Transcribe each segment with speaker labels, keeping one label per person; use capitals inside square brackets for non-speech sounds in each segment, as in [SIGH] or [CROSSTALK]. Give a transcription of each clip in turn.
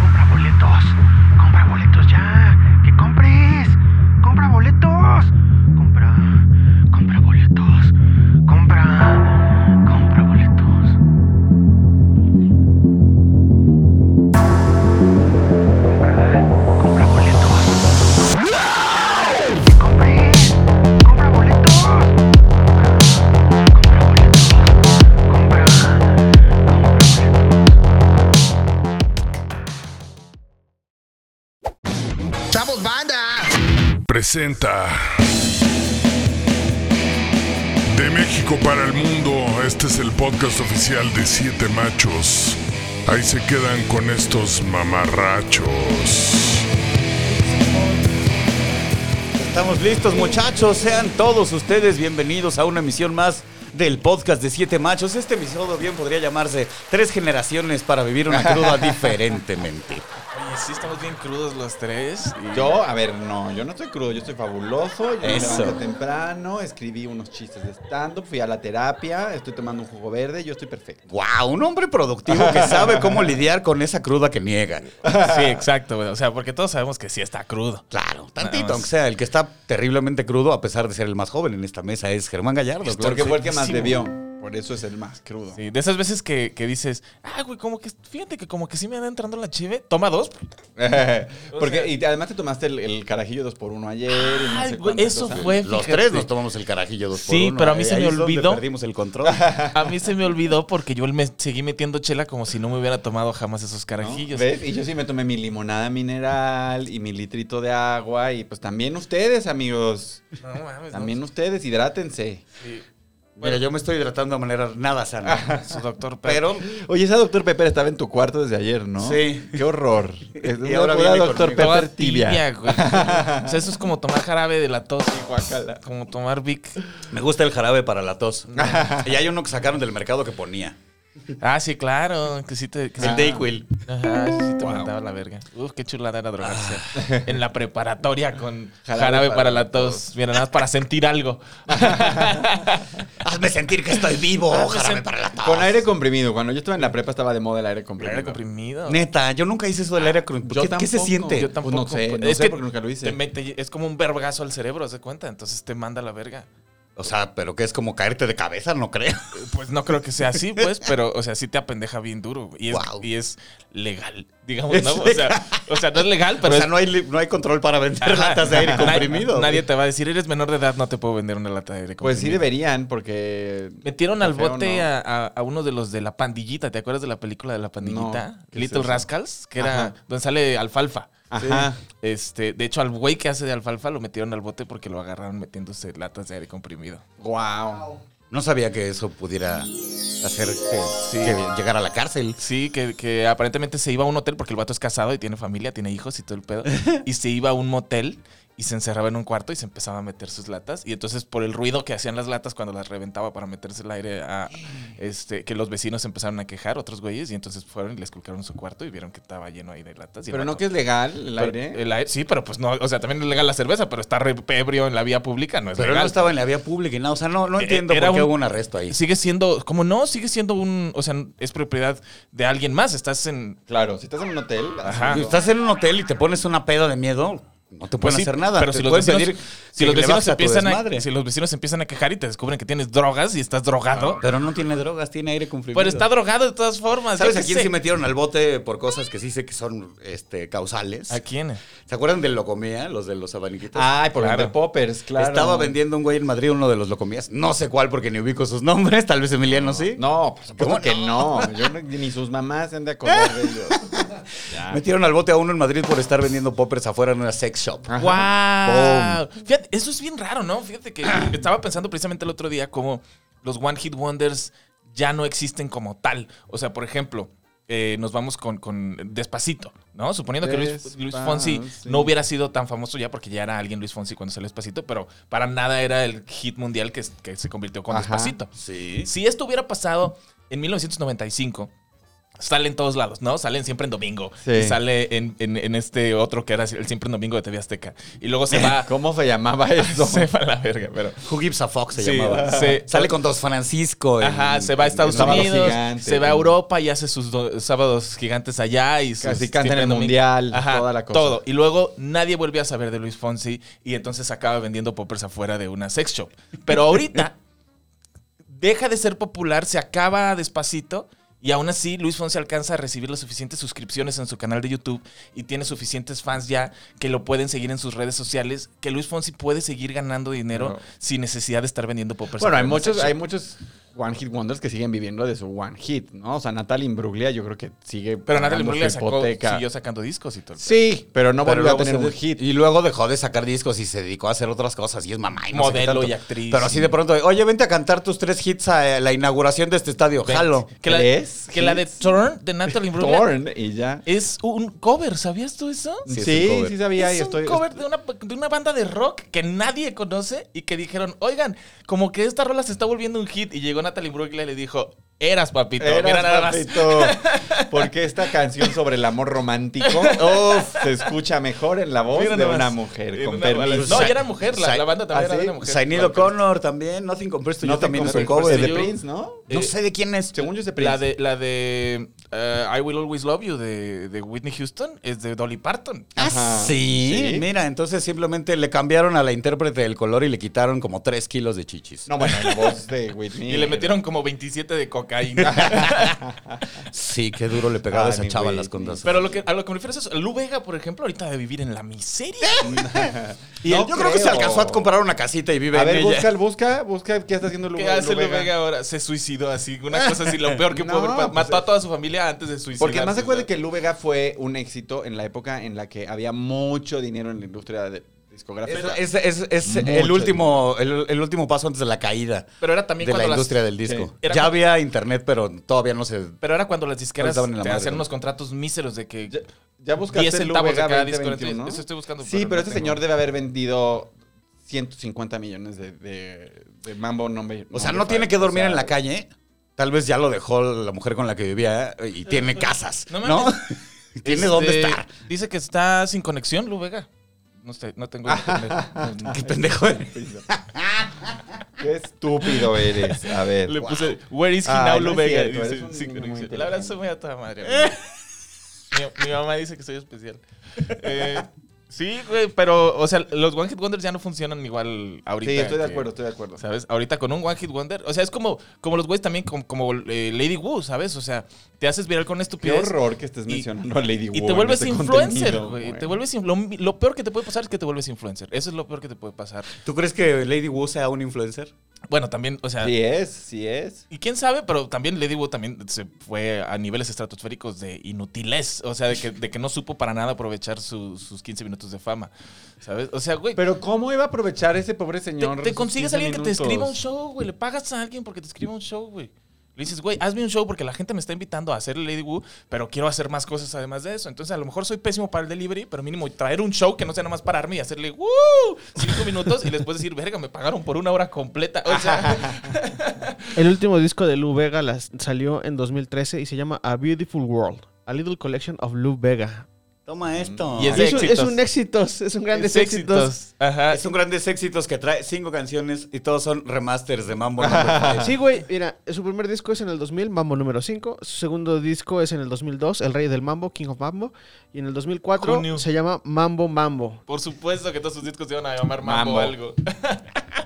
Speaker 1: Compra boletos. Compra boletos ya. Que compres. Compra boletos. Compra. Compra boletos. Compra. Compra boletos. Compra. Compra boletos. Que compres. Compra boletos. Compra. Compra boletos. Compra. Compra boletos.
Speaker 2: presenta De México para el Mundo. Este es el podcast oficial de Siete Machos. Ahí se quedan con estos mamarrachos.
Speaker 3: Estamos listos muchachos, sean todos ustedes bienvenidos a una emisión más del podcast de Siete Machos. Este episodio bien podría llamarse Tres generaciones para vivir una
Speaker 4: [LAUGHS]
Speaker 3: cruda diferentemente.
Speaker 5: Oye, sí estamos bien crudos los tres. y-
Speaker 4: Yo, a ver, no, yo no estoy crudo, yo estoy fabuloso, yo
Speaker 3: Eso.
Speaker 4: me levanto temprano, escribí unos chistes de stand-up, fui a la terapia, estoy tomando un jugo verde, yo estoy perfecto.
Speaker 3: ¡Wow! Un hombre productivo que sabe cómo lidiar con esa cruda que niega.
Speaker 4: [LAUGHS]
Speaker 5: Sí, exacto, güey. O sea, porque todos sabemos que sí está crudo.
Speaker 3: Claro,
Speaker 5: Nada
Speaker 3: tantito,
Speaker 5: más.
Speaker 3: aunque sea el que está terriblemente crudo, a pesar de ser el más joven en esta mesa, es Germán Gallardo. claro
Speaker 4: Porque
Speaker 3: que
Speaker 4: fue
Speaker 3: sí.
Speaker 4: el que más bebió, por eso es el más crudo.
Speaker 5: Sí, de esas veces que, que dices, ah, güey, como que, fíjate que como que sí me anda entrando la chive. Toma dos.
Speaker 4: Porque, y además te tomaste el, el carajillo dos por uno ayer. y no
Speaker 5: Ay,
Speaker 4: sé
Speaker 5: Ah, güey,
Speaker 4: cuántas
Speaker 5: eso
Speaker 4: cosas.
Speaker 5: fue.
Speaker 3: Los
Speaker 5: fíjate.
Speaker 3: tres nos tomamos el carajillo dos por
Speaker 5: Sí,
Speaker 3: uno.
Speaker 5: pero a mí
Speaker 3: Eh,
Speaker 5: se me
Speaker 3: ahí es donde
Speaker 5: olvidó.
Speaker 3: Perdimos el control.
Speaker 5: [LAUGHS] A mí se me olvidó porque yo me seguí metiendo chela como si no me hubiera tomado jamás esos
Speaker 4: ¿No?
Speaker 5: carajillos.
Speaker 4: ¿Ves? Y yo sí me tomé mi limonada mineral y mi litrito de agua y pues también ustedes, amigos.
Speaker 5: No mames. Pues, no.
Speaker 4: También ustedes, hidrátense.
Speaker 5: Sí.
Speaker 3: Mira, yo me estoy hidratando de manera nada sana.
Speaker 5: [LAUGHS] Su doctor Pero.
Speaker 3: Pero
Speaker 4: Oye, esa Doctor Pepper estaba en tu cuarto desde ayer, ¿no?
Speaker 3: Sí.
Speaker 4: Qué horror. Es
Speaker 3: Y
Speaker 4: una
Speaker 3: ahora
Speaker 4: pura
Speaker 3: viene
Speaker 4: Dr.
Speaker 3: conmigo.
Speaker 4: Pepper tibia.
Speaker 5: [LAUGHS] güey. O sea, eso es como tomar jarabe de la tos.
Speaker 4: guácala.
Speaker 5: Como tomar Vic.
Speaker 3: Me gusta el jarabe para la
Speaker 5: [LAUGHS]
Speaker 3: tos. y hay uno que sacaron del mercado que ponía.
Speaker 5: Ah, sí, claro. Que sí te. que sí
Speaker 3: El Dayquil.
Speaker 5: Ajá, sí sí te mandaba la verga. Uf, qué chulada era drogarse. [LAUGHS] En la preparatoria con jarabe, para, la tos. Mira, nada más para sentir algo. [LAUGHS]
Speaker 3: Hazme sentir que estoy vivo, jarabe para la tos.
Speaker 4: Con aire comprimido. Cuando yo estaba en la prepa estaba de moda el aire comprimido.
Speaker 5: Era comprimido.
Speaker 3: Neta, yo nunca hice eso del aire con...
Speaker 4: Yo
Speaker 3: ¿Qué, qué se
Speaker 4: tampoco.
Speaker 3: siente?
Speaker 5: Ah,
Speaker 3: Pues
Speaker 5: Yo tampoco. pues,
Speaker 4: no sé, no sé porque nunca lo hice.
Speaker 5: te mete- es como un vergazo al cerebro, ¿se cuenta? Entonces te manda a la verga.
Speaker 3: O sea, pero que es como caerte de cabeza, no
Speaker 5: [LAUGHS]
Speaker 3: creo.
Speaker 5: Pues no creo que sea así, pues, pero, o sea, sí te apendeja bien duro. güey. Y es,
Speaker 3: Guau.
Speaker 5: y es legal, [LAUGHS] digamos,
Speaker 3: Es
Speaker 5: ¿no? O
Speaker 3: legal.
Speaker 5: sea, o sea, no es legal, pero
Speaker 3: o sea,
Speaker 5: es-
Speaker 3: no, hay, li- no hay control para vender
Speaker 5: Pues- Ajá.
Speaker 3: latas de aire
Speaker 5: Nadie-
Speaker 3: comprimido.
Speaker 5: Nadie, te va a decir, eres menor de edad, no te puedo vender una lata de aire
Speaker 4: Pues
Speaker 5: comprimido.
Speaker 4: sí deberían porque...
Speaker 5: Metieron al
Speaker 4: Está feo,
Speaker 5: bote
Speaker 4: ¿no?
Speaker 5: a, a- a uno de los de la pandillita. ¿Te acuerdas de la película de la pandillita?
Speaker 4: No, ¿qué es
Speaker 5: Little
Speaker 4: eso?
Speaker 5: Rascals, que era
Speaker 4: Ajá.
Speaker 5: donde sale Alfalfa.
Speaker 4: Ajá.
Speaker 5: Este, de hecho, al güey que hace de Alfalfa lo metieron al bote porque lo agarraron metiéndose latas de aire comprimido.
Speaker 4: Wow.
Speaker 3: No sabía que eso pudiera hacer que,
Speaker 5: Sí.
Speaker 3: que llegara a la cárcel.
Speaker 5: Sí, que, que aparentemente se iba a un hotel porque el vato es casado y tiene familia, tiene hijos y todo
Speaker 3: [LAUGHS]
Speaker 5: el pedo. y se iba a un motel y se encerraba en un cuarto y se empezaba a meter sus latas. Y entonces, por el ruido que hacían las latas cuando las reventaba para meterse el aire, a, este, que los vecinos empezaron a quejar, otros güeyes, y entonces fueron y les culcaron su cuarto y vieron que estaba lleno ahí de latas. y el
Speaker 4: Pero no
Speaker 5: vato-
Speaker 4: que es legal el
Speaker 5: Pero
Speaker 3: ¿eh?
Speaker 4: aire.
Speaker 5: el aire- sí, pero pues no, o sea, también es legal la cerveza, pero está re ebrio en la vía pública, no es
Speaker 3: Pero él
Speaker 5: legal.
Speaker 3: no estaba en la vía pública y nada. O sea, no, no
Speaker 5: Eh,
Speaker 3: entiendo
Speaker 5: era
Speaker 3: por qué
Speaker 5: un-
Speaker 3: hubo un arresto ahí.
Speaker 5: Sigue siendo, como no, sigue siendo un, o sea, es propiedad de alguien más, estás en,
Speaker 4: Claro, si estás en un hotel...
Speaker 5: Ajá.
Speaker 4: así,
Speaker 3: Estás en un hotel y te pones una peda de miedo, no te
Speaker 5: Ah. Pues
Speaker 3: pueden
Speaker 5: sí,
Speaker 3: hacer nada.
Speaker 5: Pero
Speaker 3: Te
Speaker 5: si los,
Speaker 3: pueden
Speaker 5: vecinos,
Speaker 3: pedir
Speaker 5: si, los
Speaker 3: que le
Speaker 5: vecinos
Speaker 3: bajes a tu
Speaker 5: empiezan a,
Speaker 3: desmadre.
Speaker 5: si los vecinos empiezan a quejar y te descubren que tienes drogas y estás drogado.
Speaker 3: Pero no tiene drogas, tiene aire comprimido.
Speaker 5: pero está drogado de todas formas.
Speaker 3: ¿Sabes
Speaker 5: yo
Speaker 3: a
Speaker 5: qué
Speaker 3: quién
Speaker 5: sé.
Speaker 3: se metieron al bote por cosas que sí sé que son este, causales?
Speaker 5: ¿A quién?
Speaker 3: ¿Se acuerdan del Locomía, los de los abaniquitos?
Speaker 4: Ay, por
Speaker 5: Ah, Claro.
Speaker 4: vender poppers, claro.
Speaker 3: Estaba vendiendo un güey en Madrid uno de los Locomías. No sé cuál porque ni ubico sus nombres, tal vez Emiliano sí.
Speaker 4: No, por supuesto
Speaker 3: ¿Cómo
Speaker 4: que no. Yo no- ni sus mamás se han de acordar de
Speaker 5: [LAUGHS]
Speaker 4: ellos.
Speaker 3: Metieron al bote a uno en Madrid por estar vendiendo poppers afuera en una sex shop.
Speaker 5: ¡Wow! Fíjate, eso es bien raro, ¿no?
Speaker 4: [CLEARS THROAT]
Speaker 5: Fíjate que estaba pensando precisamente el otro día como los One Hit Wonders ya no existen como tal. O sea, por ejemplo, eh, nos vamos con, con Despacito, ¿no? Suponiendo que Luis, Luis Fonsi
Speaker 4: Despacito.
Speaker 5: no hubiera sido tan famoso ya porque ya era alguien Luis Fonsi cuando salió Despacito, pero para nada era el hit mundial que, que se convirtió con
Speaker 4: Ajá.
Speaker 5: Despacito.
Speaker 3: Sí.
Speaker 5: Si esto hubiera pasado en 1995, Sale en todos lados, ¿no? Salen siempre en domingo.
Speaker 4: Sí.
Speaker 5: Y sale en, en- en este otro que era el siempre en domingo de TV Azteca. Y luego se va.
Speaker 4: ¿Cómo se llamaba eso?
Speaker 5: [LAUGHS] se va a la verga, pero.
Speaker 3: Who Gives a Fox se
Speaker 5: Sí,
Speaker 3: llamaba.
Speaker 5: sí.
Speaker 3: Sale con Dos Francisco. en-
Speaker 5: Ajá, se va a
Speaker 4: en
Speaker 5: Estados
Speaker 4: Sábado
Speaker 5: Unidos,
Speaker 4: Gigante.
Speaker 5: se va a Europa y hace sus do- sábados gigantes allá y sus
Speaker 4: Casi canta en
Speaker 5: siempre
Speaker 4: el
Speaker 5: domingo.
Speaker 4: Mundial, toda la cosa.
Speaker 5: Todo. Y luego nadie volvió a saber de Luis Fonsi y entonces acaba vendiendo poppers afuera de una sex shop. Pero ahorita [LAUGHS] deja de ser popular, se acaba despacito. Y aún así, Luis Fonsi alcanza a recibir las suficientes suscripciones en su canal de YouTube y tiene suficientes fans ya que lo pueden seguir en sus redes sociales, que Luis Fonsi puede seguir ganando dinero
Speaker 4: No.
Speaker 5: sin necesidad de estar vendiendo poppers.
Speaker 4: Bueno,
Speaker 5: afuera
Speaker 4: hay
Speaker 5: de una
Speaker 4: muchos,
Speaker 5: sex shop.
Speaker 4: hay muchos One Hit Wonders que siguen viviendo de su One Hit, ¿no? O sea, Natalie Imbruglia yo creo que sigue
Speaker 5: Pero
Speaker 4: pagando
Speaker 5: Natalie Imbruglia
Speaker 4: su
Speaker 5: sacó,
Speaker 4: hipoteca.
Speaker 5: siguió sacando discos y todo. el
Speaker 4: Sí, pero no
Speaker 5: Pero
Speaker 4: volvió a
Speaker 5: luego
Speaker 4: tener
Speaker 5: se
Speaker 4: un
Speaker 5: de-
Speaker 4: hit.
Speaker 3: Y luego dejó de sacar discos y se dedicó a hacer otras cosas. Y es mamá y no sé qué
Speaker 5: Modelo
Speaker 3: tanto.
Speaker 5: y actriz.
Speaker 3: Pero así de pronto, oye, vente a cantar tus tres hits a eh, la inauguración de este estadio.
Speaker 5: pedo.
Speaker 3: Jalo.
Speaker 5: Que la,
Speaker 4: ¿Tres
Speaker 5: que la de
Speaker 4: hits?
Speaker 5: Turn de Natalie Imbruglia
Speaker 4: Torn y ya.
Speaker 5: es un cover. ¿Sabías tú eso?
Speaker 4: Sí,
Speaker 3: es un
Speaker 4: sí,
Speaker 3: cover.
Speaker 4: sabía.
Speaker 5: es
Speaker 4: y estoy,
Speaker 5: un cover de una, de una banda de rock que nadie conoce y que dijeron, oigan, como que esta rola se está volviendo un hit. Y llegó Natalie Imbruglia y le dijo, eras papito,
Speaker 4: Eras,
Speaker 5: mira nada más.
Speaker 4: papito.
Speaker 5: [LAUGHS]
Speaker 4: Porque esta canción sobre el amor romántico uf, se escucha mejor en la voz
Speaker 5: Mira
Speaker 4: de
Speaker 5: nomás.
Speaker 4: una mujer,
Speaker 5: En
Speaker 4: con
Speaker 5: una
Speaker 4: permiso.
Speaker 5: balada. No,
Speaker 3: Sa-
Speaker 5: ya era mujer, la,
Speaker 3: Sa-
Speaker 5: la banda también
Speaker 4: ¿Ah,
Speaker 5: era de
Speaker 4: sí?
Speaker 5: una mujer.
Speaker 3: Zainid O'Connor también. Nothing Compares to You
Speaker 4: No
Speaker 3: también es
Speaker 4: te
Speaker 3: un
Speaker 4: compres-
Speaker 3: cover.
Speaker 4: de
Speaker 5: You.
Speaker 4: Prince, ¿no?
Speaker 3: No sé de quién es.
Speaker 4: Según yo es de Prince.
Speaker 5: Eh, La de, la de eh, I Will Always Love You de, de Whitney Houston es de Dolly Parton.
Speaker 4: Ajá.
Speaker 3: Sí,
Speaker 4: Ah, Sí.
Speaker 3: mira, entonces simplemente le cambiaron a la intérprete del color y le quitaron como tres kilos de chichis.
Speaker 4: No, bueno, la voz de Whitney.
Speaker 5: Y le metieron como 27 de cocaína.
Speaker 3: [LAUGHS]
Speaker 5: [LAUGHS]
Speaker 3: Sí, qué duro le pegaba a
Speaker 4: Ay,
Speaker 3: esa
Speaker 4: mi
Speaker 3: chava
Speaker 4: güey.
Speaker 3: las contas.
Speaker 5: Pero lo que, a lo que me refiero es eso. Lu Vega, por ejemplo, ahorita debe vivir en la miseria. [LAUGHS]
Speaker 3: Y él-
Speaker 4: No
Speaker 3: yo creo que se
Speaker 4: creo.
Speaker 3: alcanzó a comprar una casita y vive
Speaker 4: A
Speaker 3: en
Speaker 4: ver,
Speaker 3: ella.
Speaker 4: busca, busca, busca qué está haciendo Lu,
Speaker 5: ¿Qué hace Lu
Speaker 4: Lu Vega.
Speaker 5: Vega ahora? Se suicidó así. Una cosa así, lo
Speaker 3: [LAUGHS]
Speaker 5: peor que
Speaker 4: No,
Speaker 5: pudo haber pasado.
Speaker 4: pues,
Speaker 5: Mató a
Speaker 4: eh.
Speaker 5: toda su familia antes de suicidarse.
Speaker 4: Porque además se acuerda que Lu Vega fue un éxito en la época en la que había mucho dinero en la industria de discográfica.
Speaker 3: Es, es- es- es el,
Speaker 4: Mucho
Speaker 3: último, el, el último paso antes de la caída
Speaker 5: Pero era también
Speaker 3: de la
Speaker 5: cuando las-
Speaker 3: industria del disco.
Speaker 4: Sí.
Speaker 5: Era
Speaker 3: Ya
Speaker 5: cu-
Speaker 3: había internet, pero todavía no se...
Speaker 5: Pero era cuando las disqueras
Speaker 3: Ahorita van en la
Speaker 5: te
Speaker 3: madre,
Speaker 5: hacían
Speaker 3: ¿no?
Speaker 5: unos contratos míseros de que...
Speaker 4: Ya, ya buscaste
Speaker 5: 10
Speaker 4: Lu
Speaker 5: centavos de
Speaker 4: Vega
Speaker 5: cada disco,
Speaker 4: 2021,
Speaker 5: eso estoy buscando,
Speaker 4: Sí,
Speaker 5: pero
Speaker 4: pero,
Speaker 5: no
Speaker 4: este
Speaker 5: tengo.
Speaker 4: señor debe haber vendido 150 millones de, de- de Mambo Number.
Speaker 3: O sea, no tiene que dormir en la calle. Tal vez ya lo dejó la mujer con la que vivía ¿eh? y tiene casas,
Speaker 5: No
Speaker 3: ¿no?
Speaker 5: mames.
Speaker 3: [LAUGHS] tiene
Speaker 5: este,
Speaker 3: dónde estar.
Speaker 5: Dice que está sin conexión, Lu Vega. No, sé, no
Speaker 3: [LAUGHS]
Speaker 5: tengo internet. No,
Speaker 3: Qué
Speaker 5: no.
Speaker 3: pendejo eres.
Speaker 4: Qué estúpido eres. A ver.
Speaker 5: [LAUGHS] Le
Speaker 4: Wow.
Speaker 5: puse, where is he
Speaker 4: Ay,
Speaker 5: now,
Speaker 4: Ah, no
Speaker 5: Lu
Speaker 4: es
Speaker 5: Vega?
Speaker 4: cierto,
Speaker 5: Dice,
Speaker 4: eres un
Speaker 5: sin
Speaker 4: niño muy
Speaker 5: conexión. La
Speaker 4: inteligente. Eh.
Speaker 5: verdad, soy muy a toda madre. amigo. mi, mi mamá dice que soy especial. [LAUGHS] Eh, sí, güey, pero, o sea, los One Hit Wonders ya no funcionan igual ahorita.
Speaker 4: Sí, estoy de
Speaker 5: que-
Speaker 4: acuerdo, estoy de acuerdo.
Speaker 5: ¿Sabes? Ahorita con un One Hit Wonder. O sea, es como, como los güeyes también, como, como, eh, Lady Wu, ¿sabes? O sea, te haces viral con
Speaker 4: Qué
Speaker 5: estupidez.
Speaker 4: horror que estés
Speaker 5: Y-
Speaker 4: mencionando a Lady Wu.
Speaker 5: Y te
Speaker 4: en
Speaker 5: vuelves
Speaker 4: este
Speaker 5: influencer,
Speaker 4: contenido,
Speaker 5: güey. Te vuelves in- lo, lo peor que te puede pasar es que te vuelves influencer. Eso es lo peor que te puede pasar.
Speaker 3: ¿Tú crees que Lady Wu sea un influencer?
Speaker 5: Bueno, también, o sea,
Speaker 4: Sí es, sí es.
Speaker 5: Y quién sabe, pero también Lady Wu también se fue a niveles estratosféricos de inútiles. O sea, de que, de que no supo para nada aprovechar su- sus 15 minutos de fama. ¿Sabes? O sea, güey.
Speaker 4: Pero ¿cómo iba a aprovechar ese pobre
Speaker 5: te,
Speaker 4: señor?
Speaker 5: te
Speaker 4: sus
Speaker 5: consigues
Speaker 4: 15
Speaker 5: a alguien que te
Speaker 4: minutos?
Speaker 5: escriba un show, güey. Le pagas a alguien porque te escriba un show, güey. Le dices, güey, hazme un show porque la gente me está invitando a hacer Lady Wu, pero quiero hacer más cosas además de eso. Entonces, a lo mejor soy pésimo para el delivery, pero mínimo traer un show que no sea nada más pararme y hacerle ¡Woo! cinco minutos y después decir, verga, me pagaron por una hora completa. O sea,
Speaker 6: El último disco de Lou Vega las- salió en 2013 y se llama A Beautiful World. A Little Collection of Lou Vega.
Speaker 3: Toma esto.
Speaker 5: Y es
Speaker 6: Y
Speaker 5: de
Speaker 6: es, un,
Speaker 5: éxitos.
Speaker 6: es un éxitos, es un grandes
Speaker 5: es
Speaker 6: éxitos.
Speaker 5: Ajá.
Speaker 3: Es un grandes éxitos que trae cinco canciones y todos son remasters de Mambo. Number [LAUGHS]
Speaker 6: [LAUGHS]
Speaker 3: Five.
Speaker 6: Sí, güey, mira, su primer disco es en el 2000, Mambo número 5. Su segundo disco es en el 2002, El Rey del Mambo, King of Mambo. Y en el 2004
Speaker 5: Junio.
Speaker 6: se llama Mambo Mambo.
Speaker 5: Por supuesto que todos sus discos se iban a llamar
Speaker 4: Mambo.
Speaker 5: Mambo, o algo. [LAUGHS]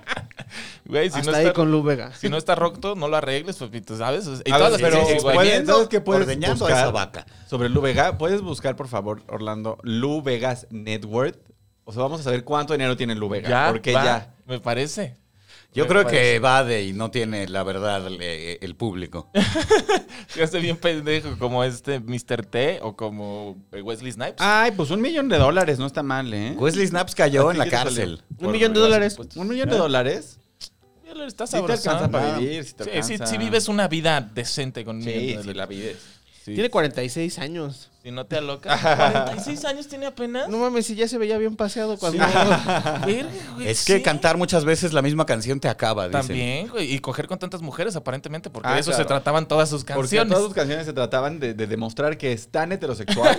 Speaker 5: Güey, si,
Speaker 6: Hasta
Speaker 5: no
Speaker 6: ahí
Speaker 5: está-
Speaker 6: con Lou Vega.
Speaker 5: si no está roto, no lo arregles, papito, ¿sabes? O sea, Y
Speaker 4: A ver,
Speaker 5: todas las
Speaker 4: pero
Speaker 5: experiencias, güey.
Speaker 4: ¿puedes, ¿sabes qué puedes
Speaker 3: ordeñando a
Speaker 4: buscar
Speaker 3: esa vaca.
Speaker 4: Sobre Lu Vega, ¿puedes buscar, por favor, Orlando, Lu Vegas Net Worth? O sea, vamos a saber cuánto dinero tiene Lu Vega.
Speaker 5: Ya,
Speaker 4: porque
Speaker 5: va,
Speaker 4: ya.
Speaker 5: Me parece.
Speaker 3: Yo
Speaker 5: Me
Speaker 3: creo
Speaker 5: parece.
Speaker 3: que va de y no tiene la verdad eh, el [LAUGHS] público.
Speaker 5: Ya estoy bien pendejo, como este Mr. T o como eh, Wesley Snipes.
Speaker 4: Ay, pues un millón de dólares, no está mal, ¿eh?
Speaker 3: Wesley Snaps cayó en la cárcel.
Speaker 6: Un millón de dólares.
Speaker 4: ¿Un millón de dólares?
Speaker 5: Ya lo estás
Speaker 4: Sí te alcanza
Speaker 5: abrazando.
Speaker 4: para vivir, sí te
Speaker 5: Sí,
Speaker 4: alcanza.
Speaker 5: sí, sí vives una vida decente con un millón de
Speaker 4: Sí, sí,
Speaker 5: dólares.
Speaker 4: la vides.
Speaker 6: Tiene 46 años.
Speaker 5: Si no te alocas. 46 años tiene apenas.
Speaker 6: No mames, si ya se veía bien paseado cuando.
Speaker 5: [LAUGHS] Verga, güey,
Speaker 3: Es que
Speaker 5: sí.
Speaker 3: cantar muchas veces la misma canción te acaba, dicen.
Speaker 5: También, güey. Y coger con tantas mujeres, aparentemente, porque
Speaker 4: Ah,
Speaker 5: de eso se
Speaker 4: claro.
Speaker 5: trataban todas sus
Speaker 4: Porque
Speaker 5: canciones.
Speaker 4: todas sus canciones se trataban de, de demostrar que es tan [LAUGHS] heterosexual,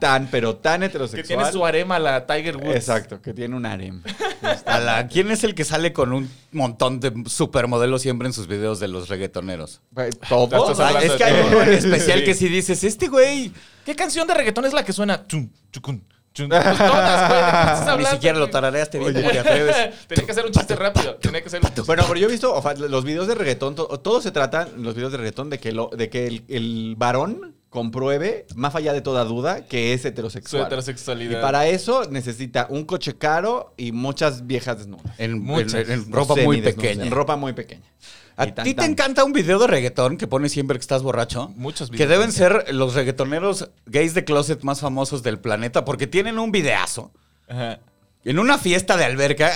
Speaker 4: tan, pero tan
Speaker 5: Que
Speaker 4: heterosexual.
Speaker 5: tiene su harema, la Tiger Woods.
Speaker 4: Exacto, que tiene un [LAUGHS] harem.
Speaker 3: A la- ¿Quién es el que sale con un montón de supermodelos siempre en sus videos de los reggaetoneros?
Speaker 4: Pues, Todos.
Speaker 5: Estás hablando
Speaker 3: es
Speaker 5: de
Speaker 3: que hay [LAUGHS]
Speaker 5: todo.
Speaker 3: uno en especial que si dices, este güey
Speaker 5: ¿Qué canción de reggaetón es la que suena? Chum, chucun, chum. Pues todas, güey. ¿de qué estás
Speaker 3: ni
Speaker 5: hablando,
Speaker 3: siquiera lo
Speaker 5: güey?
Speaker 3: tarareaste bien, ¿cómo te
Speaker 4: [LAUGHS]
Speaker 5: [LAUGHS]
Speaker 3: atreves?
Speaker 5: Tenía que hacer un chiste rápido. Tenía que hacer un chiste.
Speaker 4: Bueno, pero yo he visto o sea, los videos de reggaetón, to- todos se tratan, los videos de reggaetón, de que, lo, de que el, el varón compruebe, más allá de toda duda, que es
Speaker 5: Su
Speaker 4: heterosexual.
Speaker 5: heterosexualidad.
Speaker 4: Y para eso necesita un coche caro y muchas viejas desnudas.
Speaker 3: En,
Speaker 5: Muchas.
Speaker 3: en- en ropa muy
Speaker 4: Semidesnudas,
Speaker 3: pequeña.
Speaker 4: En ropa muy pequeña.
Speaker 3: ¿A
Speaker 4: Y tan,
Speaker 3: ti te
Speaker 4: tan.
Speaker 3: encanta un video de reggaetón que pones siempre que estás borracho?
Speaker 5: Muchos
Speaker 3: Que
Speaker 5: videos.
Speaker 3: deben ser los reggaetoneros gays de closet más famosos del planeta porque tienen un videazo.
Speaker 5: Ajá.
Speaker 3: En una fiesta de alberca,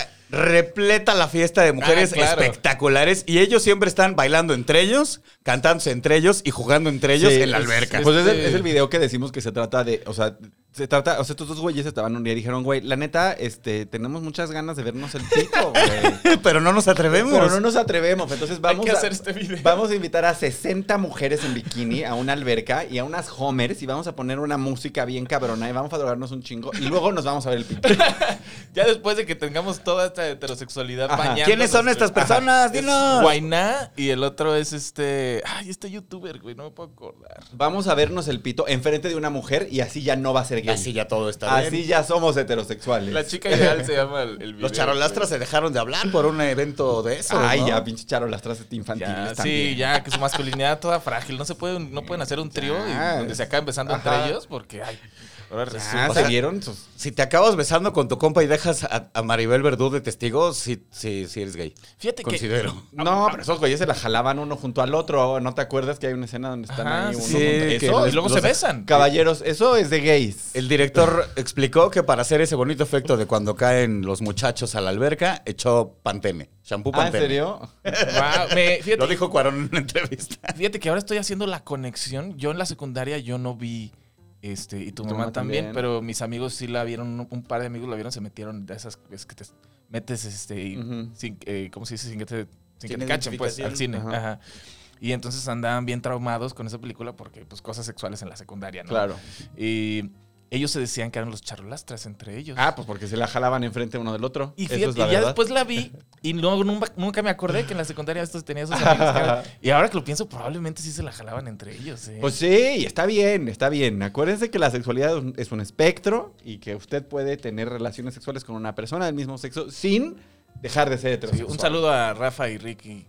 Speaker 3: repleta la fiesta de mujeres
Speaker 5: Ah, claro.
Speaker 3: espectaculares y ellos siempre están bailando entre ellos, cantándose entre ellos y jugando entre ellos
Speaker 4: Sí,
Speaker 3: en la alberca.
Speaker 4: Pues es, el,
Speaker 5: Este-
Speaker 4: es el video que decimos que se trata de, o sea, se trata, o sea, estos dos güeyes estaban un día y dijeron, güey, la neta, este, tenemos muchas ganas de vernos el
Speaker 3: [LAUGHS]
Speaker 4: pico, güey.
Speaker 3: Pero no nos atrevemos.
Speaker 4: Pero no nos atrevemos, entonces vamos
Speaker 5: que
Speaker 4: a
Speaker 5: hacer este video. [LAUGHS]
Speaker 4: Vamos a invitar a 60 mujeres en bikini a una alberca y a unas homers y vamos a poner una música bien cabrona y vamos a drogarnos un chingo y luego nos vamos a ver el pico.
Speaker 5: Ya después de que tengamos toda esta heterosexualidad
Speaker 4: Ajá.
Speaker 5: bañando.
Speaker 3: ¿Quiénes son estas personas? Dinos.
Speaker 5: Guainá y el otro es este. Ay, este youtuber, güey, no me puedo acordar.
Speaker 4: Vamos a vernos el pito enfrente de una mujer y así ya no va a ser
Speaker 3: Y
Speaker 4: gay.
Speaker 3: así
Speaker 4: Así,
Speaker 3: ya todo
Speaker 4: Ah,
Speaker 3: está bien.
Speaker 4: ya somos heterosexuales.
Speaker 5: La chica ideal se llama el, el video,
Speaker 3: Los charolastras se dejaron de hablar por un evento de eso.
Speaker 4: Ay,
Speaker 3: ¿no?
Speaker 4: ya, pinche charo, las trazas infantiles
Speaker 5: Ya,
Speaker 4: también.
Speaker 5: Ah, sí, ya, que su masculinidad toda frágil. No se pueden, no pueden hacer un trío y
Speaker 4: Ya.
Speaker 5: donde se acaba empezando
Speaker 4: Ajá.
Speaker 5: entre ellos porque, ay, ahora
Speaker 4: Ah,
Speaker 5: resulta.
Speaker 4: ¿se
Speaker 5: O sea,
Speaker 4: vieron? Sus-
Speaker 3: Si te acabas besando con tu compa y dejas a, a Maribel Verdú de testigo, sí, sí, sí eres gay.
Speaker 5: Fíjate que-
Speaker 3: Considero.
Speaker 5: Ah,
Speaker 4: No, pero esos güeyes se la jalaban uno junto al otro. ¿No te acuerdas que hay una escena donde están
Speaker 5: Ajá,
Speaker 4: ahí uno
Speaker 5: sí,
Speaker 4: junto
Speaker 3: que
Speaker 4: Eso-
Speaker 5: y luego
Speaker 3: los-
Speaker 5: se [LAUGHS] besan.
Speaker 4: [LAUGHS] Caballeros, eso es de gays. Ah,
Speaker 3: El director explicó que para hacer ese bonito efecto de cuando caen los muchachos a la alberca, echó pantene, shampoo
Speaker 4: Ah, ¿en
Speaker 3: pantene.
Speaker 4: serio?
Speaker 5: Wow, me-
Speaker 3: Lo
Speaker 5: fíjate,
Speaker 3: dijo Cuarón en una entrevista.
Speaker 5: fíjate que ahora estoy haciendo la conexión. Yo en la secundaria yo no vi. Este, y tu, mamá, también, pero mis amigos sí la vieron, un, un par de amigos la vieron, se metieron de esas veces que te metes, este, y
Speaker 4: Ujú.
Speaker 5: sin, eh, ¿cómo se dice? Sin que te, sin que
Speaker 3: Sin
Speaker 5: te cachen, pues, al cine.
Speaker 4: identificación.
Speaker 5: Ajá. Y entonces andaban bien traumados con esa película porque, pues, cosas sexuales en la secundaria, ¿no?
Speaker 4: Claro.
Speaker 5: Y ellos se decían que eran los charolastras entre ellos.
Speaker 4: Ah, pues porque se la jalaban enfrente uno del otro.
Speaker 5: y
Speaker 4: Eso
Speaker 5: fíjate,
Speaker 4: es la
Speaker 5: y ya
Speaker 4: verdad.
Speaker 5: después la vi y no, nunca, nunca me acordé que en la secundaria estos tenía esos amigos. que
Speaker 3: [LAUGHS]
Speaker 5: eran- y ahora que lo pienso, probablemente sí se la jalaban entre ellos. ¿eh?
Speaker 4: Pues sí, está bien, está bien. Acuérdense que la sexualidad es un espectro y que usted puede tener relaciones sexuales con una persona del mismo sexo sin dejar de ser
Speaker 5: Sí,
Speaker 4: heterosexual.
Speaker 5: un saludo a Rafa
Speaker 3: [LAUGHS]
Speaker 5: y Ricky.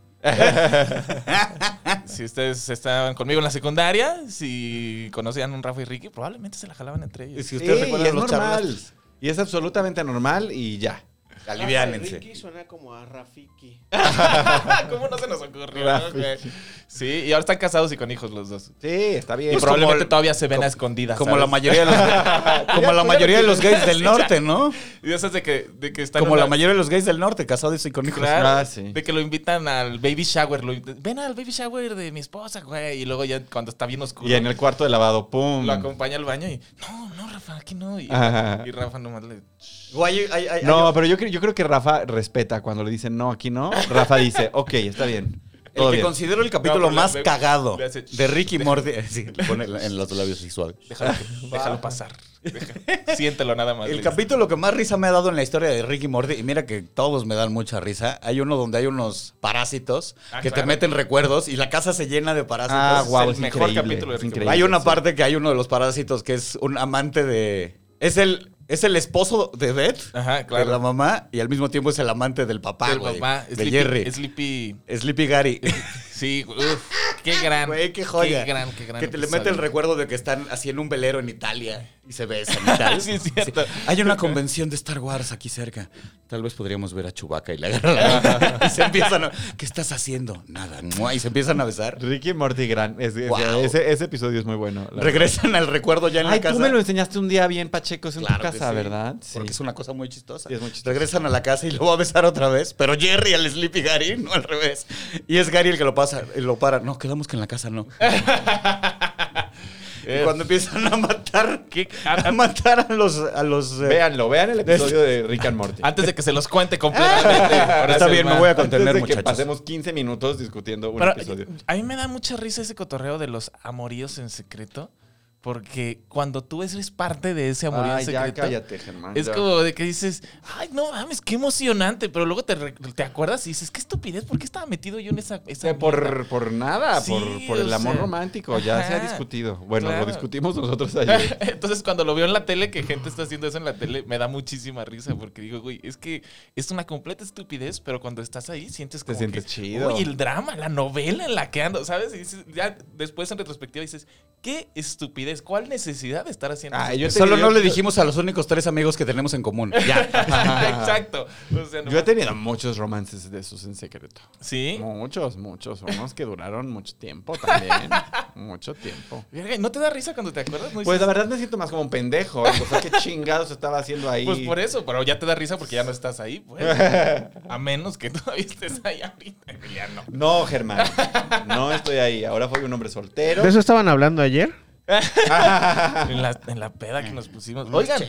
Speaker 5: si ustedes estaban conmigo en la secundaria, si conocían a un Rafa y Ricky, probablemente se la jalaban entre
Speaker 3: Y
Speaker 5: ellos.
Speaker 3: si
Speaker 4: Sí,
Speaker 3: ustedes
Speaker 4: y es
Speaker 3: recuerdan los
Speaker 4: normal.
Speaker 3: charlas,
Speaker 4: Y es absolutamente normal y ya.
Speaker 3: [LAUGHS] aliviánense.
Speaker 6: suena como a Rafiki.
Speaker 5: [LAUGHS] ¿Cómo no se nos ocurrió?
Speaker 4: Rafa y
Speaker 5: güey? Sí, y ahora están casados y con hijos los dos.
Speaker 4: Sí, está bien.
Speaker 5: Y
Speaker 3: Pues como
Speaker 5: probablemente
Speaker 3: el-
Speaker 5: todavía se ven a escondidas.
Speaker 3: Como
Speaker 5: ¿sabes?
Speaker 3: la mayoría de [LAUGHS] los, como la mayoría de los gays del norte, ¿no?
Speaker 5: Y esas de que, de que están
Speaker 3: Como
Speaker 5: en
Speaker 3: la mayoría de los gays del norte, casados y con hijos.
Speaker 5: Claro,
Speaker 4: Ah, sí.
Speaker 5: de que lo invitan al baby shower. lo invit- Ven al baby shower de mi esposa, güey. Y luego ya cuando está bien oscuro,
Speaker 4: Y en el cuarto de lavado, pum.
Speaker 5: lo acompaña al baño y... No, no, Rafa, aquí no. Y,
Speaker 4: Ajá.
Speaker 5: y Rafa nomás le...
Speaker 3: Guay, ay, ay,
Speaker 4: No, pero yo, creo- yo creo que Rafa respeta cuando le dicen no, aquí no. Rafa dice, ok, está bien.
Speaker 3: El
Speaker 4: Todo
Speaker 3: que
Speaker 4: bien.
Speaker 3: considero el capítulo
Speaker 5: No, pero
Speaker 3: más
Speaker 5: le- le-
Speaker 3: cagado
Speaker 5: le hace-
Speaker 3: de Ricky Morty. Sí, pone en los labios sexuales.
Speaker 5: Déjalo,
Speaker 3: [LAUGHS]
Speaker 5: déjalo pasar. Deja- siéntelo nada más.
Speaker 3: El
Speaker 5: le
Speaker 3: capítulo que más risa me ha dado en la historia de Ricky Morty, y mira que todos me dan mucha risa, hay uno donde hay unos parásitos
Speaker 5: Ah,
Speaker 3: que
Speaker 5: claro.
Speaker 3: te meten recuerdos y la casa se llena de parásitos.
Speaker 4: Ah,
Speaker 5: es
Speaker 4: guau,
Speaker 5: el
Speaker 4: es
Speaker 5: mejor
Speaker 4: increíble,
Speaker 5: capítulo de
Speaker 4: es
Speaker 5: Ricky
Speaker 4: increíble,
Speaker 3: hay una
Speaker 4: sí.
Speaker 3: parte que hay uno de los parásitos que es un amante de... Es el, es el esposo de Beth,
Speaker 5: Ajá, Ah, claro.
Speaker 3: de la mamá, y al mismo tiempo es el amante del papá,
Speaker 5: Del
Speaker 3: güey,
Speaker 5: papá,
Speaker 3: de
Speaker 5: Sleepy-
Speaker 3: Jerry.
Speaker 5: Sleepy...
Speaker 3: Sleepy
Speaker 5: [LAUGHS]
Speaker 3: Gary.
Speaker 5: Sí, güey, uf, qué gran.
Speaker 3: Güey, qué joya.
Speaker 5: Qué gran, qué gran.
Speaker 3: Que te le mete el
Speaker 5: episodio.
Speaker 3: recuerdo de que están así en un velero en Italia y se besan y
Speaker 4: [LAUGHS]
Speaker 3: tal.
Speaker 5: Sí, es cierto.
Speaker 3: Hay una convención de Star Wars aquí cerca. Tal vez podríamos ver a Chewbacca y le agarran la
Speaker 4: [LAUGHS]
Speaker 3: mano. Y se empiezan a... ¿Qué estás haciendo? Nada. mua, Y se empiezan a besar.
Speaker 4: Ricky Morty Gran. es- es-
Speaker 3: Guau.
Speaker 4: ese, ese episodio es muy bueno. la
Speaker 3: Regresan al recuerdo ya en
Speaker 4: Ay,
Speaker 3: la casa.
Speaker 4: tú me lo enseñaste un día bien, Pacheco, es en
Speaker 3: Claro
Speaker 4: tu
Speaker 3: que
Speaker 4: casa,
Speaker 3: sí,
Speaker 4: ¿verdad? Sí.
Speaker 3: Porque es una cosa muy chistosa.
Speaker 4: Sí, es muy chistosa.
Speaker 3: Regresan a la casa y lo va a besar otra vez, pero Jerry al Sleepy Gary, no al revés. Y es Gary el que lo pasa, lo para. No, quedamos que en la casa no. Y cuando empiezan a matar, a matar a los... A los eh,
Speaker 4: Véanlo, vean el episodio de Rick and Morty. Ah,
Speaker 5: Antes de que se
Speaker 3: [LAUGHS]
Speaker 5: los cuente completamente. Ahora
Speaker 3: Ah, está
Speaker 5: sí,
Speaker 3: bien, me
Speaker 5: ma.
Speaker 3: voy a
Speaker 4: Antes de
Speaker 3: contener,
Speaker 4: que
Speaker 3: muchachos.
Speaker 4: pasemos 15 minutos discutiendo un
Speaker 5: Pero,
Speaker 4: episodio.
Speaker 5: a mí me da mucha risa ese cotorreo de los amoríos en secreto. Porque cuando tú eres parte de ese amorío en
Speaker 4: Ay, ya
Speaker 5: secreto.
Speaker 4: cállate, Germán.
Speaker 5: Es
Speaker 4: ya.
Speaker 5: como de que dices, ay, no mames, qué emocionante. Pero luego te, re- te acuerdas y dices, qué estupidez, ¿por qué estaba metido yo en esa. esa
Speaker 4: Eh,
Speaker 5: mierda?"
Speaker 4: por, por nada,
Speaker 5: Sí,
Speaker 4: por, por
Speaker 5: o
Speaker 4: el amor
Speaker 5: sea.
Speaker 4: romántico, ya se ha
Speaker 5: Ajá,
Speaker 4: discutido. Bueno,
Speaker 5: claro.
Speaker 4: lo discutimos
Speaker 3: [LAUGHS]
Speaker 4: nosotros ayer.
Speaker 5: [LAUGHS] Entonces, cuando lo veo en la tele, que gente está haciendo eso en la tele, me da muchísima risa porque digo, güey, es que es una completa estupidez, pero cuando estás ahí sientes
Speaker 4: Te
Speaker 5: como.
Speaker 4: sientes
Speaker 5: que,
Speaker 4: chido.
Speaker 5: Uy, el drama, la novela en la que ando, ¿sabes? Y dices, ya después en retrospectiva dices, qué estupidez, cuál necesidad de estar haciendo
Speaker 4: Ah,
Speaker 5: eso? [LAUGHS]
Speaker 4: yo te-
Speaker 3: Solo
Speaker 4: yo-
Speaker 3: no le dijimos a los únicos tres amigos que tenemos en común. Ya.
Speaker 5: Exacto. O sea,
Speaker 4: Yo he
Speaker 5: nomás-
Speaker 4: tenido muchos romances de esos en secreto.
Speaker 5: Sí.
Speaker 4: Muchos, muchos. Unos que duraron mucho tiempo
Speaker 3: [LAUGHS]
Speaker 4: también. mucho tiempo.
Speaker 5: Verga, ¿No te da risa cuando te acuerdas? ¿No
Speaker 4: Pues
Speaker 5: dices,
Speaker 4: la verdad me siento más como un pendejo. O sea, qué chingados estaba haciendo ahí.
Speaker 5: Pues
Speaker 4: [LAUGHS]
Speaker 5: por eso, pero ya te da risa porque ya no estás ahí, pues. A menos que [LAUGHS] todavía estés ahí ahorita, Emiliano.
Speaker 4: No, Germán. No estoy ahí. Ahora soy un hombre soltero.
Speaker 6: ¿De eso estaban hablando ayer?
Speaker 5: [LAUGHS] En la, en la peda que nos pusimos. Oigan,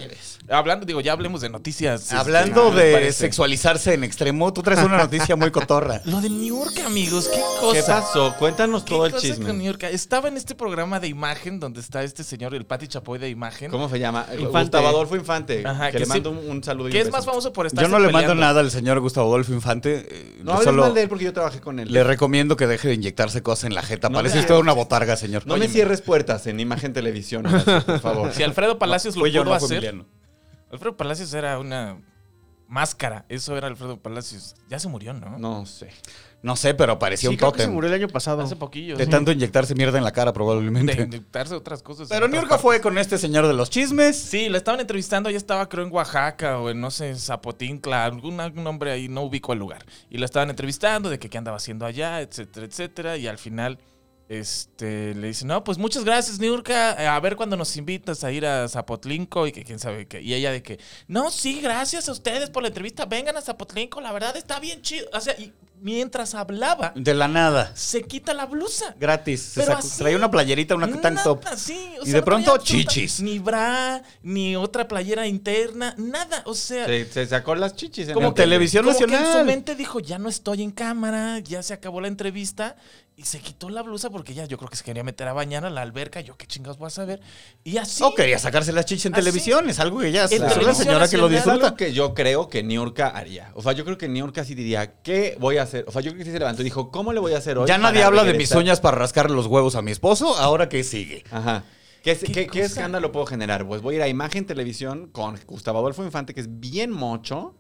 Speaker 5: hablando, digo, ya hablemos de noticias. este,
Speaker 3: Hablando
Speaker 5: ¿qué les
Speaker 3: de
Speaker 5: parece?
Speaker 3: sexualizarse en extremo, tú traes una noticia muy
Speaker 5: [LAUGHS]
Speaker 3: cotorra.
Speaker 5: Lo de New York, amigos, qué cosa.
Speaker 4: ¿Qué pasó? Cuéntanos
Speaker 5: ¿Qué
Speaker 4: todo el
Speaker 5: cosa con New
Speaker 4: chisme.
Speaker 5: York? Estaba en este programa de imagen donde está este señor, el Pati Chapoy de imagen.
Speaker 4: ¿Cómo se llama?
Speaker 6: Infante.
Speaker 4: Gustavo Adolfo Infante.
Speaker 5: Ajá,
Speaker 4: que,
Speaker 5: que
Speaker 4: le
Speaker 5: sí.
Speaker 4: mando un, un saludo. y
Speaker 5: Que
Speaker 4: un
Speaker 5: es más
Speaker 4: beso.
Speaker 5: famoso por estar
Speaker 3: Yo no le mando nada al señor Gustavo Adolfo Infante. eh,
Speaker 4: No hables
Speaker 3: solo
Speaker 4: mal de él porque yo trabajé con él.
Speaker 3: le recomiendo que deje de inyectarse cosas en la jeta.
Speaker 4: No
Speaker 3: Parece
Speaker 4: me-
Speaker 3: usted una botarga, señor.
Speaker 4: No me
Speaker 3: Óyeme,
Speaker 4: cierres puertas en Imagen Televisión, gracias, por
Speaker 5: [LAUGHS]
Speaker 4: favor.
Speaker 5: Si Alfredo Palacios
Speaker 3: fui
Speaker 5: lo
Speaker 3: yo,
Speaker 5: pudo
Speaker 3: no fue
Speaker 5: hacer.
Speaker 3: Emiliano.
Speaker 5: Alfredo Palacios era una máscara. Eso era Alfredo Palacios. Ya se murió, ¿no?
Speaker 4: No sé.
Speaker 3: No sé, pero parecía
Speaker 6: Sí,
Speaker 3: un
Speaker 6: creo que se
Speaker 3: tótem.
Speaker 6: murió el año pasado.
Speaker 5: Hace poquillo.
Speaker 3: De
Speaker 5: sí.
Speaker 3: tanto inyectarse mierda en la cara,
Speaker 5: de
Speaker 3: probablemente.
Speaker 5: inyectarse otras cosas.
Speaker 3: Pero
Speaker 5: en
Speaker 3: New
Speaker 5: otras
Speaker 3: York fue
Speaker 5: partes.
Speaker 3: con este señor de los chismes.
Speaker 5: Sí, lo estaban entrevistando, ya estaba creo en Oaxaca o en, no sé, Zapotincla, algún, algún hombre ahí, no ubico el lugar. Y lo estaban entrevistando de que qué andaba haciendo allá, etcétera, etcétera. Y al final este, le dicen, no, pues muchas gracias, Niurka, eh, a ver cuando nos invitas a ir a Zapotlinco y que quién sabe qué. Y ella de que, no, sí, gracias a ustedes por la entrevista, vengan a Zapotlinco, la verdad está bien chido. O sea, y mientras hablaba,
Speaker 3: De la nada.
Speaker 5: se quita la blusa.
Speaker 3: Gratis. Se
Speaker 5: Pero
Speaker 3: sacó-
Speaker 5: así,
Speaker 3: traía una playerita, una tank
Speaker 5: Nada,
Speaker 3: top.
Speaker 5: sí, o
Speaker 3: Y
Speaker 5: sea,
Speaker 3: de
Speaker 5: no
Speaker 3: pronto,
Speaker 5: traía absoluta-
Speaker 3: chichis.
Speaker 5: Ni bra, ni otra playera interna, nada. O sea,
Speaker 4: Se, se sacó las chichis en
Speaker 3: Como
Speaker 4: el
Speaker 3: televisión
Speaker 5: como que en su
Speaker 3: nacional.
Speaker 5: mente dijo, ya no estoy en cámara, ya se acabó la entrevista. Y se quitó la blusa porque ya yo creo que se quería meter a bañar a la alberca. Yo qué chingados voy a saber. Y así.
Speaker 3: O quería sacarse las chichas en
Speaker 5: Así.
Speaker 3: televisión. Es algo que ya es una
Speaker 5: televisión
Speaker 3: señora que lo
Speaker 5: nacional.
Speaker 4: Es
Speaker 3: disfruta.
Speaker 4: algo que yo creo que Niurka haría. O sea, yo creo que Niurka sí diría, ¿qué voy a hacer? O sea, yo creo que sí se levantó y dijo, ¿cómo le voy a hacer hoy?
Speaker 3: Ya
Speaker 4: para
Speaker 3: nadie habla de mis
Speaker 4: regresar?
Speaker 3: uñas para rascar los huevos a mi esposo. Ahora que sigue.
Speaker 4: Ajá. ¿Qué, es-
Speaker 5: ¿Qué
Speaker 4: qué- qué
Speaker 5: cosa?
Speaker 4: escándalo puedo generar? Pues voy a ir a Imagen Televisión con Gustavo Adolfo Infante, que es bien mocho,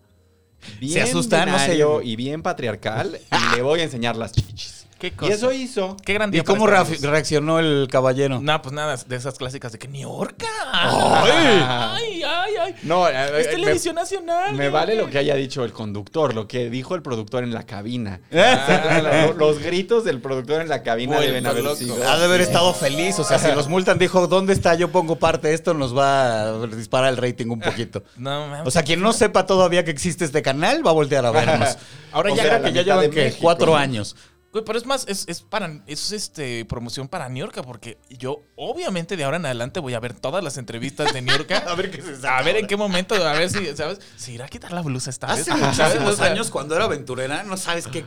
Speaker 4: bien
Speaker 3: asusta, no sé.
Speaker 4: binario y bien patriarcal, y le voy a enseñar las chichis.
Speaker 5: ¿Qué
Speaker 4: Y
Speaker 5: cosa?
Speaker 4: eso hizo.
Speaker 5: Qué gran
Speaker 3: ¿Y
Speaker 5: día para
Speaker 3: cómo
Speaker 5: estar
Speaker 3: reaf-
Speaker 5: vivos.
Speaker 3: reaccionó el caballero?
Speaker 5: No, pues nada, de esas clásicas de que ni orca.
Speaker 4: ¡Ay!
Speaker 5: ¡Ay, ay, ay!
Speaker 4: No,
Speaker 5: es
Speaker 4: eh, eh, me-
Speaker 5: televisión nacional.
Speaker 4: Me
Speaker 5: ¿no?
Speaker 4: vale lo que haya dicho el conductor, lo que dijo el productor en
Speaker 3: [LAUGHS]
Speaker 4: la cabina. O sea, lo- los gritos del productor en la cabina
Speaker 5: Vuelto
Speaker 4: deben haber
Speaker 5: loco.
Speaker 4: sido.
Speaker 3: pues Ha de haber estado feliz. O sea, si los multan, dijo, ¿dónde está? Yo pongo parte. Esto nos va a disparar el rating un poquito.
Speaker 5: No, mames.
Speaker 3: O sea, quien no sepa todavía que existe este canal va a voltear a vernos. Ahora
Speaker 4: O
Speaker 3: ya
Speaker 4: sea,
Speaker 3: creo
Speaker 4: la
Speaker 3: que ya
Speaker 4: mitad
Speaker 3: llevan
Speaker 4: de
Speaker 3: que
Speaker 4: México.
Speaker 3: cuatro años.
Speaker 5: Güey, pero es más, es, es para es este promoción para Niorca, porque yo obviamente de ahora en adelante voy a ver todas las entrevistas de Niorca. [LAUGHS] a ver qué A ver en qué momento, a ver si, ¿sabes? Se irá a quitar la blusa esta vez.
Speaker 3: Ah, pues, Hace
Speaker 5: ¿sabes? O
Speaker 3: muchísimos
Speaker 5: sea,
Speaker 3: años, cuando era aventurera, no sabes qué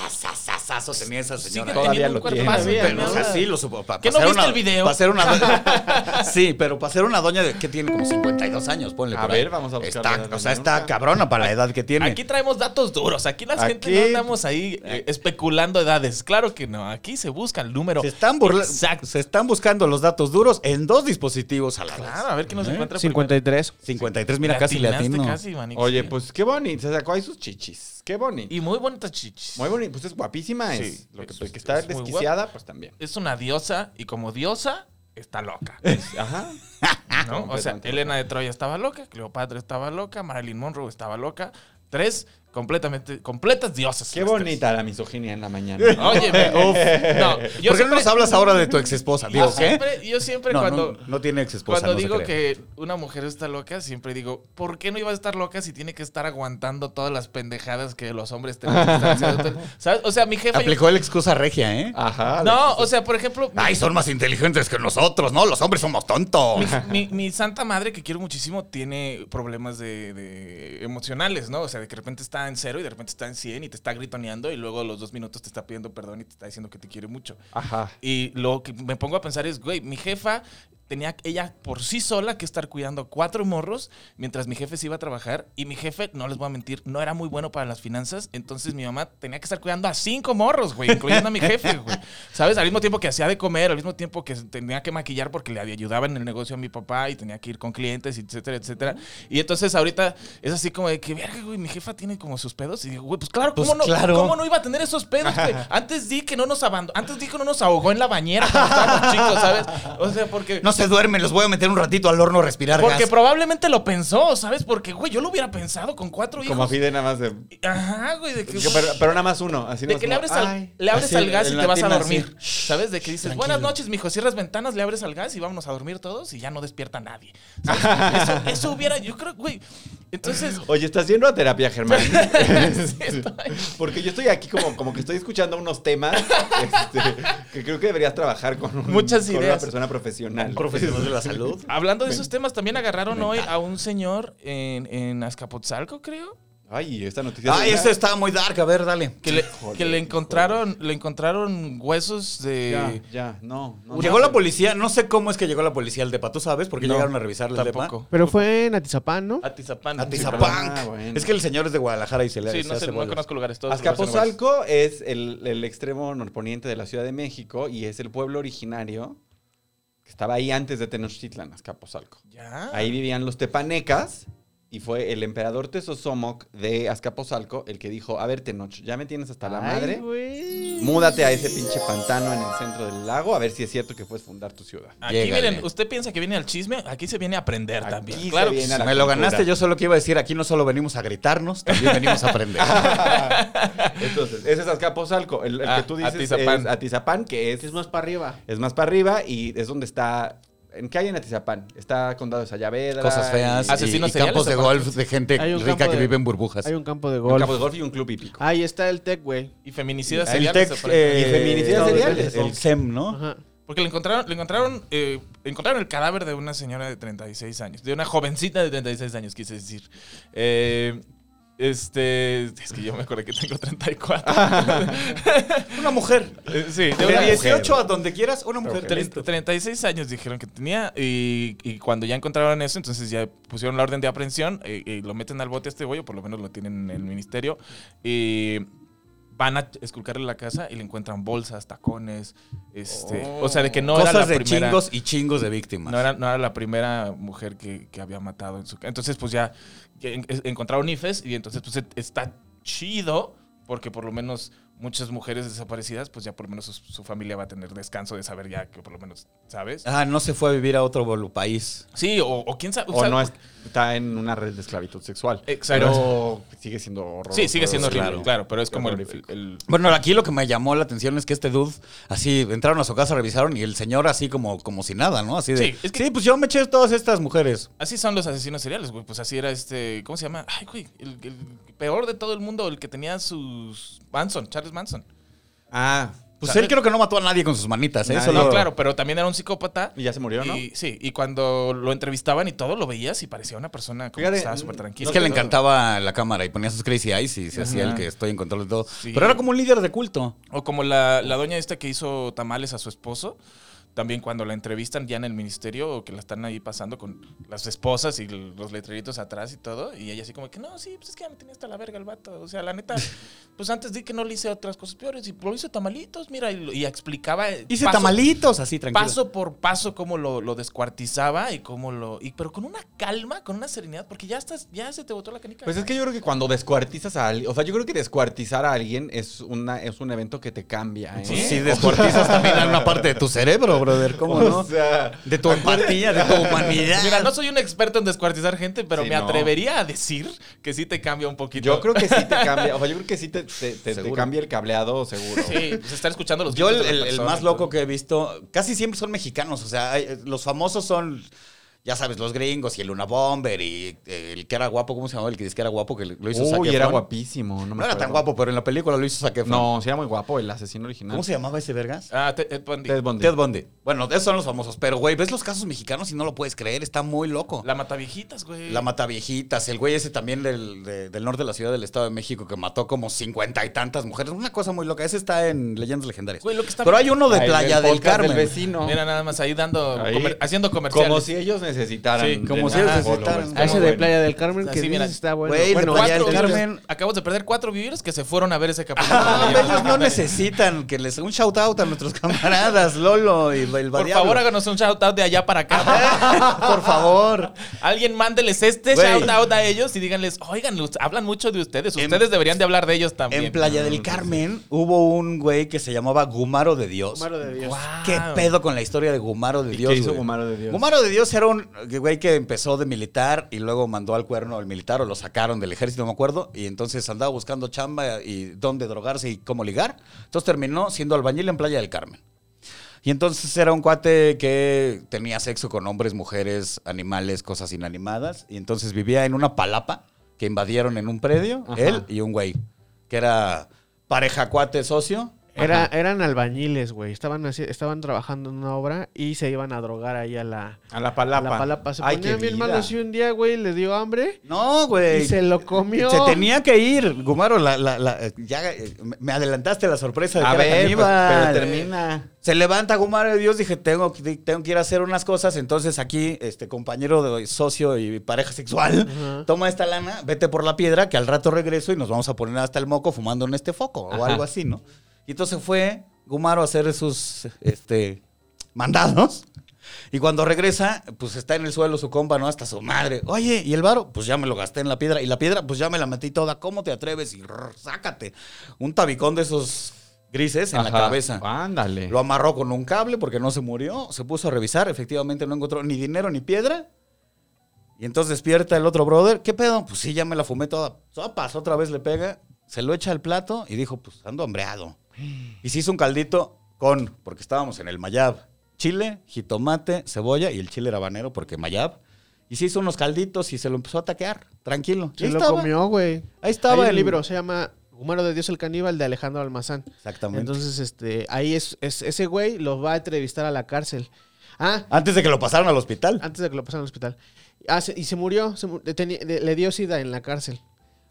Speaker 3: cuerpazazazazazo tenía esa señora.
Speaker 5: sigue
Speaker 4: Todavía
Speaker 5: teniendo un
Speaker 4: lo
Speaker 5: cuerpazo,
Speaker 4: tiene.
Speaker 5: pero,
Speaker 3: Pero,
Speaker 4: Todavía,
Speaker 5: o sea,
Speaker 3: sí, lo supo. pa-
Speaker 5: ¿Que no
Speaker 3: pasar
Speaker 5: viste
Speaker 3: una-
Speaker 5: el video?
Speaker 3: para ser una
Speaker 5: [LAUGHS]
Speaker 3: do- sí, pero para ser una doña de, que tiene como 52 años, ponle
Speaker 4: A
Speaker 3: por
Speaker 4: ver,
Speaker 3: ahí.
Speaker 4: vamos a buscar la edad
Speaker 3: Está,
Speaker 4: de
Speaker 3: o sea,
Speaker 4: Niurka.
Speaker 3: está cabrona para la edad que tiene.
Speaker 5: Aquí traemos datos duros. Aquí la gente
Speaker 4: Aquí-
Speaker 5: no andamos ahí eh, especulando edades. Claro que no. Aquí se busca el número.
Speaker 3: se, están burla-
Speaker 5: Exacto.
Speaker 3: se están buscando los datos duros en dos dispositivos a la vez.
Speaker 5: Claro, a ver qué nos encuentra.
Speaker 6: 53.
Speaker 3: 53,
Speaker 5: primero.
Speaker 3: mira, casi
Speaker 5: Le atinaste
Speaker 3: latino.
Speaker 5: casi, manix,
Speaker 4: Oye,
Speaker 5: sí.
Speaker 4: pues qué bonito. Se sacó ahí sus chichis. Qué bonito.
Speaker 5: Y muy bonitas chichis.
Speaker 4: Muy bonito. Pues es guapísima. Es.
Speaker 5: Sí,
Speaker 4: lo que,
Speaker 5: es-
Speaker 4: pues, que está
Speaker 5: es muy
Speaker 4: desquiciada, pues también.
Speaker 5: Es una diosa y como diosa está loca.
Speaker 4: Ajá.
Speaker 3: [LAUGHS]
Speaker 5: ¿no? O sea,
Speaker 4: Completamente
Speaker 5: Elena de Troya estaba loca, Cleopatra estaba loca, Marilyn Monroe estaba loca. Tres Completamente, completas dioses.
Speaker 4: Qué
Speaker 5: las tres.
Speaker 4: bonita la misoginia en la
Speaker 5: [LAUGHS]
Speaker 4: mañana.
Speaker 3: [LAUGHS]
Speaker 5: Óyeme, uf.
Speaker 3: ¿Por
Speaker 5: No, yo
Speaker 3: qué no
Speaker 5: siempre- Ah,
Speaker 3: nos hablas ahora
Speaker 5: [LAUGHS]
Speaker 3: de tu ex esposa?
Speaker 5: Yo
Speaker 3: Digo, ¿qué?
Speaker 5: siempre, yo siempre
Speaker 3: No,
Speaker 5: cuando,
Speaker 3: no, no tiene ex esposa.
Speaker 5: cuando digo que una mujer está loca, siempre digo, ¿por qué no iba a estar loca si tiene que estar aguantando todas las pendejadas que los hombres tenemos que estar
Speaker 3: [LAUGHS]
Speaker 5: haciendo? ¿Sabes? O sea, mi jefa...
Speaker 3: Aplicó la excusa regia,
Speaker 5: Ah,
Speaker 3: ¿eh?
Speaker 4: Ajá.
Speaker 5: No, o sea, por ejemplo... mi-
Speaker 3: Ay, son más inteligentes que nosotros, ¿no? Los hombres somos tontos.
Speaker 5: mi, Pues, mi- mi santa madre, que quiero muchísimo, tiene problemas de, de emocionales, ¿no? O sea, de que de repente está en cero y de repente está en 100 y te está gritoneando y luego a los dos minutos te está pidiendo perdón y te está diciendo que te quiere mucho.
Speaker 4: Ajá.
Speaker 5: Y lo que me pongo a pensar es, güey, mi jefa tenía ella por sí sola que estar cuidando cuatro morros mientras mi jefe se iba a trabajar y mi jefe, no les voy a mentir, no era muy bueno para las finanzas, entonces mi mamá tenía que estar cuidando a cinco morros, güey, incluyendo a
Speaker 3: [LAUGHS]
Speaker 5: mi jefe, güey. ¿Sabes? Al mismo tiempo que hacía de comer, al mismo tiempo que tenía que maquillar porque le ayudaba en el negocio a mi papá y tenía que ir con clientes, etcétera, etcétera. Y entonces ahorita es así como de que, verga, güey, mi jefa tiene como sus pedos y digo, güey, pues claro, ¿cómo,
Speaker 3: Pues
Speaker 5: no,
Speaker 3: claro.
Speaker 5: ¿cómo no iba a tener esos
Speaker 4: [LAUGHS]
Speaker 5: pedos, güey? Antes di que no nos abandonó, antes di que no nos ahogó en la bañera cuando estábamos chicos, ¿sabes? O sea, porque...
Speaker 3: No se duermen, los voy a meter un ratito al horno a respirar
Speaker 5: porque
Speaker 3: gas.
Speaker 5: probablemente lo pensó, ¿sabes? Porque, güey, yo lo hubiera pensado con cuatro hijos.
Speaker 4: Como Fide nada más de.
Speaker 5: Ajá, güey, de que...
Speaker 4: Pero, pero nada más uno. Así
Speaker 5: De
Speaker 4: nada
Speaker 5: que le
Speaker 4: más
Speaker 5: abres,
Speaker 4: como,
Speaker 5: al,
Speaker 4: ay.
Speaker 5: le abres
Speaker 4: Así,
Speaker 5: al gas y
Speaker 4: en
Speaker 5: te
Speaker 4: la
Speaker 5: vas a
Speaker 4: tina,
Speaker 5: dormir.
Speaker 4: así.
Speaker 5: ¿Sabes? De que dices,
Speaker 3: tranquilo.
Speaker 5: buenas noches, mijo, cierras ventanas, le abres al gas y vámonos a dormir todos y ya no despierta nadie.
Speaker 4: [LAUGHS]
Speaker 5: ¿Sabes? Eso, eso hubiera, yo creo, güey. Entonces,
Speaker 4: Oye, estás yendo a terapia, Germán.
Speaker 5: [LAUGHS] Sí, estoy.
Speaker 4: Porque yo estoy aquí como, como que estoy escuchando unos temas este, que creo que deberías trabajar con, un-
Speaker 5: Muchas
Speaker 4: con una
Speaker 5: ideas.
Speaker 4: persona profesional.
Speaker 3: Profesional de la [LAUGHS] salud.
Speaker 5: hablando de esos temas, también agarraron hoy a un señor en, en Azcapotzalco, creo.
Speaker 4: Ay, esta noticia.
Speaker 3: Ay, Ah, eso está muy dark. A ver, dale.
Speaker 5: Que le, que le encontraron, le encontraron huesos de.
Speaker 4: Ya, ya, no. no
Speaker 3: Llegó
Speaker 4: no.
Speaker 3: la policía, no sé cómo es que llegó la policía al DEPA, ¿tú sabes? Porque
Speaker 5: No,
Speaker 3: llegaron a revisar el DEPA.
Speaker 5: Tampoco.
Speaker 6: Pero fue en Atizapán, ¿no?
Speaker 5: Atizapán.
Speaker 3: Atizapán.
Speaker 4: Ah, bueno.
Speaker 3: Es que el señor es de Guadalajara y se le
Speaker 5: Sí,
Speaker 3: se
Speaker 5: no
Speaker 3: hace
Speaker 5: sé, no
Speaker 3: bolas.
Speaker 5: conozco lugares. Todos
Speaker 4: Azcapotzalco es el, el extremo norponiente de la Ciudad de México y es el pueblo originario que estaba ahí antes de Tenochtitlan, Azcapotzalco.
Speaker 5: Ya.
Speaker 4: Ahí vivían los tepanecas y fue el emperador Tezosomoc de Azcapotzalco el que dijo, a ver Tenoch, ya me tienes hasta la madre, múdate a ese pinche pantano en el centro del lago a ver si es cierto que puedes fundar tu ciudad.
Speaker 5: Aquí
Speaker 3: Llégale.
Speaker 5: vienen, usted piensa que viene al chisme, aquí se viene a aprender
Speaker 4: Aquí
Speaker 5: también.
Speaker 4: se
Speaker 5: Claro que
Speaker 4: viene
Speaker 5: sí.
Speaker 4: a la
Speaker 3: Me lo
Speaker 4: cultura.
Speaker 3: ganaste, yo solo que iba a decir, aquí no solo venimos a gritarnos, también venimos a [LAUGHS] aprender.
Speaker 4: Entonces, ese es Azcapotzalco, el, el
Speaker 5: Ah,
Speaker 4: que tú dices
Speaker 5: Atizapán.
Speaker 4: es Atizapán, que es,
Speaker 6: Que es más para arriba.
Speaker 4: es más para arriba y es donde está... ¿En qué hay en Atizapán? Está Condado de Sayavedra.
Speaker 3: Cosas feas,
Speaker 4: y-
Speaker 5: Asesinos
Speaker 3: y, y campos
Speaker 5: seriales,
Speaker 3: de
Speaker 5: aparte.
Speaker 3: golf de gente
Speaker 6: Hay un
Speaker 3: rica
Speaker 6: campo
Speaker 3: que
Speaker 6: de-
Speaker 3: vive en burbujas.
Speaker 6: Hay un campo de
Speaker 4: Un
Speaker 6: golf.
Speaker 4: campo de golf y un club hípico.
Speaker 5: Ah,
Speaker 6: Ahí está el tech, güey.
Speaker 5: Y feminicidas
Speaker 3: El
Speaker 5: seriales
Speaker 3: Tex,
Speaker 5: aparecen.
Speaker 3: eh,
Speaker 4: Y feminicidas
Speaker 3: el-
Speaker 4: seriales.
Speaker 3: El SEM, ¿no?
Speaker 6: Ajá.
Speaker 5: Porque le encontraron, le encontraron, eh, encontraron el cadáver de una señora de 36 años, de una jovencita de 36 años, quise decir. Eh, este, es que yo me acuerdo que tengo 34.
Speaker 3: Una mujer.
Speaker 5: Eh, [LAUGHS] sí, de
Speaker 3: De
Speaker 5: una
Speaker 3: 18 a donde quieras, una mujer.
Speaker 4: Ok.
Speaker 3: Listo.
Speaker 5: Tre- 36 años dijeron que tenía y, y cuando ya encontraron eso, entonces ya pusieron la orden de aprehensión eh, y, lo meten al bote a este güey, o por lo menos lo tienen en el ministerio, y van a esculcarle la casa y le encuentran bolsas, tacones, este, o sea, de que no era la
Speaker 3: Cosas de
Speaker 5: primera...
Speaker 3: chingos y chingos de víctimas.
Speaker 5: No era, no era la primera mujer que, que había matado en su ca- Entonces, pues ya que en- es- encontraron IFES y entonces, pues et- está chido porque por lo menos muchas mujeres desaparecidas, pues ya por lo menos su, su familia va a tener descanso de saber ya que por lo menos, ¿sabes?
Speaker 3: Ah, no se fue a vivir a otro bolu- país.
Speaker 5: Sí, o, o quién sabe.
Speaker 4: O no es- está en una red de esclavitud sexual.
Speaker 5: Exacto.
Speaker 4: Pero sigue siendo horroroso.
Speaker 5: Sí, sigue siendo horrible,
Speaker 4: Claro.
Speaker 5: claro, pero es como el,
Speaker 4: Terrorífico.
Speaker 5: el-
Speaker 3: Bueno, aquí lo que me llamó la atención es que este dude, así, entraron a su casa, revisaron y el señor así como, como si nada, ¿no? Así de, sí,
Speaker 5: Sí, es que-
Speaker 3: pues yo me eché todas estas mujeres.
Speaker 5: Así son los asesinos seriales, güey. Pues así era este. ¿Cómo se llama? Ay, güey. El, el peor de todo el mundo, el que tenía sus. Manson, Charles Manson.
Speaker 4: Ah,
Speaker 3: Pues
Speaker 5: O sea,
Speaker 3: él creo que no mató a nadie con sus manitas, ¿eh?
Speaker 4: Nadie.
Speaker 3: Solo-
Speaker 5: No, claro, pero también era un psicópata.
Speaker 4: Ah, y ya se murió, ¿no?
Speaker 5: Y, sí, y cuando lo entrevistaban y todo, lo veías y parecía una persona como
Speaker 4: Fíjate,
Speaker 5: que estaba súper
Speaker 3: Es
Speaker 5: tranquila.
Speaker 3: que le encantaba la cámara y ponía sus crazy eyes y se hacía el que estoy en control de todo.
Speaker 5: Sí.
Speaker 3: Pero era como un líder de culto.
Speaker 5: O como la, la doña esta que hizo tamales a su esposo. También cuando la entrevistan ya en el ministerio o que la están ahí pasando con las esposas y l- los letreritos atrás y todo. Y ella así como que, no, sí, pues es que ya me tenía hasta la verga el vato. O sea,
Speaker 3: [LAUGHS]
Speaker 5: la neta, pues antes di que no le hice otras cosas peores y lo hice tamalitos, mira. Y, lo- y explicaba... eh,
Speaker 3: Hice
Speaker 5: paso-
Speaker 3: tamalitos así, tranquilo.
Speaker 5: paso por paso cómo lo, lo descuartizaba y cómo lo... Y, pero con una calma, con una serenidad, porque ya estás ya se te botó la canica.
Speaker 4: Pues es que yo creo que cuando descuartizas a alguien, o sea, yo creo que descuartizar a alguien es, una, es un evento que te cambia. ¿eh?
Speaker 3: Pues sí, descuartizas también a una parte de tu cerebro, brother, ¿cómo no?
Speaker 4: sea,
Speaker 3: de tu empatía, de tu humanidad.
Speaker 5: Pues Mira, no soy un experto en descuartizar gente, pero
Speaker 4: Sí,
Speaker 5: me
Speaker 4: no.
Speaker 5: atrevería a decir que sí te cambia un poquito.
Speaker 4: yo creo que sí te cambia. O sea, yo creo que sí te, te- te- te
Speaker 3: Seguro.
Speaker 4: cambia el cableado, seguro.
Speaker 5: Sí, pues estar escuchando los
Speaker 3: Yo el,
Speaker 5: gritos de
Speaker 3: el-
Speaker 5: la
Speaker 3: el
Speaker 5: persona,
Speaker 3: más loco
Speaker 5: entonces.
Speaker 3: que he visto, casi siempre son mexicanos, o sea, hay- los famosos son, ya sabes, los gringos y el Luna Bomber y eh, el que era guapo, ¿cómo se llamaba? El que dice que era guapo, que lo hizo Zac
Speaker 4: Uy, era
Speaker 3: Efron.
Speaker 4: guapísimo. No, me
Speaker 3: No era tan
Speaker 4: acuerdo.
Speaker 3: guapo, pero en la película lo hizo Zac Efron.
Speaker 4: No, sí era muy guapo el asesino original.
Speaker 3: ¿Cómo se llamaba ese vergas?
Speaker 5: Ah, Ted Ted Bundy.
Speaker 4: Ted Bundy.
Speaker 3: Ted Bundy. Bueno, esos son los famosos, pero güey, ves los casos mexicanos y no lo puedes creer, está muy loco.
Speaker 5: La mataviejitas, güey.
Speaker 3: La mata viejitas, el güey ese también del, de- del norte de la Ciudad del Estado de México que mató como cincuenta y tantas mujeres. Una cosa muy loca. Ese está en Leyendas Legendarias.
Speaker 5: Güey, lo que está-
Speaker 3: Pero hay uno de
Speaker 4: Ahí en
Speaker 3: Playa
Speaker 4: el
Speaker 3: del
Speaker 4: podcast
Speaker 3: Carmen.
Speaker 4: vecino.
Speaker 5: Mira nada más ahí dando,
Speaker 4: Ahí.
Speaker 5: comer- haciendo comerciales.
Speaker 4: Como si ellos necesitaran.
Speaker 5: Sí,
Speaker 3: como
Speaker 4: llenar
Speaker 3: si ellos
Speaker 4: followers.
Speaker 3: necesitaran.
Speaker 6: A ese de
Speaker 5: bueno.
Speaker 6: Playa del Carmen que
Speaker 5: Así,
Speaker 6: dices
Speaker 5: mira.
Speaker 6: está bueno.
Speaker 3: Güey, de
Speaker 6: bueno,
Speaker 3: Playa
Speaker 6: cuatro
Speaker 3: del
Speaker 6: viewers.
Speaker 3: Carmen.
Speaker 5: Acabamos de perder cuatro viewers que se fueron a
Speaker 3: [LAUGHS]
Speaker 5: ver ese capítulo.
Speaker 3: Ah, ellos no necesitan que les un shout out a nuestros [LAUGHS] camaradas Lolo y el
Speaker 5: Por
Speaker 3: Badiablo. [LAUGHS]
Speaker 5: favor, háganos un shout out de allá para acá.
Speaker 3: por favor.
Speaker 5: Alguien mándeles este
Speaker 3: Güey.
Speaker 5: shout out a ellos y díganles, oigan, los- hablan mucho de ustedes.
Speaker 3: En-
Speaker 5: Ustedes deberían de hablar de ellos también. Mm,
Speaker 3: En Playa del Carmen hubo un güey que se llamaba Gumaro de Dios.
Speaker 6: Maro de Dios.
Speaker 5: Guau.
Speaker 3: ¿Qué pedo con la historia de Gumaro de
Speaker 4: ¿Y
Speaker 3: Dios?
Speaker 4: qué hizo
Speaker 3: güey?
Speaker 4: Gumaro de Dios?
Speaker 3: Gumaro de Dios era un güey que empezó de militar y luego mandó al cuerno al militar o lo sacaron del ejército, no me acuerdo. Y entonces andaba buscando chamba y dónde drogarse y cómo ligar. Entonces terminó siendo albañil en Playa del Carmen. Y entonces era un cuate que tenía sexo con hombres, mujeres, animales, cosas inanimadas. Y entonces vivía en una palapa que invadieron en un predio,
Speaker 4: Ajá.
Speaker 3: él y un güey, que era pareja, cuate, socio.
Speaker 6: Era, eran albañiles, güey. Estaban, así- estaban trabajando en una obra y se iban a drogar ahí a la,
Speaker 4: A la
Speaker 6: a
Speaker 4: palapa.
Speaker 6: la palapa. Se
Speaker 4: Ay,
Speaker 6: ponían
Speaker 4: qué
Speaker 6: bien
Speaker 4: vida.
Speaker 6: malos y un día, güey, le dio hambre
Speaker 3: No, güey.
Speaker 6: y se lo comió.
Speaker 3: Se tenía que ir, Gumaro. La, la- la- eh, ya eh, me- me adelantaste la sorpresa de
Speaker 4: A
Speaker 3: que era
Speaker 4: ver, pues,
Speaker 3: caníbal.
Speaker 4: pero termina.
Speaker 3: Se levanta Gumaro de Dios. Dije, tengo, que- tengo que ir a hacer unas cosas. Entonces, aquí, este compañero, de, socio y pareja sexual,
Speaker 6: Ajá.
Speaker 3: toma esta lana, vete por la piedra, que al rato regreso y nos vamos a poner hasta el moco fumando en este foco o
Speaker 4: Ajá.
Speaker 3: algo así, ¿no? Y entonces fue Gumaro a hacer sus este, mandados. Y cuando regresa, pues está en el suelo su compa, ¿no? Hasta su madre. Oye, ¿y el varo? Pues ya me lo gasté en la piedra. Y la piedra, pues ya me la metí toda. ¿Cómo te atreves? Y rrr, sácate. Un tabicón de esos grises en la
Speaker 4: Ajá. Ah,
Speaker 3: cabeza.
Speaker 4: Ándale.
Speaker 3: Lo amarró con un cable porque no se murió. Se puso a revisar. Efectivamente no encontró ni dinero ni piedra. Y entonces despierta el otro brother. ¿Qué pedo? Pues sí, ya me la fumé toda. Sopas, otra vez le pega. Se lo echa al plato y dijo, pues ando hambreado. Y se hizo un caldito con, porque estábamos en el Mayab, chile, jitomate, cebolla y el chile era habanero porque Mayab. Y se hizo unos calditos y se lo empezó a taquear. Tranquilo. Y
Speaker 6: Se
Speaker 3: ahí
Speaker 6: lo
Speaker 3: estaba.
Speaker 6: comió, güey.
Speaker 3: Ahí estaba
Speaker 6: Hay un
Speaker 3: el-
Speaker 6: libro, se llama Humano de Dios el Caníbal de Alejandro Almazán.
Speaker 3: Exactamente.
Speaker 6: Entonces, este, ahí es, es- ese güey los va a entrevistar a la cárcel. Ah,
Speaker 3: Antes de que lo pasaran al hospital.
Speaker 6: antes de que lo pasaran al hospital. Ah, se- y se murió, se mu- le teni- le- le dio sida en la cárcel.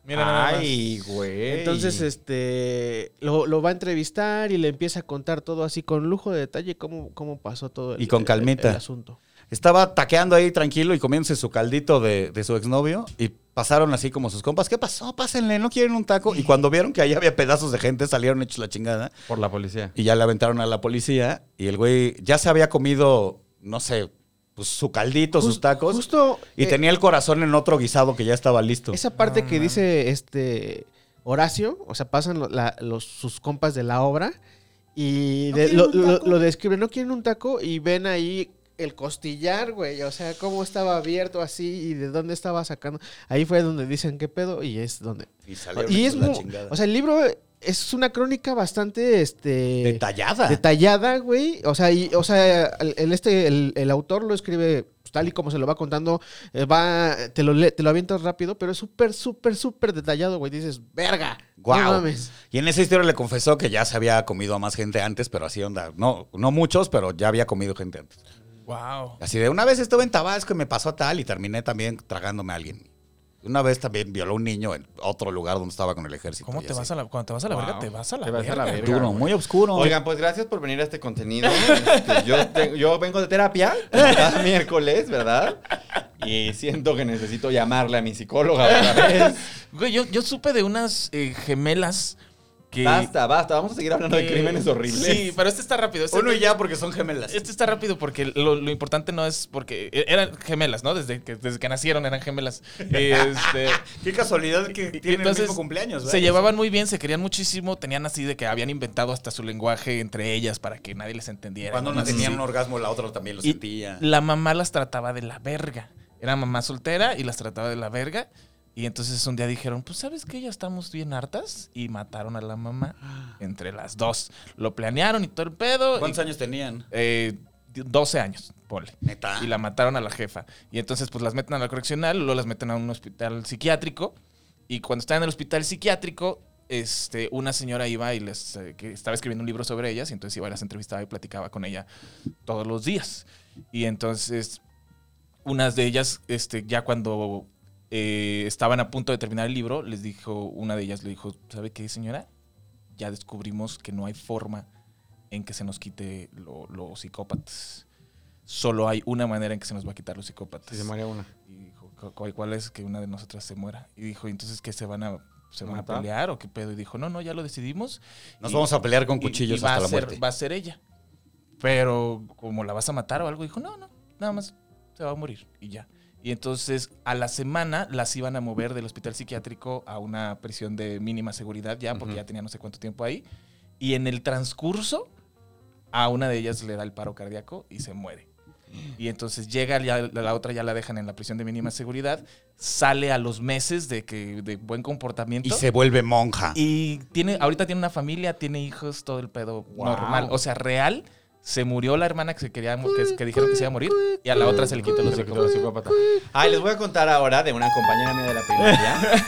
Speaker 5: Mira nada más.
Speaker 4: Ay, güey.
Speaker 6: Entonces, este, lo, lo va a entrevistar y le empieza a contar todo así con lujo de detalle cómo, cómo pasó todo el,
Speaker 3: Y con
Speaker 6: el-
Speaker 3: calmita.
Speaker 6: el asunto.
Speaker 3: Estaba taqueando ahí tranquilo y comiéndose su caldito de, de su exnovio. Y pasaron así como sus compas. ¿Qué pasó? Pásenle, no quieren un taco. Y cuando vieron que ahí había pedazos de gente, salieron hechos la chingada.
Speaker 4: Por la policía.
Speaker 3: Y ya le aventaron a la policía. Y el güey ya se había comido, no sé, pues, su caldito, sus
Speaker 6: Jus-
Speaker 3: tacos.
Speaker 6: Justo
Speaker 3: y
Speaker 6: eh,
Speaker 3: tenía el corazón en otro guisado que ya estaba listo.
Speaker 6: esa parte que dice este Horacio, o sea, pasan lo- la- los, sus compas de la obra y de- lo, lo- lo describen, no quieren un taco y ven ahí el costillar, güey, o sea, cómo estaba abierto así y de dónde estaba sacando. Ahí fue donde dicen qué pedo y es donde...
Speaker 3: Y salieron
Speaker 6: Y
Speaker 3: hechos
Speaker 6: es
Speaker 3: la
Speaker 6: muy-
Speaker 3: chingada.
Speaker 6: o sea, el libro es una crónica bastante, este...
Speaker 3: detallada.
Speaker 6: detallada, güey. O sea, y, o sea, el, el este, el, el autor lo escribe pues, tal y como se lo va contando. eh, va, te lo, le- te lo avientas rápido, pero es súper, súper, súper detallado, güey. Dices, verga.
Speaker 3: Guau.
Speaker 6: No mames.
Speaker 3: Y en esa historia le confesó que ya se había comido a más gente antes, pero así onda. No, no muchos, pero ya había comido gente antes.
Speaker 5: Wow.
Speaker 3: Así de una vez estuve en Tabasco y me pasó tal y terminé también tragándome a alguien. Una vez también violó un niño en otro lugar donde estaba con el ejército.
Speaker 5: ¿Cómo
Speaker 3: y
Speaker 5: te
Speaker 3: así.
Speaker 5: vas a la, cuando te vas a la
Speaker 4: Wow.
Speaker 5: verga? Te vas a la
Speaker 4: Te vas a
Speaker 5: verga.
Speaker 4: la verga.
Speaker 3: Duro,
Speaker 4: güey.
Speaker 3: muy oscuro.
Speaker 4: Oigan, pues gracias por venir a este contenido. Este, yo, te- yo vengo de terapia cada miércoles, ¿verdad? Y siento que necesito
Speaker 5: [LAUGHS]
Speaker 4: llamarle a mi psicóloga otra vez.
Speaker 5: Güey, yo, yo supe de unas eh, gemelas que-
Speaker 4: Basta, basta. Vamos a seguir hablando de
Speaker 5: que-
Speaker 4: crímenes horribles.
Speaker 5: Sí, pero este está rápido. Este,
Speaker 3: Uno y ya porque son gemelas.
Speaker 5: Este está rápido porque lo, lo importante no es porque eh, eran gemelas, ¿no? Desde que, desde que nacieron eran
Speaker 4: [LAUGHS]
Speaker 5: gemelas. Y, este,
Speaker 3: Qué casualidad que
Speaker 5: y
Speaker 3: tienen
Speaker 5: entonces,
Speaker 3: el mismo cumpleaños, ¿verdad?
Speaker 5: se llevaban muy bien, se querían muchísimo, tenían así de que habían inventado hasta su lenguaje entre ellas para que nadie les entendiera.
Speaker 3: Cuando
Speaker 5: Una
Speaker 3: una
Speaker 5: cosa
Speaker 3: tenía
Speaker 5: así.
Speaker 3: un orgasmo, la otra también lo
Speaker 5: Y
Speaker 3: sentía.
Speaker 5: La mamá las trataba de la verga. Era mamá soltera y las trataba de la verga. Y entonces un día dijeron, pues sabes que ya estamos bien hartas y mataron a la mamá entre las dos. Lo planearon y todo el pedo.
Speaker 3: ¿Cuántos
Speaker 5: y-
Speaker 3: años tenían?
Speaker 5: eh, 12 años, ponle.
Speaker 3: Neta.
Speaker 5: Y la mataron a la jefa. Y entonces, pues las meten a la correccional, luego las meten a un hospital psiquiátrico. Y cuando están en el hospital psiquiátrico, este, una señora iba y les eh, que estaba escribiendo un libro sobre ellas. Y entonces iba y las entrevistaba y platicaba con ella todos los días. Y entonces, unas de ellas, este, ya cuando eh, estaban a punto de terminar el libro, les dijo, una de ellas le dijo, ¿sabe qué, señora? Ya descubrimos que no hay forma en que se nos quite lo- los psicópatas. Solo hay una manera en que se nos va a quitar los psicópatas.
Speaker 4: Si se muere una.
Speaker 5: Y dijo, "¿Cu- cu- ¿cuál es que una de nosotras se muera? Y dijo, entonces qué se van a se van a
Speaker 4: ¿Matar?
Speaker 5: pelear o qué pedo? Y dijo, no, no, ya lo decidimos.
Speaker 3: Nos
Speaker 5: Y-
Speaker 3: vamos a pelear con
Speaker 5: y-
Speaker 3: cuchillos
Speaker 5: y va
Speaker 3: hasta
Speaker 5: a
Speaker 3: la
Speaker 5: ser-
Speaker 3: muerte.
Speaker 5: Va a ser ella. Pero como la vas a matar o algo, dijo, no, no, nada más se va a morir y ya. Y entonces a la semana las iban a mover del hospital psiquiátrico a una prisión de mínima seguridad ya, porque
Speaker 4: Ujú.
Speaker 5: ya tenía no sé cuánto tiempo ahí. Y en el transcurso a una de ellas le da el paro cardíaco y se muere. Y entonces llega, ya la, la otra ya la dejan en la prisión de mínima seguridad, sale a los meses de, que, de buen comportamiento.
Speaker 3: Y se vuelve monja.
Speaker 5: Y tiene, ahorita tiene una familia, tiene hijos, todo el pedo
Speaker 3: Wow.
Speaker 5: normal. O sea, real, se murió la hermana que se quería mu- que, que dijeron que se iba a morir, y a la otra se le quitó los hijos.
Speaker 4: psicópata. Ay, les voy a contar ahora de una compañera mía de la primaria.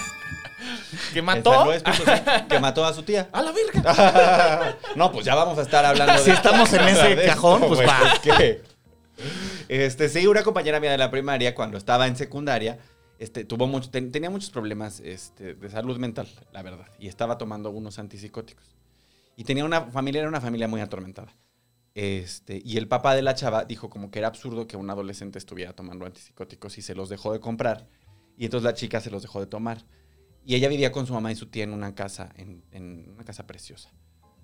Speaker 5: Que
Speaker 4: Esta
Speaker 5: mató
Speaker 4: no es cosa- que mató a su tía.
Speaker 5: a la verga.
Speaker 4: Ah. no, pues ya vamos a estar hablando de
Speaker 3: Si estamos
Speaker 4: [LAUGHS]
Speaker 3: en ese
Speaker 4: de
Speaker 3: cajón, pues,
Speaker 4: güey,
Speaker 3: va.
Speaker 4: es que- Este, sí, una compañera mía de la primaria, cuando estaba en secundaria, este, tuvo mucho, ten- tenía muchos problemas este, de salud mental, la verdad. Y estaba tomando unos antipsicóticos. Y tenía una familia, era una familia muy atormentada. Este, y el papá de la chava dijo como que era absurdo que un adolescente estuviera tomando antipsicóticos y se los dejó de comprar. Y entonces la chica se los dejó de tomar. Y ella vivía con su mamá y su tía en una casa, en- en una casa preciosa.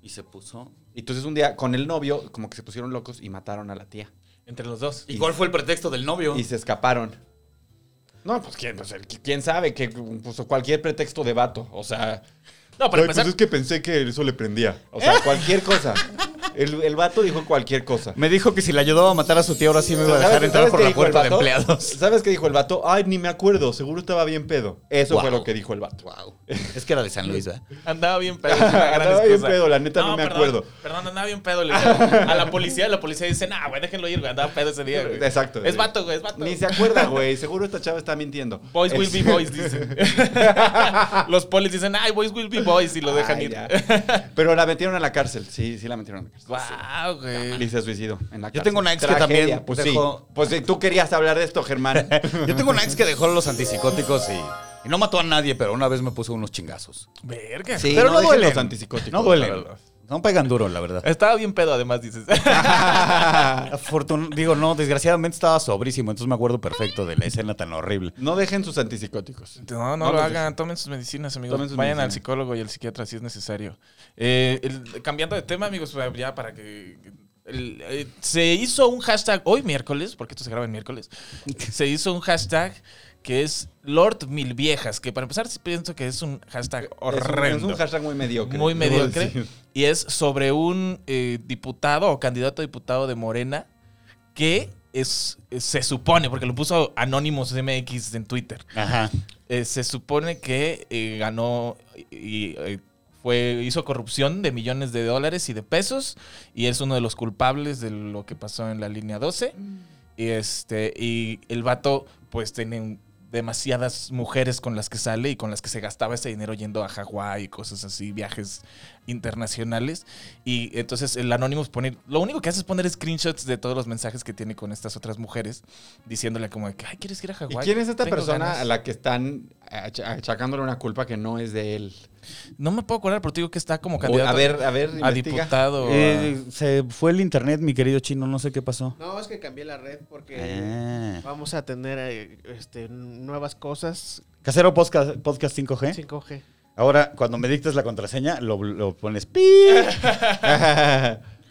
Speaker 3: Y se puso.
Speaker 4: Y entonces un día con el novio, como que se pusieron locos y mataron a la tía.
Speaker 5: Entre los dos.
Speaker 3: ¿Y cuál fue el pretexto del novio?
Speaker 4: Y se escaparon. No, pues quién, pues, el- quién sabe, que pues, cualquier pretexto de vato. O sea,
Speaker 5: No, para
Speaker 4: "Ay,
Speaker 5: empezar,
Speaker 4: pues que pensé que eso le prendía. O [LAUGHS] sea, cualquier cosa. El, el vato dijo cualquier cosa.
Speaker 3: Me dijo que si le ayudaba a matar a su tía, ahora sí me iba a
Speaker 4: ¿Sabes-
Speaker 3: dejar entrar
Speaker 4: sabes
Speaker 3: por
Speaker 4: qué
Speaker 3: la
Speaker 4: dijo el
Speaker 3: puerta de
Speaker 4: vato?
Speaker 3: empleados. [LAUGHS]
Speaker 4: ¿Sabes qué dijo el vato? Ay, ni me acuerdo, seguro estaba bien pedo. Eso fue
Speaker 3: Wow.
Speaker 4: lo que dijo el vato.
Speaker 3: Wow. Es que era de San Luis, ¿verdad?
Speaker 5: andaba bien pedo. es
Speaker 4: [LAUGHS]
Speaker 5: una gran
Speaker 4: Andaba bien
Speaker 5: excusa.
Speaker 4: pedo, la neta no me
Speaker 5: perdón,
Speaker 4: acuerdo.
Speaker 5: Perdón, andaba bien pedo. le digo. a la policía, la policía dice, nah, güey, déjenlo ir, güey, andaba pedo ese día, güey".
Speaker 4: Exacto.
Speaker 5: Es vato, güey, es vato.
Speaker 4: Ni se acuerda, güey. Seguro esta chava está mintiendo.
Speaker 5: Boys will be
Speaker 4: Este- [LAUGHS]
Speaker 5: boys, dicen. Los polis dicen, ay, boys will be boys, y lo dejan
Speaker 4: Ay,
Speaker 5: ir. [LAUGHS]
Speaker 4: ya. Pero la metieron a la cárcel. Sí, sí la metieron a la cárcel.
Speaker 5: Guau, güey.
Speaker 4: Y se suicidó en la
Speaker 3: Yo
Speaker 4: cárcel.
Speaker 3: tengo una ex que también
Speaker 4: Pues
Speaker 3: dejó-
Speaker 4: sí. Pues sí, tú querías hablar de esto,
Speaker 5: [LAUGHS]
Speaker 4: Germán.
Speaker 3: Yo tengo una ex que dejó los antipsicóticos y, y no mató a nadie, pero una vez me puso unos chingazos.
Speaker 5: Verga.
Speaker 4: Sí,
Speaker 3: pero
Speaker 4: no
Speaker 3: no,
Speaker 4: dejen
Speaker 3: duelen.
Speaker 4: los antipsicóticos,
Speaker 3: No duelen.
Speaker 5: la verdad.
Speaker 3: No pegan duro, la verdad.
Speaker 5: [LAUGHS] Estaba bien pedo, además, dices.
Speaker 3: Afortun- digo, no, desgraciadamente estaba sobrísimo, entonces me acuerdo perfecto de la escena tan horrible.
Speaker 4: No dejen sus antipsicóticos.
Speaker 5: [LAUGHS] No, no,
Speaker 4: No
Speaker 5: lo
Speaker 4: los
Speaker 5: hagan.
Speaker 4: dejen.
Speaker 5: Tomen sus medicinas, amigos.
Speaker 4: Tomen sus
Speaker 5: Vayan al
Speaker 4: medicinas.
Speaker 5: psicólogo y al psiquiatra si es necesario. Eh, el- cambiando de tema, amigos, pues, ya para que... el- eh, se hizo un hashtag hoy miércoles, porque esto se graba en [LAUGHS] miércoles. Se hizo un hashtag que es Lord Mil Viejas, que para empezar sí pienso que es un hashtag horrendo.
Speaker 4: Es un, es un hashtag muy mediocre.
Speaker 5: muy
Speaker 4: debo
Speaker 5: mediocre. [LAUGHS]
Speaker 4: decir.
Speaker 5: Y es sobre un eh, diputado o candidato a diputado de Morena que es, se supone, porque lo puso Anonymous MX en Twitter,
Speaker 3: Ajá.
Speaker 5: eh, se supone que eh, ganó y, eh, fue, hizo corrupción de millones de dólares y de pesos y es uno de los culpables de lo que pasó en la línea 12. Y, este, y el vato pues tiene un- demasiadas mujeres con las que sale y con las que se gastaba ese dinero yendo a Hawái y cosas así, viajes internacionales. Y entonces el Anonymous pone, lo único que hace es poner screenshots de todos los mensajes que tiene con estas otras mujeres, diciéndole como de que, ay, ¿quieres ir a
Speaker 4: ¿Y
Speaker 5: Hawái?
Speaker 4: quién es esta
Speaker 5: Tengo
Speaker 4: persona
Speaker 5: ganas".
Speaker 4: a la que están ach- achacándole una culpa que no es de él?
Speaker 5: No me puedo acordar, pero te digo que está como
Speaker 4: O-
Speaker 5: candidato
Speaker 4: A ver, a ver,
Speaker 5: a
Speaker 4: investiga.
Speaker 5: diputado.
Speaker 3: Eh, se fue el internet, mi querido chino, no sé qué pasó.
Speaker 6: No, es que cambié la red porque
Speaker 3: Ah.
Speaker 6: vamos a tener eh, este, nuevas cosas.
Speaker 3: Casero Podcast, podcast 5G.
Speaker 6: 5G.
Speaker 3: Ahora, cuando me dictas la contraseña, lo, lo pones pi.
Speaker 5: [LAUGHS]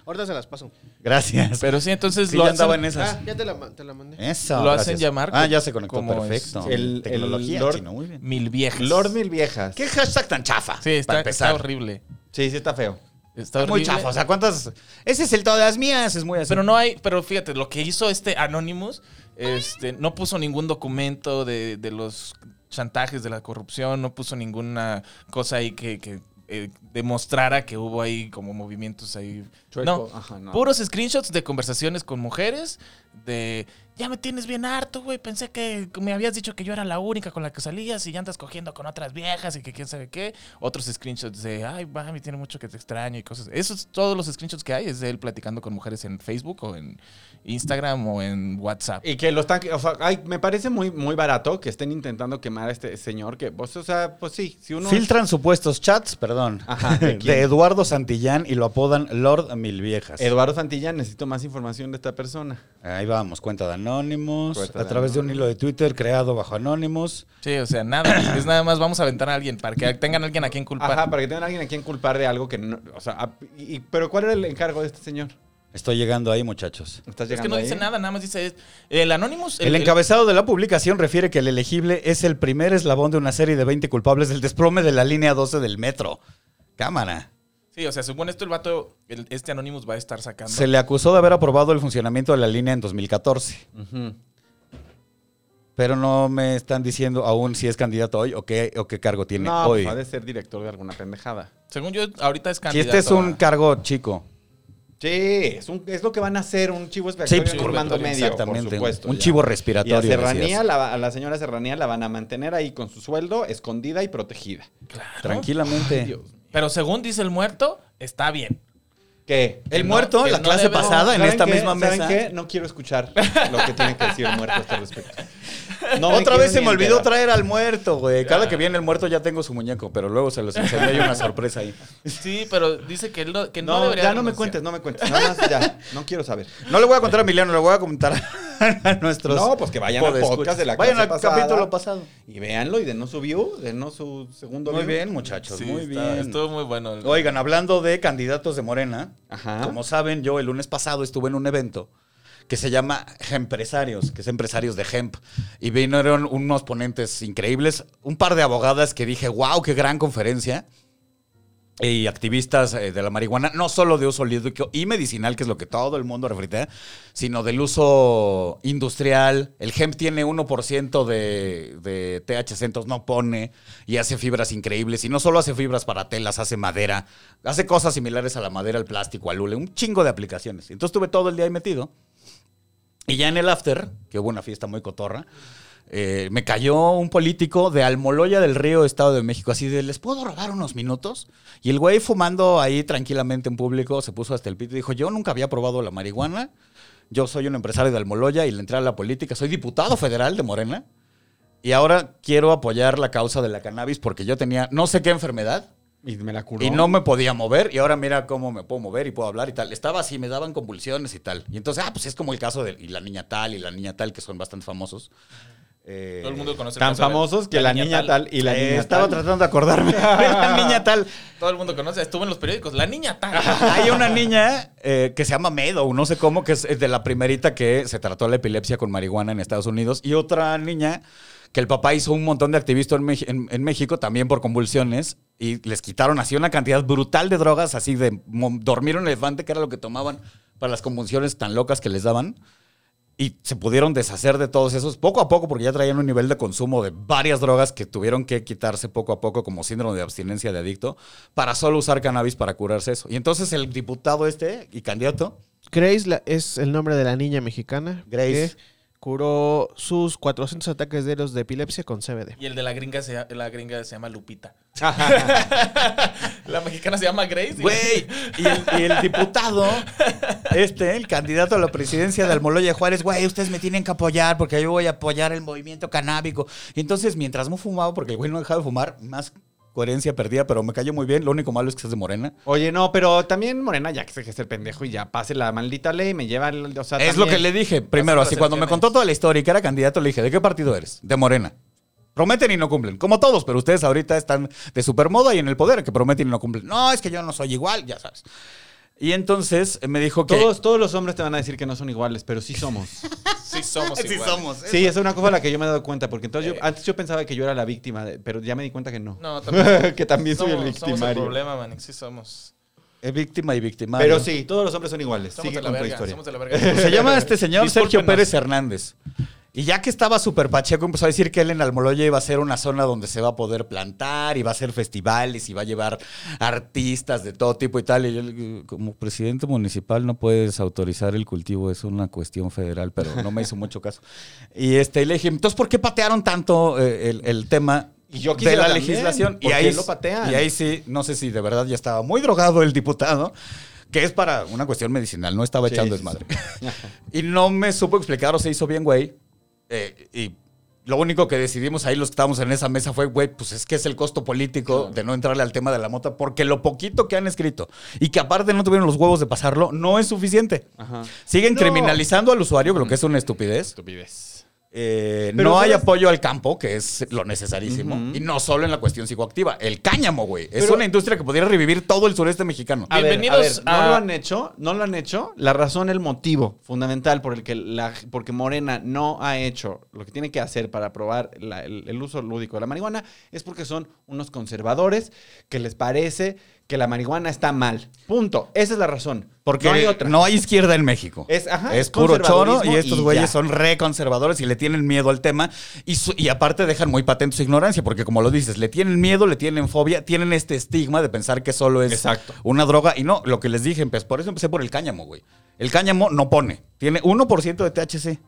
Speaker 6: Ahorita se las paso.
Speaker 3: Gracias.
Speaker 5: Pero sí, entonces
Speaker 3: Sí,
Speaker 5: lo
Speaker 3: ya
Speaker 5: hacen,
Speaker 3: andaba en esas. ¿Eh?
Speaker 6: Ah, ya te la, ma- te la mandé.
Speaker 3: Eso.
Speaker 5: Lo hacen llamar
Speaker 3: Ah, ya se conectó.
Speaker 5: como
Speaker 3: Perfecto.
Speaker 4: este, el-
Speaker 3: Tecnología,
Speaker 4: el Lord-
Speaker 3: chino, muy bien.
Speaker 5: mil viejas.
Speaker 4: [LAUGHS] Lord Mil Viejas.
Speaker 3: ¿Qué hashtag tan chafa?
Speaker 5: Sí, está,
Speaker 3: Para
Speaker 5: está
Speaker 3: empezar.
Speaker 5: horrible.
Speaker 4: Sí, sí está feo.
Speaker 5: Está horrible.
Speaker 3: Muy chafa. O sea, ¿cuántas? Ese es el todas mías. Es muy así.
Speaker 5: Pero no hay, pero fíjate, lo que hizo este Anonymous, este, no puso ningún documento de, de los chantajes, de la corrupción, no puso ninguna cosa ahí que, que, eh, demostrara que hubo ahí como movimientos ahí.
Speaker 4: Chueco.
Speaker 5: No,
Speaker 4: Ajá, no.
Speaker 5: puros screenshots de conversaciones con mujeres, de ya me tienes bien harto, güey, pensé que me habías dicho que yo era la única con la que salías y ya andas cogiendo con otras viejas y que quién sabe qué. Otros screenshots de, ay, mami, tiene mucho que te extraño y cosas. Esos, todos los screenshots que hay es de él platicando con mujeres en Facebook o en Instagram o en WhatsApp.
Speaker 4: Y que lo están. o sea, ay, me parece muy, muy barato que estén intentando quemar a este señor. Que, pues, o sea, pues sí, si uno.
Speaker 3: Filtran supuestos chats, perdón,
Speaker 4: Ajá,
Speaker 3: [LAUGHS]
Speaker 4: ¿de
Speaker 3: ¿de,
Speaker 4: quién?
Speaker 3: Eduardo Santillán y lo apodan Lord Mil Viejas.
Speaker 4: Eduardo Santillán, necesito más información de esta persona.
Speaker 3: Ahí vamos, cuenta de Anonymous,
Speaker 4: Cuenta
Speaker 3: a
Speaker 4: de
Speaker 3: través de un hilo de Twitter creado bajo Anonymous.
Speaker 5: Sí, o sea, nada, es nada más vamos a aventar a alguien para que tengan a alguien a quien culpar.
Speaker 4: Ajá, para que tengan a alguien a quien culpar de algo que no. O sea, a- y- y- pero ¿cuál era el encargo de este señor?
Speaker 3: Estoy llegando ahí, muchachos.
Speaker 4: ¿Estás
Speaker 5: es
Speaker 4: llegando
Speaker 5: que no
Speaker 4: ahí?
Speaker 5: dice nada, nada más dice es- el Anonymous.
Speaker 3: El encabezado de la publicación refiere que el elegible es el primer eslabón de una serie de 20 culpables del desprome de la línea 12 del metro. Cámara.
Speaker 5: Sí, o sea, supone esto el vato, el- este Anonymous va a estar sacando.
Speaker 3: Se le acusó de haber aprobado el funcionamiento de la línea en 2014,
Speaker 4: Ujú.
Speaker 3: pero no me están diciendo aún si es candidato hoy o qué, o qué cargo tiene
Speaker 4: No,
Speaker 3: hoy.
Speaker 4: pues, ha de ser director de alguna pendejada.
Speaker 5: Según yo, ahorita es
Speaker 3: Si
Speaker 5: candidato.
Speaker 3: este es un
Speaker 5: a-
Speaker 3: cargo chico,
Speaker 4: Sí, es, un- es lo que van a hacer un chivo expiatorio
Speaker 5: pues,
Speaker 4: en un mando
Speaker 5: expiatorio,
Speaker 4: medio,
Speaker 3: exactamente,
Speaker 4: por supuesto.
Speaker 3: un
Speaker 4: ya.
Speaker 3: chivo
Speaker 4: Y a
Speaker 3: respiratorio.
Speaker 4: Serranía,
Speaker 3: decías.
Speaker 4: la, a la señora Serranía la van a mantener ahí con su sueldo, escondida y protegida.
Speaker 5: Claro.
Speaker 3: Tranquilamente.
Speaker 5: Pero según dice el muerto, está bien.
Speaker 4: ¿Qué?
Speaker 3: El
Speaker 5: No,
Speaker 3: muerto,
Speaker 5: que
Speaker 3: la
Speaker 5: no
Speaker 3: clase
Speaker 5: debe-
Speaker 3: pasada, en
Speaker 4: ¿Saben
Speaker 3: esta
Speaker 4: qué?
Speaker 3: misma
Speaker 4: ¿Saben
Speaker 3: mesa.
Speaker 4: qué? No quiero escuchar lo que tiene que decir el muerto a este respecto. No me
Speaker 3: Otra
Speaker 4: quiero
Speaker 3: vez se
Speaker 4: ni
Speaker 3: me olvidó
Speaker 4: enterar.
Speaker 3: traer al muerto, güey. Cada que viene el muerto ya tengo su muñeco, pero luego se los enseñé hay una sorpresa ahí.
Speaker 5: Sí, pero dice que, él no- que no,
Speaker 4: No,
Speaker 5: debería.
Speaker 4: ya no me
Speaker 5: renunciar.
Speaker 4: cuentes, no me cuentes. Nada más ya, no quiero saber.
Speaker 3: No le voy a contar a Emiliano, le voy a contar a nuestros.
Speaker 4: No, pues que vayan al
Speaker 3: podescuchas.
Speaker 4: podcast de la
Speaker 3: Vayan
Speaker 4: clase
Speaker 3: al
Speaker 4: pasada.
Speaker 3: capítulo pasado.
Speaker 4: Y véanlo y denos su view, denos su segundo
Speaker 3: Muy
Speaker 4: view.
Speaker 3: bien, muchachos,
Speaker 5: Sí,
Speaker 3: muy
Speaker 5: está-
Speaker 3: bien.
Speaker 5: Estuvo muy bueno. el-
Speaker 3: Oigan, hablando de candidatos de Morena,
Speaker 4: Ajá.
Speaker 3: como saben, yo el lunes pasado estuve en un evento que se llama Empresarios, que es Empresarios de Hemp, y vinieron unos ponentes increíbles, un par de abogadas que dije, wow, qué gran conferencia, y activistas eh, de la marihuana, no solo de uso lúdico y medicinal, que es lo que todo el mundo refrita, sino del uso industrial. El hemp tiene 1% de, de THC, entonces no pone y hace fibras increíbles. Y no solo hace fibras para telas, hace madera, hace cosas similares a la madera, al plástico, al hule, un chingo de aplicaciones. Entonces estuve todo el día ahí metido. Y ya en el after, que hubo una fiesta muy cotorra, eh, me cayó un político de Almoloya del Río, Estado de México, así de, ¿les puedo robar unos minutos? Y el güey fumando ahí tranquilamente en público, se puso hasta el pito y dijo, yo nunca había probado la marihuana, yo soy un empresario de Almoloya y le entré a la política, soy diputado federal de Morena y ahora quiero apoyar la causa de la cannabis porque yo tenía no sé qué enfermedad,
Speaker 4: Y me la curó.
Speaker 3: y no me podía mover y ahora mira cómo me puedo mover y puedo hablar y tal. Estaba así, me daban convulsiones y tal. Y entonces, ah, pues es como el caso de y la niña tal y la niña tal, que son bastante famosos. Eh,
Speaker 5: Todo el mundo conoce el
Speaker 4: Tan
Speaker 5: caso de-
Speaker 4: famosos que la, niña tal, y la
Speaker 3: eh,
Speaker 4: niña
Speaker 3: estaba
Speaker 4: tal.
Speaker 3: tratando de acordarme de Eh, [LAUGHS] la niña tal.
Speaker 5: Todo el mundo conoce. Estuvo en los periódicos. La niña tal.
Speaker 3: [LAUGHS] Hay una niña eh, que se llama Meadow, no sé cómo, que es de la primerita que se trató la epilepsia con marihuana en Estados Unidos. Y otra niña que el papá hizo un montón de activistas en, Mex- en- en México también por convulsiones y les quitaron así una cantidad brutal de drogas, así de mo- dormir un elefante, que era lo que tomaban para las convulsiones tan locas que les daban. Y se pudieron deshacer de todos esos poco a poco porque ya traían un nivel de consumo de varias drogas que tuvieron que quitarse poco a poco como síndrome de abstinencia de adicto para solo usar cannabis para curarse eso. Y entonces el diputado este y candidato,
Speaker 6: Grace la- es el nombre de la niña mexicana. Que
Speaker 3: Grace.
Speaker 6: curó sus 400 ataques diarios de epilepsia con CBD.
Speaker 5: Y el de la gringa se, llama- la gringa se llama Lupita. [LAUGHS] la mexicana se llama Grace. y-
Speaker 3: güey, y el, y el diputado este, el candidato a la presidencia de Almoloya de Juárez, güey, ustedes me tienen que apoyar porque yo voy a apoyar el movimiento canábico. Y entonces mientras no fumaba, porque el güey no dejaba de fumar, más coherencia perdida, pero me cayó muy bien. Lo único malo es que es de morena.
Speaker 4: Oye, no, pero también Morena ya que se ejerce el pendejo y ya pase la maldita ley, me lleva el, o sea,
Speaker 3: Es
Speaker 4: también.
Speaker 3: lo que le dije primero.
Speaker 5: Las
Speaker 3: Así, cuando me
Speaker 5: percepciones.
Speaker 3: contó toda la historia y que era candidato, le dije, ¿de qué partido eres? De Morena. Prometen y no cumplen, como todos, pero ustedes ahorita están de supermoda y en el poder, que prometen y no cumplen. No, es que yo no soy igual, ya sabes. Y entonces eh, me dijo que...
Speaker 4: Todos, todos los hombres te van a decir que no son iguales, pero sí somos.
Speaker 5: [LAUGHS] Sí somos
Speaker 3: Sí
Speaker 5: iguales.
Speaker 3: somos.
Speaker 4: Sí, ¿eh? es una cosa a la que yo me he dado cuenta, porque entonces yo, antes yo pensaba que yo era la víctima, de- pero ya me di cuenta que no.
Speaker 5: Eh. No, también.
Speaker 4: [LAUGHS] que también soy el
Speaker 5: somos, somos el
Speaker 4: victimario.
Speaker 5: problema, man. Sí somos.
Speaker 3: Es eh, víctima y victimario.
Speaker 4: pero sí, todos los hombres son iguales.
Speaker 5: Somos
Speaker 4: Sigue
Speaker 5: de la
Speaker 4: con tu
Speaker 5: verga.
Speaker 4: historia.
Speaker 5: Somos de
Speaker 4: [LAUGHS]
Speaker 5: la verga.
Speaker 3: [LAUGHS] Se llama este señor Sergio
Speaker 5: Discúlpenos.
Speaker 3: Pérez Hernández. Y ya que estaba súper pacheco, empezó a decir que él en Almoloya iba a ser una zona donde se va a poder plantar y va a hacer festivales y va a llevar artistas de todo tipo y tal. Y yo, eh, como presidente municipal, no puedes autorizar el cultivo, es una cuestión federal, pero no me hizo mucho caso. Y este, y le dije, entonces, ¿por qué patearon tanto eh, el, el tema?
Speaker 4: Y yo
Speaker 3: de
Speaker 4: quisiera
Speaker 3: la
Speaker 4: también,
Speaker 3: legislación
Speaker 4: ¿por qué lo patean?
Speaker 3: y ahí sí no sé si de verdad ya estaba muy drogado el diputado que es para una cuestión medicinal no estaba
Speaker 4: Sí,
Speaker 3: echando
Speaker 4: sí,
Speaker 3: desmadre [LAUGHS] y no me supo explicar o se hizo bien, güey. Eh, y lo único que decidimos ahí los que estábamos en esa mesa fue, güey, pues es que es el costo político de no entrarle al tema de la mota, porque lo poquito que han escrito y que aparte no tuvieron los huevos de pasarlo, no es suficiente.
Speaker 4: Ajá.
Speaker 3: Siguen criminalizando al usuario, lo que es una estupidez.
Speaker 4: Estupidez.
Speaker 3: Eh,
Speaker 4: Pero
Speaker 3: no hay
Speaker 4: ¿sabes?
Speaker 3: apoyo al campo, que es lo necesarísimo. Y no solo en la cuestión psicoactiva. El cáñamo, güey. Es
Speaker 4: Pero-
Speaker 3: una industria que podría revivir todo el sureste mexicano.
Speaker 4: A ver,
Speaker 5: Bienvenidos
Speaker 4: a ver, no
Speaker 5: a-
Speaker 4: lo han hecho, no lo han hecho. La razón, el motivo fundamental por el que la, porque Morena no ha hecho lo que tiene que hacer para aprobar la- el, el uso lúdico de la marihuana es porque son unos conservadores que les parece que la marihuana está mal. Punto. Esa es la razón.
Speaker 3: Porque
Speaker 4: no hay otra.
Speaker 3: izquierda en México.
Speaker 4: Es- ajá,
Speaker 3: es
Speaker 4: es
Speaker 3: puro choro
Speaker 4: conservadurismo
Speaker 3: y estos
Speaker 4: y
Speaker 3: güeyes
Speaker 4: ya.
Speaker 3: son re conservadores y le tienen miedo al tema. Y, su- y aparte dejan muy patente su ignorancia, porque como lo dices, le tienen miedo, le tienen fobia, tienen este estigma de pensar que solo es
Speaker 4: Exacto.
Speaker 3: una droga. Y no, lo que les dije, pues, por eso empecé por el cáñamo, güey. El cáñamo no pone, tiene 1% de THC.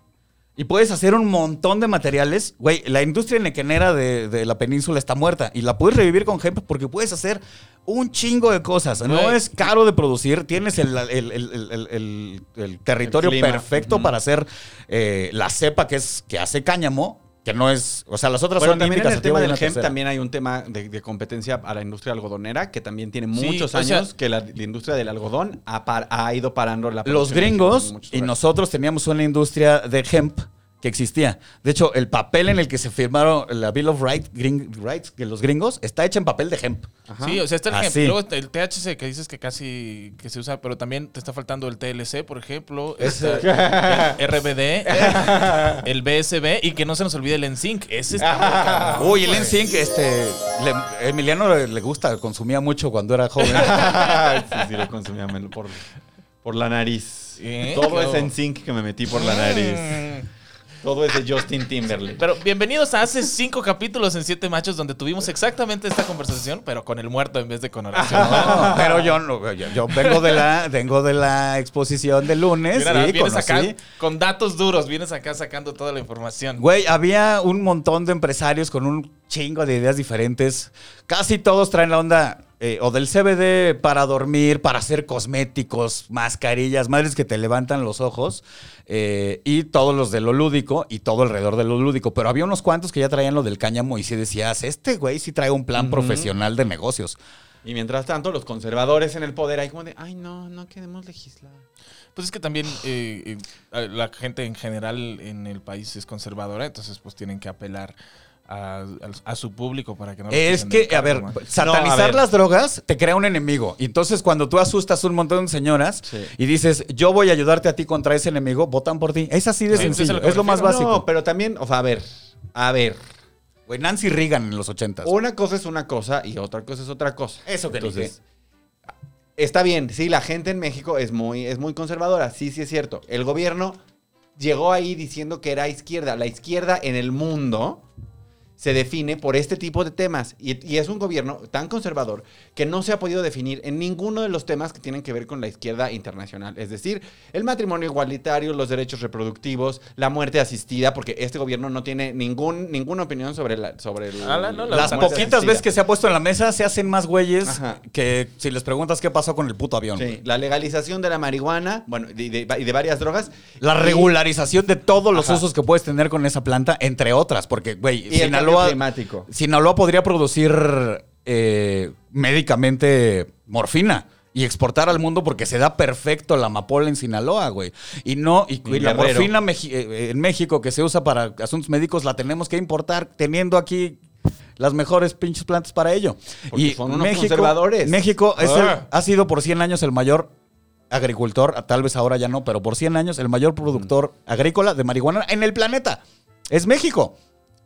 Speaker 3: Y puedes hacer un montón de materiales. Güey, la industria nequenera de, de la península está muerta. Y la puedes revivir con hemp porque puedes hacer un chingo de cosas. No
Speaker 5: Güey.
Speaker 3: es caro de producir. Tienes el, el- el- el- el- el- el territorio
Speaker 4: clima.
Speaker 3: perfecto para hacer eh, la cepa que, es, que hace cáñamo. Que no es... O sea, las otras
Speaker 4: Bueno,
Speaker 3: son
Speaker 4: también en
Speaker 3: híbricas,
Speaker 4: el
Speaker 3: activa
Speaker 4: tema
Speaker 3: y
Speaker 4: del
Speaker 3: una
Speaker 4: hemp
Speaker 3: tercera.
Speaker 4: también hay un tema de, de competencia a la industria algodonera que también tiene
Speaker 5: Sí,
Speaker 4: muchos
Speaker 5: o
Speaker 4: años
Speaker 5: sea-
Speaker 4: que la, la industria del algodón ha, par- ha ido parando la
Speaker 3: Los
Speaker 4: producción en
Speaker 3: gringos
Speaker 4: muchos
Speaker 3: y
Speaker 4: lugares.
Speaker 3: nosotros teníamos una industria de hemp que existía. De hecho, el papel en el que se firmaron la Bill of Rights, gring- Rights de los gringos está hecha en papel de hemp.
Speaker 4: Ajá.
Speaker 5: Ah, Sí, o sea, está el,
Speaker 3: Así.
Speaker 5: ejemplo. Luego está el THC que dices que casi que se usa, pero también te está faltando el TLC, por ejemplo, está el [LAUGHS] RBD, el BSB y que no se nos olvide el NSYNC. Ese está
Speaker 3: [LAUGHS] Uy, el NSYNC, este, le- Emiliano le, le gusta, consumía mucho cuando era joven. [LAUGHS]
Speaker 4: [LAUGHS] sí, sí, lo consumía me lo- por, por la nariz.
Speaker 5: ¿Eh?
Speaker 4: Todo
Speaker 5: Claro. Mm.
Speaker 4: es en zinc que me metí por la nariz. Todo es de Justin Timberlake.
Speaker 5: Pero bienvenidos a hace cinco capítulos en Siete Machos donde tuvimos exactamente esta conversación, pero con el muerto en vez de con Horacio.
Speaker 3: No, pero yo no, yo, yo vengo de la, vengo de la exposición de lunes
Speaker 5: Mira,
Speaker 3: y
Speaker 5: vienes
Speaker 3: conocí-
Speaker 5: acá con datos duros, vienes acá sacando toda la información.
Speaker 3: Güey, había un montón de empresarios con un chingo de ideas diferentes. Casi todos traen la onda eh, o del CBD para dormir, para hacer cosméticos, mascarillas, madres que te levantan los ojos. eh, y todos los de lo lúdico y todo alrededor de lo lúdico. Pero había unos cuantos que ya traían lo del cáñamo y sí decías, este güey sí trae un plan profesional de negocios.
Speaker 4: Y mientras tanto, los conservadores en el poder ahí como de, ay no, no queremos legislar.
Speaker 5: Pues es que también eh, eh, la gente en general en el país es conservadora, entonces pues tienen que apelar a, a- a su público para que no... les
Speaker 3: Es
Speaker 5: quiten
Speaker 3: que,
Speaker 5: el
Speaker 3: a ver, pues,
Speaker 5: cargo, man.
Speaker 3: satanizar
Speaker 4: No, a ver.
Speaker 3: las drogas te crea un enemigo. Y entonces, cuando tú asustas un montón de señoras
Speaker 4: Sí.
Speaker 3: y dices, yo voy a ayudarte a ti contra ese enemigo, votan por ti. Es así de
Speaker 5: Sí,
Speaker 3: sencillo.
Speaker 5: eso es a lo que
Speaker 3: es lo
Speaker 5: me
Speaker 3: más
Speaker 5: refiero.
Speaker 3: básico.
Speaker 4: No, pero también, o sea, a ver, a ver.
Speaker 3: Güey, Nancy Reagan en los ochentas.
Speaker 4: Una cosa es una cosa y otra cosa es otra cosa.
Speaker 3: Eso que
Speaker 4: Entonces, está bien, sí, la gente en México es muy, es muy conservadora, sí, sí es cierto. El gobierno llegó ahí diciendo que era izquierda. La izquierda en el mundo se define por este tipo de temas y, y es un gobierno tan conservador que no se ha podido definir en ninguno de los temas que tienen que ver con la izquierda internacional, es decir, el matrimonio igualitario, los derechos reproductivos, la muerte asistida, porque este gobierno no tiene ningún, ninguna opinión sobre la sobre el-
Speaker 5: Ala, no, la-
Speaker 3: Las
Speaker 5: La
Speaker 4: muerte
Speaker 3: poquitas
Speaker 4: asistida.
Speaker 3: veces que se ha puesto en la mesa se hacen más güeyes
Speaker 4: Ajá.
Speaker 3: que si les preguntas qué pasó con el puto avión.
Speaker 4: Sí, la legalización de la marihuana, bueno, y de, y de varias drogas.
Speaker 3: La
Speaker 4: Y-
Speaker 3: regularización de todos los
Speaker 4: Ajá.
Speaker 3: usos que puedes tener con esa planta, entre otras, porque, güey,
Speaker 4: Y el cambio
Speaker 3: Sinaloa,
Speaker 4: climático.
Speaker 3: Sinaloa podría producir eh, médicamente morfina. y exportar al mundo porque se da perfecto la amapola en Sinaloa, güey. Y no, y, y la
Speaker 4: Guerrero.
Speaker 3: morfina meji- eh, en México que se usa para asuntos médicos la tenemos que importar teniendo aquí las mejores pinches plantas para ello.
Speaker 4: Porque son unos conservadores.
Speaker 3: México es el-
Speaker 5: Ah.
Speaker 3: ha sido por 100 años el mayor agricultor, tal vez ahora ya no, pero por 100 años el mayor productor
Speaker 4: Mm.
Speaker 3: agrícola de marihuana en el planeta. Es México.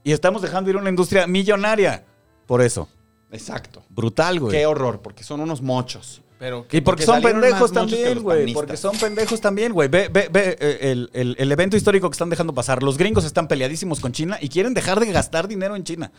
Speaker 3: Y estamos dejando ir una industria millonaria. Por eso.
Speaker 4: Exacto.
Speaker 3: Brutal, güey.
Speaker 4: Qué horror, porque son unos mochos.
Speaker 5: Pero
Speaker 3: Y porque,
Speaker 4: Porque
Speaker 3: son
Speaker 4: salieron
Speaker 3: pendejos
Speaker 4: más mochos que
Speaker 3: también,
Speaker 4: los
Speaker 3: güey.
Speaker 4: panistas.
Speaker 3: Porque son pendejos también, güey. Ve, ve, ve eh, el, el- el evento histórico que están dejando pasar. Los gringos están peleadísimos con China y quieren dejar de gastar dinero en China.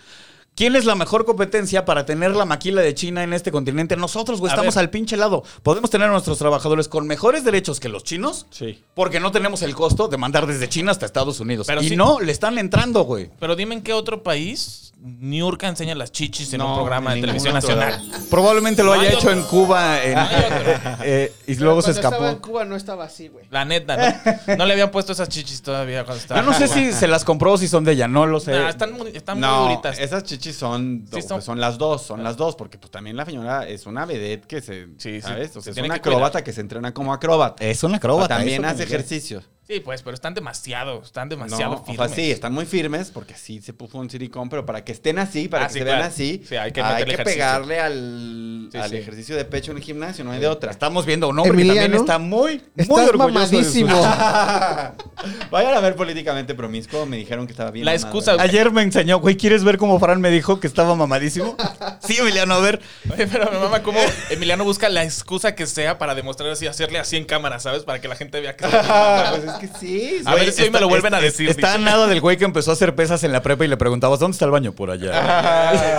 Speaker 3: ¿Quién es la mejor competencia para tener la maquila de China en este continente? Nosotros, güey,
Speaker 5: A
Speaker 3: estamos
Speaker 5: ver.
Speaker 3: al pinche lado. Podemos tener a nuestros trabajadores con mejores derechos que los chinos
Speaker 4: Sí.
Speaker 3: porque no tenemos el costo de mandar desde China hasta Estados Unidos.
Speaker 5: Pero
Speaker 3: y
Speaker 5: sí-
Speaker 3: no, le están entrando, güey.
Speaker 5: Pero dime en qué otro país Niurka enseña las chichis en
Speaker 4: No,
Speaker 5: un programa
Speaker 4: en
Speaker 5: de televisión
Speaker 4: ningún otro
Speaker 5: nacional.
Speaker 3: Probablemente lo
Speaker 5: No hay
Speaker 3: haya hecho
Speaker 5: otro.
Speaker 3: en Cuba en-
Speaker 5: No hay otro.
Speaker 3: eh, y luego se
Speaker 6: Cuando Estaba en
Speaker 3: escapó.
Speaker 6: Cuba no estaba así, güey.
Speaker 5: La neta, ¿no? No le habían puesto esas chichis todavía cuando estaba.
Speaker 3: Yo no sé si se las compró o si son de ella, no lo sé.
Speaker 5: Nah, están muy, están
Speaker 4: no,
Speaker 5: muy duritas.
Speaker 4: esas chichis son, pues,
Speaker 5: Sí, son-
Speaker 4: son, las dos, son las dos, porque pues también la señora es una vedette que se,
Speaker 5: Sí, sí,
Speaker 4: ¿sabes?
Speaker 5: se
Speaker 4: O sea, es
Speaker 5: tiene
Speaker 4: una
Speaker 5: que cuidar.
Speaker 4: acróbata que se entrena como acróbata.
Speaker 3: Es una acróbata.
Speaker 4: también
Speaker 3: eso,
Speaker 4: hace
Speaker 3: Miguel.
Speaker 4: ejercicio.
Speaker 5: Sí, pues, pero están demasiado, están
Speaker 4: No,
Speaker 5: demasiado
Speaker 4: o sea,
Speaker 5: firmes.
Speaker 4: sí, están muy firmes porque sí se puso un silicón, pero para que estén así, para
Speaker 5: Ah,
Speaker 4: que
Speaker 5: sí,
Speaker 4: se
Speaker 5: claro.
Speaker 4: vean así,
Speaker 5: Sí, hay que meterle ejercicio.
Speaker 4: pegarle al,
Speaker 5: Sí,
Speaker 4: al
Speaker 5: sí.
Speaker 4: ejercicio de pecho en el gimnasio, no hay de otra.
Speaker 3: Estamos viendo a un hombre que también
Speaker 6: Emiliano,
Speaker 3: está muy, muy
Speaker 6: Estás
Speaker 3: orgulloso. de sus-
Speaker 6: mamadísimo.
Speaker 4: [LAUGHS] Vayan a ver políticamente promiscuo, me dijeron que estaba bien.
Speaker 5: La
Speaker 4: mamado.
Speaker 5: excusa-
Speaker 3: Ayer me enseñó, güey, ¿quieres ver cómo Fran me dijo que estaba mamadísimo? Sí, Emiliano, a ver.
Speaker 5: Oye, pero mi mamá, como Emiliano busca la excusa que sea para demostrar así, hacerle así en cámara, ¿sabes? Para que la gente vea que.
Speaker 4: Ah, pues es que sí.
Speaker 5: A ver si hoy me lo vuelven a decir.
Speaker 3: Está a
Speaker 5: dice.
Speaker 3: nada del güey que empezó a hacer pesas en la prepa y le preguntabas, ¿dónde está el baño? Por allá.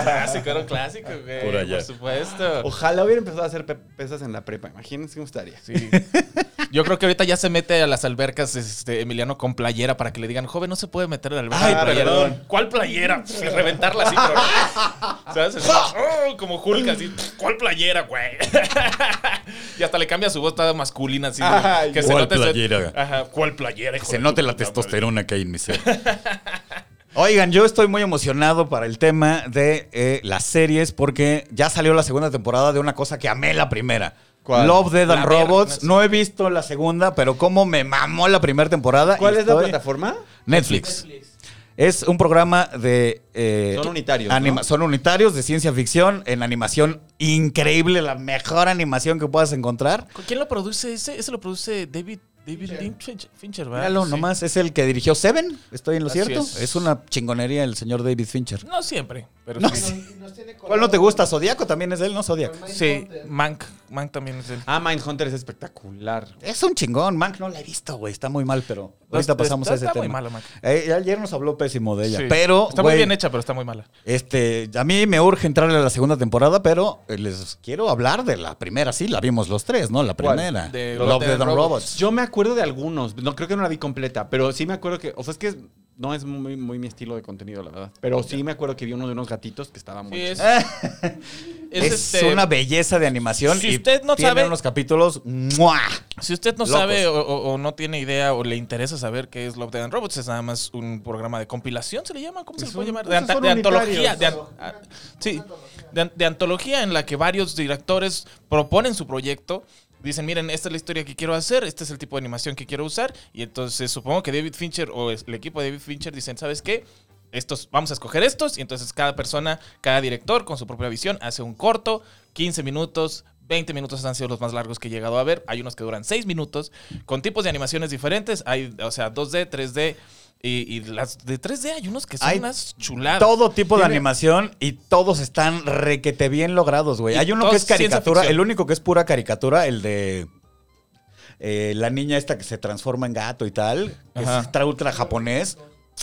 Speaker 5: clásico, era un clásico, güey.
Speaker 3: Por
Speaker 5: Por,
Speaker 3: allá.
Speaker 5: supuesto.
Speaker 4: Ah, Ojalá hubiera empezado a hacer pe- pesas en la prepa. Imagínense cómo estaría.
Speaker 5: Sí. Yo creo que ahorita ya se mete a las albercas este, Emiliano con playera para que le digan, joven, no se puede meter a la alberca.
Speaker 3: Ay,
Speaker 5: con playera".
Speaker 3: perdón.
Speaker 5: ¿Cuál playera? Pues, Y reventarla así, pero- ¿Sabes? Así, "Oh", como Hulk, así. ¿Cuál playera, güey? y hasta le cambia su voz toda masculina, así. güey,
Speaker 4: Ay,
Speaker 5: que se
Speaker 3: ¿cuál
Speaker 5: note ese-
Speaker 3: playera?
Speaker 5: Ajá, ¿cuál playera? hijo
Speaker 3: Se
Speaker 5: de
Speaker 3: note
Speaker 5: tu
Speaker 3: la
Speaker 5: puta madre?
Speaker 3: testosterona que hay en mi ser. [LAUGHS] Oigan, yo estoy muy emocionado para el tema de eh, las series porque ya salió la segunda temporada de una cosa que amé la primera.
Speaker 4: ¿Cuál?
Speaker 3: Love, Dead and
Speaker 5: La verga,
Speaker 3: Robots. No he visto la segunda, pero cómo me mamó la primera temporada.
Speaker 4: ¿Cuál
Speaker 3: y
Speaker 4: es la
Speaker 3: estoy-
Speaker 4: plataforma?
Speaker 3: Netflix. Es un programa de... eh,
Speaker 4: Son unitarios,
Speaker 3: anima-
Speaker 4: ¿no?
Speaker 3: Son unitarios de ciencia ficción en animación increíble, la mejor animación que puedas encontrar.
Speaker 5: ¿Quién lo produce ese? Ese lo produce David, David Fincher. Fincher, ¿verdad?
Speaker 3: Míralo
Speaker 5: Sí.
Speaker 3: nomás, es el que dirigió Seven, estoy en lo
Speaker 5: Así
Speaker 3: cierto. Es.
Speaker 5: es.
Speaker 3: una chingonería el señor David Fincher.
Speaker 5: No siempre, pero
Speaker 3: No
Speaker 5: sí.
Speaker 3: sé.
Speaker 6: Nos tiene
Speaker 3: ¿Cuál no te gusta? Zodíaco también es de él, ¿no? Zodíaco.
Speaker 5: Sí, Mank. Mank también es el.
Speaker 4: Ah, Mindhunter es espectacular.
Speaker 3: Es un chingón, Mank no la he visto, güey, está muy mal, pero ahorita
Speaker 5: Está-
Speaker 3: pasamos a ese
Speaker 5: está
Speaker 3: tema.
Speaker 5: muy mala, Mank.
Speaker 3: Eh, ayer nos habló pésimo de ella,
Speaker 5: Sí.
Speaker 3: pero
Speaker 5: Está muy
Speaker 3: güey,
Speaker 5: bien hecha, pero está muy mala.
Speaker 3: Este, a mí me urge entrarle a la segunda temporada, pero eh, les quiero hablar de la primera, sí, la vimos los tres, ¿no? La
Speaker 4: ¿Cuál?
Speaker 3: primera.
Speaker 5: De
Speaker 3: Love, Death and Robots.
Speaker 4: Yo me acuerdo de algunos. No, creo que no la vi completa, pero sí me acuerdo que. O sea, es que es- no es muy, muy mi estilo de contenido, la verdad. Pero sí me acuerdo que vi uno de unos gatitos que estaba muy.
Speaker 5: Sí, es,
Speaker 4: chido.
Speaker 5: [LAUGHS] es,
Speaker 3: es
Speaker 5: este,
Speaker 3: una belleza de animación
Speaker 5: si
Speaker 3: y
Speaker 5: usted no
Speaker 3: tiene
Speaker 5: sabe-
Speaker 3: unos capítulos ¡mua!
Speaker 5: Si usted no
Speaker 3: Locos.
Speaker 5: sabe o, o- o no tiene idea o le interesa saber qué es Love, Dead and Robots, es nada más un programa de compilación, ¿se le llama? ¿Cómo se le
Speaker 4: Es
Speaker 5: puede
Speaker 4: un-
Speaker 5: llamar? De,
Speaker 4: pues
Speaker 5: anta-
Speaker 4: son
Speaker 5: de antología.
Speaker 4: unitarios.
Speaker 5: de an- ah, sí, de, an- de antología en la que varios directores proponen su proyecto. Dicen, miren, esta es la historia que quiero hacer, este es el tipo de animación que quiero usar. Y entonces supongo que David Fincher o es- el equipo de David Fincher dicen, ¿sabes qué? Estos, vamos a escoger estos. Y entonces cada persona, cada director con su propia visión hace un corto, 15 minutos, 20 minutos han sido los más largos que he llegado a ver. Hay unos que duran 6 minutos, con tipos de animaciones diferentes. Hay, o sea, 2D, 3D. Y, y las de 3D hay unos que son
Speaker 3: Hay
Speaker 5: unas chuladas.
Speaker 3: Todo tipo de
Speaker 4: Tiene-
Speaker 3: animación y todos están requete bien logrados, güey.
Speaker 5: Y
Speaker 3: Hay uno
Speaker 5: todos
Speaker 3: que es
Speaker 5: ciencia
Speaker 3: caricatura,
Speaker 5: ficción.
Speaker 3: el único que es pura caricatura, el de eh, la niña esta que se transforma en gato y tal, que
Speaker 5: Ajá.
Speaker 3: es ultra, ultra japonés.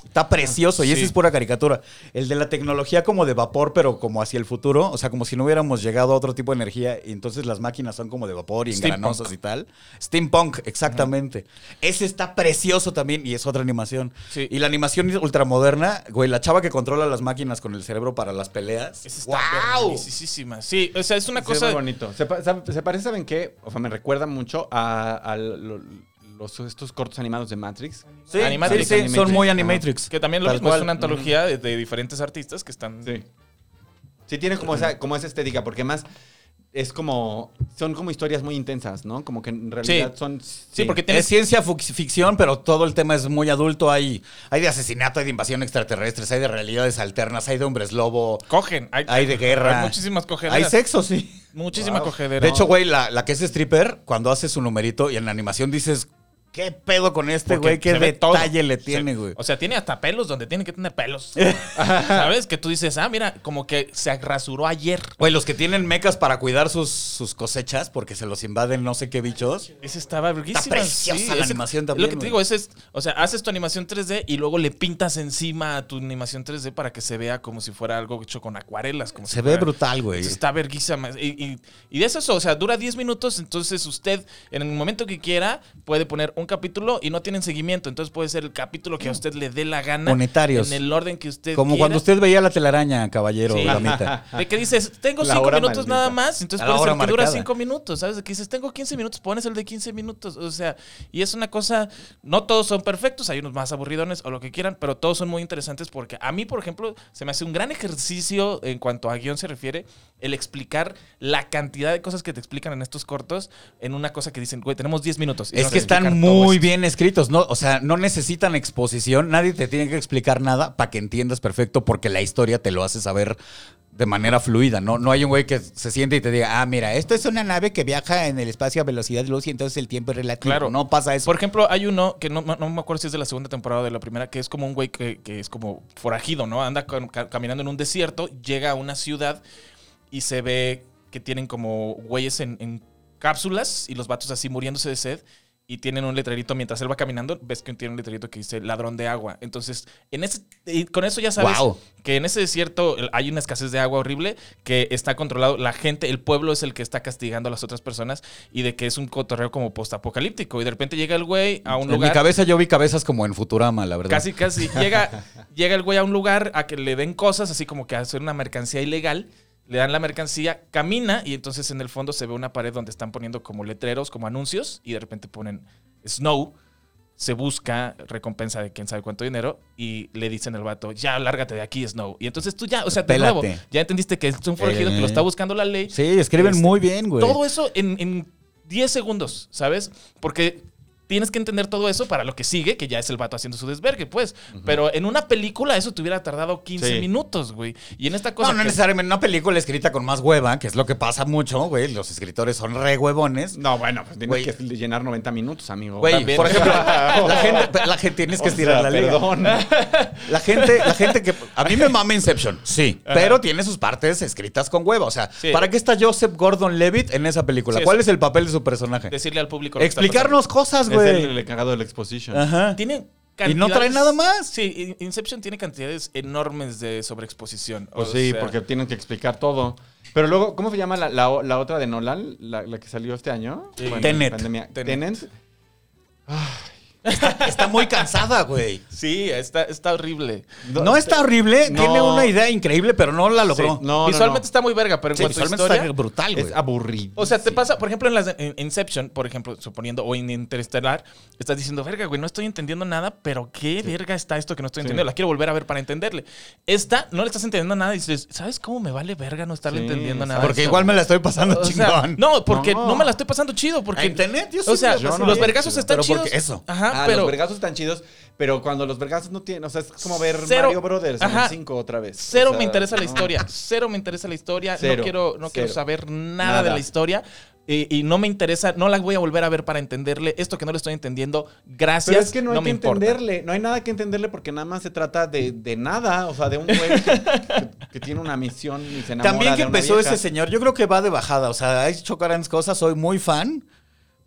Speaker 3: Está precioso y
Speaker 5: Sí.
Speaker 3: ese es pura caricatura. El de la tecnología como de vapor, pero como hacia el futuro. O sea, como si no hubiéramos llegado a otro tipo de energía y entonces las máquinas son como de vapor y
Speaker 5: Steampunk.
Speaker 3: engranosas y tal. Steampunk, exactamente. Ese está precioso también y es otra animación.
Speaker 5: Sí.
Speaker 3: Y la animación ultramoderna, güey, la chava que controla las máquinas con el cerebro para las peleas.
Speaker 5: Esa está
Speaker 3: ¡Wow!
Speaker 5: verguisísima. Sí, o sea, es una
Speaker 4: Sí,
Speaker 5: cosa.
Speaker 4: muy bonito. Se, pa- sa- se parece, ¿saben qué? O sea, me recuerda mucho a, a lo- los, estos cortos animados de Matrix.
Speaker 3: Sí,
Speaker 5: Animatrix.
Speaker 3: sí, sí, son muy animatrix.
Speaker 5: que también lo
Speaker 3: Tal
Speaker 5: mismo
Speaker 3: cual.
Speaker 5: es una antología de, de diferentes artistas que están.
Speaker 4: Sí. Sí, tiene como esa, como esa estética, porque más es como. Son como historias muy intensas, ¿no? Como que en realidad son.
Speaker 5: Sí, porque
Speaker 3: Es ciencia fuc- ficción, pero todo el tema es muy adulto. Hay, hay de asesinato, hay de invasión extraterrestres, hay de realidades alternas, hay de hombres lobo,
Speaker 5: Cogen. Hay,
Speaker 3: hay de guerra.
Speaker 5: hay muchísimas cogederas.
Speaker 3: Hay sexo, sí.
Speaker 5: Muchísima cogedera.
Speaker 3: De hecho, güey, la, la que es stripper, cuando hace su numerito y en la animación dices, ¿qué pedo con este
Speaker 5: Porque
Speaker 3: güey? ¿Qué
Speaker 5: se ve
Speaker 3: detalle
Speaker 5: todo.
Speaker 3: le
Speaker 5: Se-
Speaker 3: tiene, güey?
Speaker 5: O sea, tiene hasta pelos donde tiene que tener
Speaker 3: [LAUGHS]
Speaker 5: pelos. ¿Sabes? Que tú dices, ah, mira, como que se rasuró ayer.
Speaker 3: Güey, los que tienen mecas para cuidar sus, sus cosechas porque se los invaden no sé qué bichos.
Speaker 5: Ese estaba verguísima.
Speaker 3: Está preciosa la
Speaker 5: ese-
Speaker 3: animación
Speaker 5: es
Speaker 3: también,
Speaker 5: Lo que te
Speaker 3: güey.
Speaker 5: digo, ese es, o sea, haces tu animación 3D y luego le pintas encima a tu animación 3D para que se vea como si fuera algo hecho con acuarelas. Como
Speaker 3: Se
Speaker 5: si
Speaker 3: ve
Speaker 5: fuera-
Speaker 3: brutal, güey.
Speaker 5: Entonces, Está verguísima. Y, y, y de eso, es, o sea, dura 10 minutos, entonces usted en el momento que quiera puede poner un capítulo y no tienen seguimiento. Entonces puede ser el capítulo que a usted le dé la gana.
Speaker 3: Monetarios.
Speaker 5: En el orden que usted
Speaker 3: Como
Speaker 5: quiera.
Speaker 3: cuando usted veía la telaraña, caballero, [LAUGHS]
Speaker 5: Sí. [LAUGHS]
Speaker 3: damita.
Speaker 5: De que dices, tengo
Speaker 4: La
Speaker 5: 5
Speaker 4: hora
Speaker 5: minutos
Speaker 4: maldita.
Speaker 5: nada más, entonces
Speaker 3: A la
Speaker 5: pones el que
Speaker 3: hora
Speaker 5: dura
Speaker 3: marcada.
Speaker 5: 5 minutos, ¿sabes? De que dices, tengo 15 minutos, pones el de 15 minutos. O sea, y es una cosa, no todos son perfectos, hay unos más aburridones o lo que quieran, pero todos son muy interesantes porque a mí, por ejemplo, se me hace un gran ejercicio en cuanto a guión se refiere el explicar la cantidad de cosas que te explican en estos cortos en una cosa que dicen, güey, tenemos 10 minutos. y
Speaker 3: Es
Speaker 5: nos
Speaker 3: que
Speaker 5: explican
Speaker 3: están
Speaker 5: todo
Speaker 3: muy
Speaker 5: esto.
Speaker 3: bien escritos, ¿no? O sea, no necesitan exposición, nadie te tiene que explicar nada para que entiendas perfecto porque la historia te lo hace saber de manera fluida, ¿no? No hay un güey que se siente y te diga, ah, mira, esto es una nave que viaja en el espacio a velocidad de luz y entonces el tiempo es relativo.
Speaker 5: Claro.
Speaker 3: No pasa eso.
Speaker 5: Por ejemplo, hay uno que no, no- no me acuerdo si es de la segunda temporada o de la primera, que es como un güey que, que es como forajido, ¿no? Anda con- ca- caminando en un desierto, llega a una ciudad y se ve que tienen como güeyes en, en cápsulas y los vatos así muriéndose de sed. Y tienen un letrerito mientras él va caminando, ves que tiene un letrerito que dice ladrón de agua. Entonces, en ese, y con eso ya sabes
Speaker 3: Guau.
Speaker 5: que en ese desierto el- hay una escasez de agua horrible que está controlado. La gente, el pueblo es el que está castigando a las otras personas y de que es un cotorreo como postapocalíptico. Y de repente llega el güey a un
Speaker 3: en mi
Speaker 5: lugar.
Speaker 3: cabeza yo vi cabezas como en Futurama, la verdad. [LAUGHS]
Speaker 5: Casi, casi. Llega, llega el güey a un lugar a que le den cosas, así como que a hacer una mercancía ilegal. Le dan la mercancía, camina y entonces en el fondo se ve una pared donde están poniendo como letreros, como anuncios y de repente ponen Snow. Se busca recompensa de quién sabe cuánto dinero y le dicen al vato, ya lárgate de aquí, Snow. Y entonces tú ya, o sea, de
Speaker 3: Pélate. Eh.
Speaker 5: nuevo, ya entendiste que es un forajido que lo está buscando la ley.
Speaker 3: Sí, escriben
Speaker 5: Este,
Speaker 3: muy bien, güey.
Speaker 5: Todo eso en, en 10 segundos, ¿sabes? Porque tienes que entender todo eso para lo que sigue, que ya es el vato haciendo su desvergue, pues. Pero en una película eso te hubiera tardado 15
Speaker 4: Sí.
Speaker 5: minutos, güey. Y en esta cosa.
Speaker 3: No, no
Speaker 5: que-
Speaker 3: necesariamente. Una película escrita con más hueva, que es lo que pasa mucho, güey. Los escritores son re huevones.
Speaker 4: No, bueno, pues tienes
Speaker 3: Güey.
Speaker 4: que llenar 90 minutos, amigo.
Speaker 3: Güey,
Speaker 5: También.
Speaker 3: por
Speaker 4: [LAUGHS]
Speaker 5: [LAUGHS]
Speaker 3: ejemplo, la gente, la gente tienes que
Speaker 4: O
Speaker 3: estirar la
Speaker 4: sea,
Speaker 3: liga. [LAUGHS]
Speaker 4: Perdón.
Speaker 3: La gente, la gente que a mí me mama Inception, sí, pero tiene sus partes escritas con hueva, o sea,
Speaker 5: Sí.
Speaker 3: ¿para qué está Joseph Gordon-Levitt en esa película?
Speaker 5: Sí,
Speaker 3: ¿Cuál
Speaker 5: es-
Speaker 3: es el papel de su personaje?
Speaker 5: decirle al público. lo que está
Speaker 3: Explicarnos cosas,
Speaker 4: Es el,
Speaker 3: güey.
Speaker 4: el encargado de la exposition.
Speaker 3: Ajá.
Speaker 5: pasando. Tiene.
Speaker 3: Y no trae
Speaker 5: cantidades-
Speaker 3: nada más.
Speaker 5: Sí, In- Inception tiene cantidades enormes de sobreexposición. O
Speaker 4: Pues sí,
Speaker 5: sea,
Speaker 4: porque tienen que explicar todo. Pero luego, ¿cómo se llama la, la- la otra de Nolan? La, la que salió este año.
Speaker 5: Sí.
Speaker 4: Bueno,
Speaker 3: Tenet.
Speaker 4: pandemia.
Speaker 5: Tenet.
Speaker 4: Tenet.
Speaker 3: Está muy cansada, güey.
Speaker 5: Sí, está, está horrible.
Speaker 3: No está horrible,
Speaker 4: No.
Speaker 3: tiene una idea increíble, pero no la
Speaker 4: Sí.
Speaker 3: logró.
Speaker 4: No,
Speaker 5: visualmente
Speaker 4: no,
Speaker 5: está muy verga, pero en
Speaker 3: Sí,
Speaker 5: cuanto a
Speaker 3: visualmente
Speaker 5: historia.
Speaker 3: está brutal,
Speaker 4: no.
Speaker 3: güey.
Speaker 4: es aburrido.
Speaker 5: O sea, te pasa, por ejemplo, en las de- en Inception, por ejemplo, suponiendo, o en Interstellar, estás diciendo, verga, güey, no estoy entendiendo nada, pero qué verga está esto que no estoy entendiendo. La quiero volver a ver para entenderle. Esta, no le estás entendiendo nada y dices, ¿sabes cómo me vale verga no estarle
Speaker 4: Sí,
Speaker 5: entendiendo nada?
Speaker 3: Porque igual me la estoy pasando
Speaker 5: O sea,
Speaker 3: chingón.
Speaker 5: no, porque
Speaker 4: No.
Speaker 5: no. me la estoy pasando chido. Porque,
Speaker 3: Ah, en Tenet, yo sí
Speaker 5: O sea,
Speaker 3: me la pasé
Speaker 5: los
Speaker 3: bien
Speaker 5: vergazos
Speaker 3: chido,
Speaker 5: están
Speaker 3: pero
Speaker 5: chidos.
Speaker 3: porque eso.
Speaker 5: Ajá,
Speaker 4: Ah,
Speaker 5: pero.
Speaker 4: los vergazos están chidos, pero cuando los vergazos no tienen, o sea, es como ver
Speaker 5: Cero.
Speaker 4: Mario Brothers en el
Speaker 5: Ajá.
Speaker 4: 5 otra vez.
Speaker 5: Cero
Speaker 4: O sea,
Speaker 5: me interesa la
Speaker 4: no.
Speaker 5: historia. Cero me interesa la historia.
Speaker 4: Cero,
Speaker 5: no quiero, no quiero
Speaker 4: cero.
Speaker 5: saber nada,
Speaker 4: Nada.
Speaker 5: de la historia. Y, y no me interesa, no la voy a volver a ver para entenderle esto que no le estoy entendiendo. Gracias.
Speaker 4: Pero es que no hay
Speaker 5: no
Speaker 4: que
Speaker 5: me importa.
Speaker 4: entenderle, no hay nada que entenderle porque nada más se trata de, de nada, o sea, de un güey que, que- que tiene una misión y se enamora
Speaker 3: También que
Speaker 4: de una
Speaker 3: empezó
Speaker 4: vieja.
Speaker 3: ese señor, yo creo que va de bajada. O sea, ha hecho grandes cosas, soy muy fan.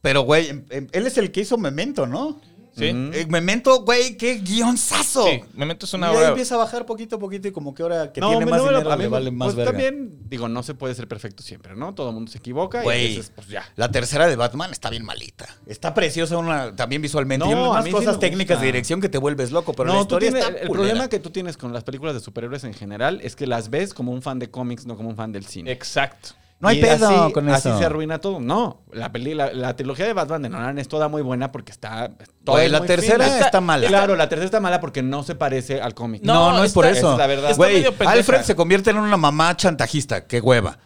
Speaker 3: Pero, güey, em- em- él es el que hizo Memento, ¿no?
Speaker 5: Sí.
Speaker 4: Ujú.
Speaker 3: Eh, Memento, güey, qué guionzazo.
Speaker 5: Sí, Memento es
Speaker 3: Y
Speaker 5: una
Speaker 3: ahí
Speaker 5: obra.
Speaker 3: empieza a bajar poquito a poquito y como que ahora que
Speaker 4: No,
Speaker 3: tiene
Speaker 4: me-
Speaker 3: más
Speaker 4: no me lo-
Speaker 3: dinero
Speaker 4: a
Speaker 3: le
Speaker 4: mí me-
Speaker 3: vale más
Speaker 4: pues,
Speaker 3: verga.
Speaker 4: también, digo, no se puede ser perfecto siempre, ¿no? Todo el mundo se equivoca y a
Speaker 3: Güey.
Speaker 4: veces, pues ya.
Speaker 3: La tercera de Batman está bien malita. Está preciosa una, también visualmente.
Speaker 4: No,
Speaker 3: Tiene
Speaker 4: a
Speaker 3: unas
Speaker 4: mí sí
Speaker 3: cosas
Speaker 4: me
Speaker 3: técnicas
Speaker 4: gusta.
Speaker 3: de dirección que te vuelves loco, pero
Speaker 4: no,
Speaker 3: la
Speaker 4: tú
Speaker 3: historia
Speaker 4: tienes-
Speaker 3: está
Speaker 4: el- el
Speaker 3: culera.
Speaker 4: problema que tú tienes con las películas de superhéroes en general es que las ves como un fan de cómics, no como un fan del cine.
Speaker 5: Exacto.
Speaker 3: No hay
Speaker 4: Y
Speaker 3: pedo
Speaker 4: así,
Speaker 3: con
Speaker 4: así
Speaker 3: eso.
Speaker 4: se arruina todo. No, la, peli, la, la trilogía de Batman de Nolan es toda muy buena porque está... todo
Speaker 3: Güey,
Speaker 4: es
Speaker 3: Pues la
Speaker 4: muy
Speaker 3: tercera
Speaker 4: fina.
Speaker 3: está mala.
Speaker 4: Claro, la tercera está mala porque no se parece al cómic.
Speaker 3: No, no,
Speaker 5: No,
Speaker 3: es por
Speaker 5: está-
Speaker 3: eso.
Speaker 4: esa es la verdad.
Speaker 3: Güey,
Speaker 5: Está medio pendeja.
Speaker 3: Alfred se convierte en una mamá chantajista. Qué hueva.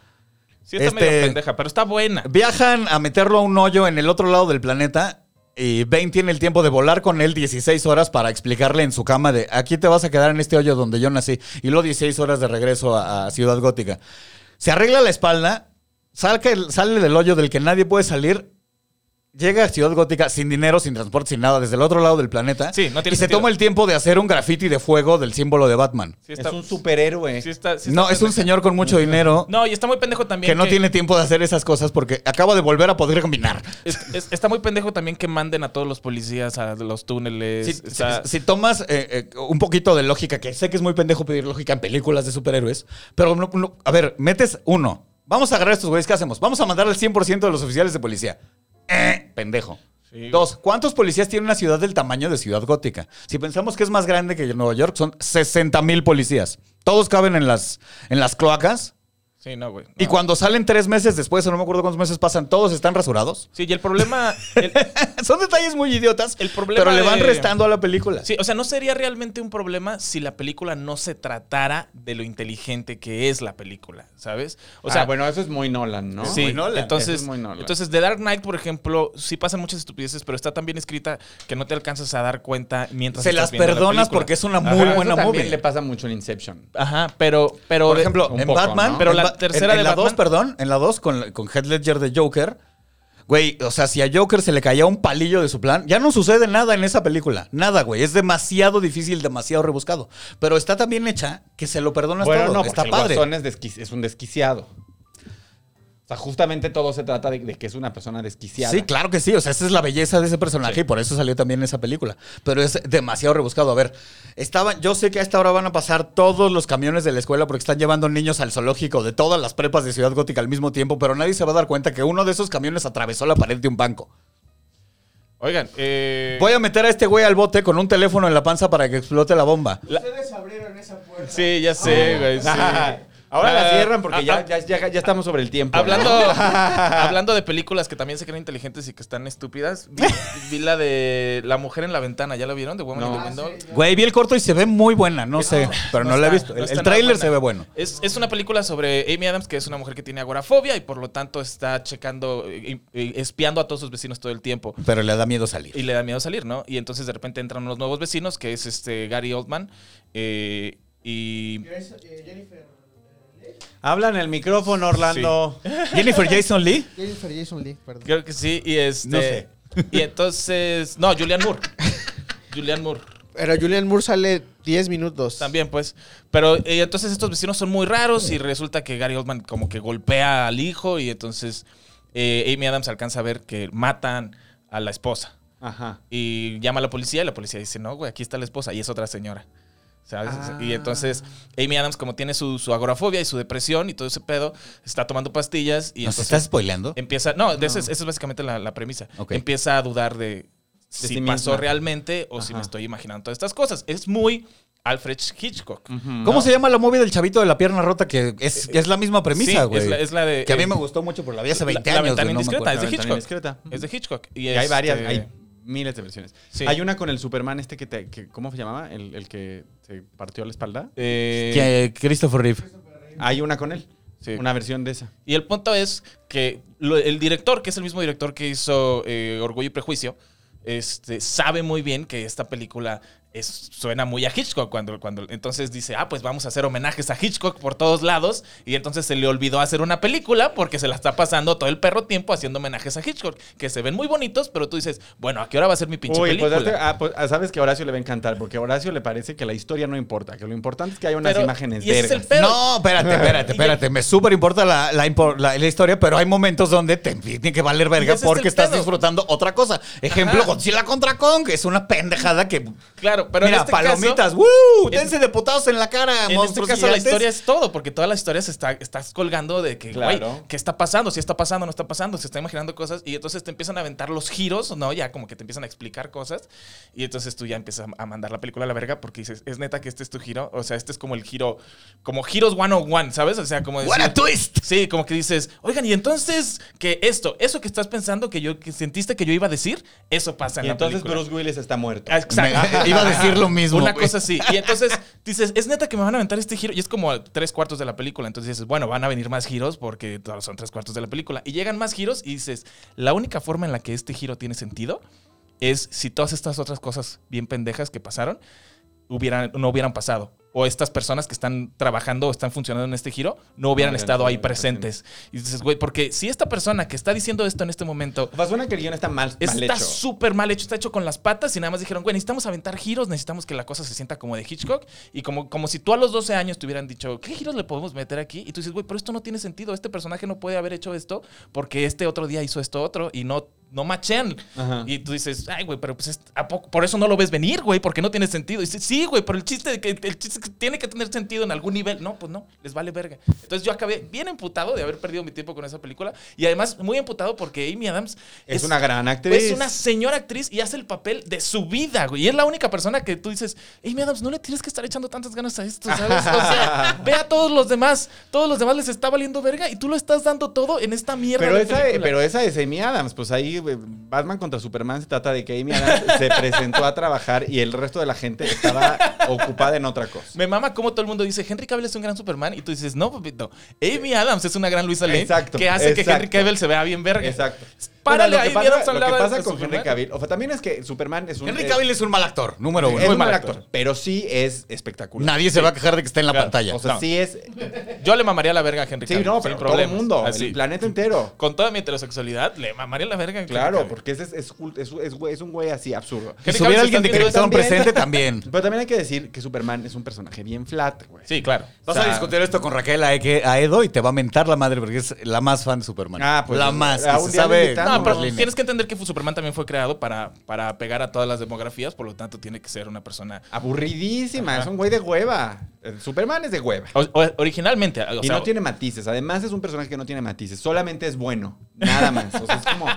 Speaker 5: Sí, está medio
Speaker 3: Este-
Speaker 5: pendeja, pero está buena.
Speaker 3: Viajan a meterlo a un hoyo en el otro lado del planeta. Y Bane tiene el tiempo de volar con él 16 horas para explicarle en su cama de aquí te vas a quedar en este hoyo donde yo nací. Y luego 16 horas de regreso a, a Ciudad Gótica. Se arregla la espalda, salca el- sale del hoyo del que nadie puede salir. Llega a Ciudad Gótica sin dinero, sin transporte, sin nada, desde el otro lado del planeta.
Speaker 5: Sí, no
Speaker 3: y
Speaker 5: tiene
Speaker 3: se
Speaker 5: sentido.
Speaker 3: toma el tiempo de hacer un graffiti de fuego del símbolo de Batman.
Speaker 5: Sí está-
Speaker 4: es un superhéroe.
Speaker 5: sí está- sí está
Speaker 3: No, es un
Speaker 5: pendeja.
Speaker 3: señor con mucho dinero
Speaker 5: No, y está muy pendejo también.
Speaker 3: que no tiene tiempo de hacer esas cosas porque acaba de volver a poder combinar.
Speaker 5: es- es- está muy pendejo también que manden a todos los policías a los túneles.
Speaker 3: Si,
Speaker 5: está-
Speaker 3: si- si tomas eh, eh, un poquito de lógica, que sé que es muy pendejo pedir lógica en películas de superhéroes, pero no- no- a ver, metes uno. Vamos a agarrar a estos güeyes, ¿qué hacemos? Vamos a mandar al 100% de los oficiales de policía. Eh, pendejo. Dos, ¿cuántos policías tiene una ciudad del tamaño de Ciudad Gótica? Si pensamos que es más grande que Nueva York, son 60 mil policías. Todos caben en las, en las cloacas.
Speaker 5: sí, no, güey. no.
Speaker 3: Y cuando salen tres meses después, o no me acuerdo cuántos meses pasan, todos están rasurados. [LAUGHS]
Speaker 5: Sí, y el problema. el-
Speaker 3: Son detalles muy idiotas,
Speaker 5: El problema
Speaker 3: pero le van
Speaker 5: de-
Speaker 3: restando a la película.
Speaker 5: sí, o sea, no sería realmente un problema si la película no se tratara de lo inteligente que es la película, ¿sabes? O
Speaker 4: O
Speaker 5: sea,
Speaker 4: sea, Ah, bueno, eso es muy Nolan, ¿no?
Speaker 5: Ah, Sí,
Speaker 4: Muy Nolan.
Speaker 5: entonces,
Speaker 4: Eso es muy Nolan.
Speaker 5: entonces The Dark Knight, por ejemplo, sí pasan muchas estupideces, pero está tan bien escrita que no te alcanzas a dar cuenta mientras
Speaker 3: Se
Speaker 5: estás
Speaker 3: las
Speaker 5: viendo la
Speaker 3: perdonas
Speaker 5: película.
Speaker 3: porque es una
Speaker 5: Ajá.
Speaker 3: muy
Speaker 4: Pero eso
Speaker 3: buena
Speaker 4: también
Speaker 3: movie.
Speaker 4: le pasa mucho en Inception.
Speaker 5: Ajá, pero pero
Speaker 3: Por
Speaker 5: de-
Speaker 3: ejemplo,
Speaker 4: un
Speaker 3: en
Speaker 4: poco,
Speaker 3: Batman,
Speaker 4: ¿no?
Speaker 5: Pero
Speaker 3: en
Speaker 5: la
Speaker 3: Ba-
Speaker 5: tercera
Speaker 3: en, en
Speaker 5: de
Speaker 3: la 2,
Speaker 5: Batman-
Speaker 3: perdón, en la 2 con, con Heath Ledger de Joker. Güey, o sea, si a Joker se le caía un palillo de su plan, ya no sucede nada en esa película. Nada, güey. Es demasiado difícil, demasiado rebuscado. Pero está tan bien hecha que se lo perdonas
Speaker 4: Bueno,
Speaker 3: todo.
Speaker 4: no,
Speaker 3: está
Speaker 4: porque
Speaker 3: padre.
Speaker 4: el Guasón es, desquici- es un desquiciado. O sea, justamente todo se trata de, de que es una persona desquiciada.
Speaker 3: Sí, claro que sí. O sea, esa es la belleza de ese personaje y por eso salió también esa película. Pero es demasiado rebuscado. A ver, estaban, yo sé que a esta hora van a pasar todos los camiones de la escuela porque están llevando niños al zoológico de todas las prepas de Ciudad Gótica al mismo tiempo, pero nadie se va a dar cuenta que uno de esos camiones atravesó la pared de un banco.
Speaker 5: Oigan, eh,
Speaker 3: Voy a meter a este güey al bote con un teléfono en la panza para que explote la bomba.
Speaker 6: Ustedes abrieron esa puerta.
Speaker 5: sí, ya sé, güey,
Speaker 4: [LAUGHS]
Speaker 5: sí.
Speaker 4: [LAUGHS] Ahora
Speaker 5: Ah,
Speaker 4: la cierran porque
Speaker 5: ah,
Speaker 4: ya,
Speaker 5: ah,
Speaker 4: ya, ya- ya estamos sobre el tiempo. ¿no?
Speaker 5: Hablando, [LAUGHS]
Speaker 3: [LAUGHS]
Speaker 5: hablando de películas que también se creen inteligentes y que están estúpidas, vi, vi la de La mujer en la ventana, ¿ya la vieron? De Woman in
Speaker 4: No.
Speaker 5: the Window.
Speaker 3: Güey, vi el corto y se ve muy buena, no sé, pero no, la he visto.
Speaker 5: está- no
Speaker 3: el
Speaker 5: está
Speaker 3: el
Speaker 5: nada
Speaker 3: tráiler
Speaker 5: buena.
Speaker 3: se ve bueno.
Speaker 5: Es, es una película sobre Amy Adams, que es una mujer que tiene agorafobia y por lo tanto está checando, eh, eh, espiando a todos sus vecinos todo el tiempo.
Speaker 3: Pero le da miedo salir.
Speaker 5: Y le da miedo salir, ¿no? Y entonces de repente entran unos nuevos vecinos, que es este Gary Oldman. eh, y.
Speaker 6: Jennifer,
Speaker 4: Habla en el micrófono, Orlando.
Speaker 3: Jennifer Jason Lee.
Speaker 6: Jennifer [LAUGHS] Jason Lee, perdón.
Speaker 5: Creo que sí. Y este.
Speaker 3: No sé.
Speaker 5: Y entonces. No, Julian
Speaker 3: [LAUGHS]
Speaker 5: Moore. Julian Moore.
Speaker 6: Pero Julian Moore sale 10 minutos.
Speaker 5: También, pues. Pero eh, entonces estos vecinos son muy raros y resulta que Gary Oldman como que golpea al hijo y entonces eh, Amy Adams alcanza a ver que matan a la esposa.
Speaker 4: Ajá.
Speaker 5: Y llama a la policía y la policía dice, no, güey, aquí está la esposa y es otra señora. ¿Sabes? Y entonces Amy Adams como tiene su, su agorafobia y su depresión y todo ese pedo, está tomando pastillas y
Speaker 3: ¿Nos
Speaker 5: entonces
Speaker 3: estás spoileando?
Speaker 5: empieza... No, de Esa, es, esa es básicamente la, la premisa.
Speaker 3: Ok.
Speaker 5: Empieza a dudar de, si
Speaker 4: sí
Speaker 5: pasó
Speaker 4: misma.
Speaker 5: realmente o si me
Speaker 4: Ajá.
Speaker 5: estoy imaginando todas estas cosas. Es muy Alfred Hitchcock.
Speaker 3: ¿Cómo se llama la movie del chavito de la pierna rota? Que es, Eh, es la misma
Speaker 5: Sí,
Speaker 3: premisa, güey.
Speaker 5: es, la, es la de...
Speaker 3: que a mí
Speaker 5: eh,
Speaker 3: me gustó mucho por la vi hace 20
Speaker 5: la- la
Speaker 3: años.
Speaker 5: ventana
Speaker 3: güey, no me
Speaker 5: indiscreta,
Speaker 3: acuerdo.
Speaker 5: es de
Speaker 4: Ventana
Speaker 5: Hitchcock.
Speaker 4: indiscreta.
Speaker 5: Es de Hitchcock. Y,
Speaker 4: Y hay
Speaker 5: este-
Speaker 4: varias, hay miles de versiones.
Speaker 5: Sí.
Speaker 4: Hay una con el Superman este que te... que- ¿Cómo se llamaba? El, el que se partió la espalda.
Speaker 5: eh,
Speaker 3: Que Christopher Reeve.
Speaker 4: Hay una con él.
Speaker 5: Sí.
Speaker 4: Una versión de esa.
Speaker 5: Y el punto es que lo- el director, que es el mismo director que hizo eh, Orgullo y Prejuicio, este, sabe muy bien que esta película es, suena muy a Hitchcock. Cuando, cuando, entonces dice, ah, pues vamos a hacer homenajes a Hitchcock por todos lados. Y entonces se le olvidó hacer una película porque se la está pasando todo el perro tiempo haciendo homenajes a Hitchcock, que se ven muy bonitos, pero tú dices, bueno, ¿a qué hora va a ser mi pinche
Speaker 4: Uy, pues,
Speaker 5: película?
Speaker 4: date- ah, pues, ah, sabes que a Horacio le va a encantar, porque a Horacio le parece que la historia no importa, que lo importante es que haya unas
Speaker 5: Pero-
Speaker 4: imágenes
Speaker 5: y ese es el
Speaker 4: vergas.
Speaker 5: Pero-
Speaker 3: No, espérate, espérate, espérate. Me súper importa la, la impor- la- la historia, pero hay momentos donde te tiene que valer
Speaker 5: Y ese
Speaker 3: verga
Speaker 5: es el
Speaker 3: porque estás
Speaker 5: pedo.
Speaker 3: disfrutando otra cosa. Ejemplo,
Speaker 5: Ajá.
Speaker 3: Godzilla contra Kong. Es una pendejada que.
Speaker 5: Claro, pero en
Speaker 3: Mira,
Speaker 5: este caso-
Speaker 3: palomitas. ¡Woo!
Speaker 5: en-
Speaker 3: Dense de putados este en la cara,
Speaker 5: En este
Speaker 3: monstruos.
Speaker 5: caso la
Speaker 3: gigantes.
Speaker 5: historia es todo, porque toda la historia se está, estás colgando de que, güey,
Speaker 4: Claro.
Speaker 5: ¿qué está pasando? Si está pasando, no está pasando, se está imaginando cosas y entonces te empiezan a aventar los giros, ¿no? Ya como que te empiezan a explicar cosas y entonces tú ya empiezas a mandar la película a la verga porque dices, es neta que este es tu giro, o sea, este es como el giro, como giros 101, ¿sabes? O sea, como
Speaker 3: ¡What a
Speaker 5: decir...
Speaker 3: twist!
Speaker 5: Sí, como que dices, oigan, y entonces que esto, eso que estás pensando que yo, que sentiste que yo iba a decir, eso pasa en
Speaker 4: Y
Speaker 5: la
Speaker 4: entonces
Speaker 5: película.
Speaker 4: Bruce Willis está muerto.
Speaker 5: Ah, Exacto.
Speaker 3: Me- eh, iba a decir lo mismo.
Speaker 5: Una
Speaker 3: güey.
Speaker 5: cosa así. Y entonces dices, es neta que me van a aventar este giro. Y es como a tres cuartos de la película. Entonces dices, bueno, van a venir más giros porque son tres cuartos de la película. Y llegan más giros y dices, la única forma en la que este giro tiene sentido es si todas estas otras cosas bien pendejas que pasaron hubieran, no hubieran pasado. O estas personas que están trabajando o están funcionando en este giro no hubieran
Speaker 4: hubieran
Speaker 5: estado ahí
Speaker 4: estado presentes.
Speaker 5: presentes. Y dices, güey, porque si esta persona que está diciendo esto en este momento
Speaker 4: O sea, suena que el guión está mal, mal
Speaker 5: Está
Speaker 4: hecho.
Speaker 5: súper mal hecho, está hecho con las patas y nada más dijeron, güey, necesitamos aventar giros, necesitamos que la cosa se sienta como de Hitchcock y como, como si tú a los 12 años te hubieran dicho, ¿qué giros le podemos meter aquí? Y tú dices, güey, pero esto no tiene sentido, este personaje no puede haber hecho esto porque este otro día hizo esto otro y no, no machean.
Speaker 4: Ajá.
Speaker 5: Y tú dices, ay, güey, pero pues es- ¿a poco? por eso no lo ves venir, güey, porque no tiene sentido. Y dices, sí, güey, pero el chiste, de que, el chiste que tiene que tener sentido en algún nivel. No, pues no, les vale verga. Entonces yo acabé bien emputado de haber perdido mi tiempo con esa película y además muy emputado porque Amy Adams
Speaker 4: es, una gran actriz.
Speaker 5: es pues, una señora actriz y hace el papel de su vida, güey. Y es la única persona que tú dices, Amy Adams, no le tienes que estar echando tantas ganas a esto, ¿sabes? O
Speaker 4: [LAUGHS]
Speaker 5: sea, ve a todos los demás. Todos los demás les está valiendo verga y tú lo estás dando todo en esta mierda
Speaker 4: Pero
Speaker 5: de
Speaker 4: esa, eh,
Speaker 5: película.
Speaker 4: pero esa es Amy Adams. Pues ahí eh, Batman contra Superman se trata de que Amy Adams [LAUGHS] se presentó a trabajar y el resto de la gente estaba ocupada en otra cosa.
Speaker 5: Me mama como todo el mundo dice, Henry Cavill es un gran Superman. Y tú dices, no, papito. Amy Adams es una gran Luisa Lane
Speaker 4: Exacto,
Speaker 5: que hace que
Speaker 4: exacto.
Speaker 5: Henry Cavill se vea bien verga.
Speaker 4: Exacto.
Speaker 5: Párale,
Speaker 4: Bueno,
Speaker 5: ahí
Speaker 4: lo que
Speaker 5: Amy Adams
Speaker 4: pasa, lo que
Speaker 5: hablaba
Speaker 4: pasa
Speaker 5: de
Speaker 4: con
Speaker 5: Superman.
Speaker 4: Henry Cavill. O sea, también es que Superman es un.
Speaker 3: Henry Cavill es un mal actor, número uno.
Speaker 4: es un
Speaker 5: mal
Speaker 4: mal
Speaker 5: actor.
Speaker 4: actor, pero sí es espectacular.
Speaker 3: Nadie se va a quejar de que está en la
Speaker 5: Claro,
Speaker 3: pantalla.
Speaker 4: O sea,
Speaker 5: No.
Speaker 4: sí es.
Speaker 5: Yo le mamaría la verga a Henry
Speaker 4: Sí,
Speaker 5: Cavill.
Speaker 4: no,
Speaker 5: sin
Speaker 4: pero todo el
Speaker 5: problemas. Ah,
Speaker 4: mundo,
Speaker 5: Así.
Speaker 4: el planeta entero.
Speaker 5: Con toda mi heterosexualidad, le mamaría la verga a Henry
Speaker 4: Claro,
Speaker 5: Cavill.
Speaker 4: porque ese es, es, cul- es, es güey- es un güey así absurdo.
Speaker 3: si
Speaker 5: Henry
Speaker 3: hubiera
Speaker 5: Cavill
Speaker 3: alguien
Speaker 5: se
Speaker 3: de
Speaker 5: está
Speaker 4: viendo
Speaker 3: Krypton
Speaker 4: también.
Speaker 3: presente también. [LAUGHS]
Speaker 4: Pero también hay que decir que Superman es un personaje bien flat, güey.
Speaker 5: Sí, claro.
Speaker 3: Vas
Speaker 4: O
Speaker 3: a
Speaker 4: sea-
Speaker 3: discutir esto con Raquel Ae- Aedo y te va a mentar la madre porque es la más fan de Superman.
Speaker 4: Ah, pues,
Speaker 5: eh,
Speaker 3: la más.
Speaker 4: a
Speaker 3: que
Speaker 4: un
Speaker 3: se
Speaker 4: día lo
Speaker 3: sabe.
Speaker 4: invitamos.
Speaker 5: No, Ah, pero
Speaker 3: las líneas.
Speaker 5: tienes que entender que Superman también fue creado para, para pegar a todas las demografías, por lo tanto tiene que ser una persona...
Speaker 4: Aburridísima,
Speaker 5: Ajá.
Speaker 4: es un güey de hueva. El Superman es de hueva.
Speaker 5: o- o- originalmente, o
Speaker 4: y
Speaker 5: sea,
Speaker 4: no tiene matices. Además, es un personaje que no tiene matices. Solamente es bueno. Nada más. O sea, es
Speaker 5: [LAUGHS]
Speaker 4: como.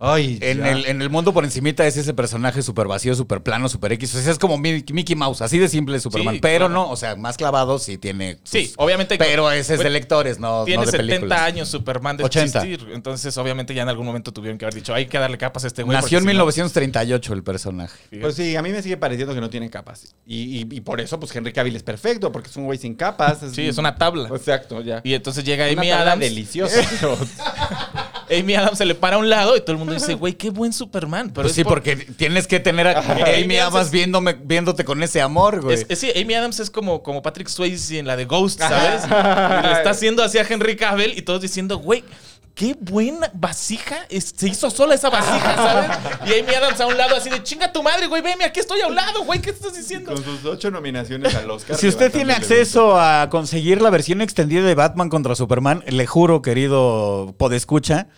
Speaker 4: Ay,
Speaker 3: En
Speaker 4: ya.
Speaker 3: el, en el mundo por encimita es ese personaje súper vacío, súper plano, súper X. O sea, es como Mi- Mickey Mouse, así de simple es Superman.
Speaker 5: Sí,
Speaker 3: pero
Speaker 5: claro.
Speaker 3: no, o sea, más clavado sí tiene. sus-
Speaker 5: Sí, obviamente-
Speaker 3: Pero ese es de
Speaker 5: Bueno,
Speaker 3: lectores, no,
Speaker 5: tiene
Speaker 3: no de
Speaker 5: 70
Speaker 3: películas.
Speaker 5: años Superman de
Speaker 3: 80.
Speaker 5: existir, entonces obviamente ya en algún momento tuvieron que haber dicho, hay que darle capas a este güey.
Speaker 3: Nació en
Speaker 5: porque si no-
Speaker 3: 1938 el personaje.
Speaker 4: Pues sí, a mí me sigue pareciendo que no tiene capas. Y, y- y por eso, pues Henry Cavill es perfecto, porque es un güey sin capas.
Speaker 5: Sí, es una tabla.
Speaker 4: Exacto, ya.
Speaker 5: Y entonces llega
Speaker 4: Una
Speaker 5: Amy
Speaker 4: tabla
Speaker 5: Adams. [LAUGHS]
Speaker 4: deliciosa. pero-
Speaker 5: Amy Adams se le para a un lado y todo el mundo dice, güey, qué buen Superman. Pero
Speaker 3: Pues
Speaker 5: es
Speaker 3: sí,
Speaker 5: por-
Speaker 3: porque tienes que tener a Amy
Speaker 5: Amy Adams
Speaker 3: Adams
Speaker 5: es-
Speaker 3: viéndome, viéndote con ese amor, güey.
Speaker 5: Es, es- sí, Amy Adams es como, como Patrick Swayze en la de Ghost, ¿sabes? Y le
Speaker 3: [LAUGHS]
Speaker 5: está haciendo así a Henry Cavill y todos diciendo, güey, qué buena vasija. es- se hizo sola esa vasija, ¿sabes? Y Amy Adams a un lado así de, chinga tu madre, güey, veme, aquí estoy a un lado, güey, ¿qué estás diciendo?
Speaker 4: [LAUGHS] Con sus ocho nominaciones al Oscar.
Speaker 3: Si usted tiene
Speaker 4: levantándole
Speaker 3: acceso a conseguir la versión extendida de Batman contra Superman, le juro, querido podescucha,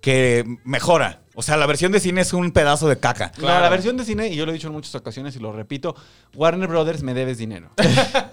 Speaker 3: que mejora. O sea, la versión de cine es un pedazo de caca.
Speaker 4: No,
Speaker 5: Claro.
Speaker 4: la versión de cine, y yo lo he dicho en muchas ocasiones y lo repito, Warner Brothers, me debes
Speaker 5: [LAUGHS]
Speaker 4: dinero.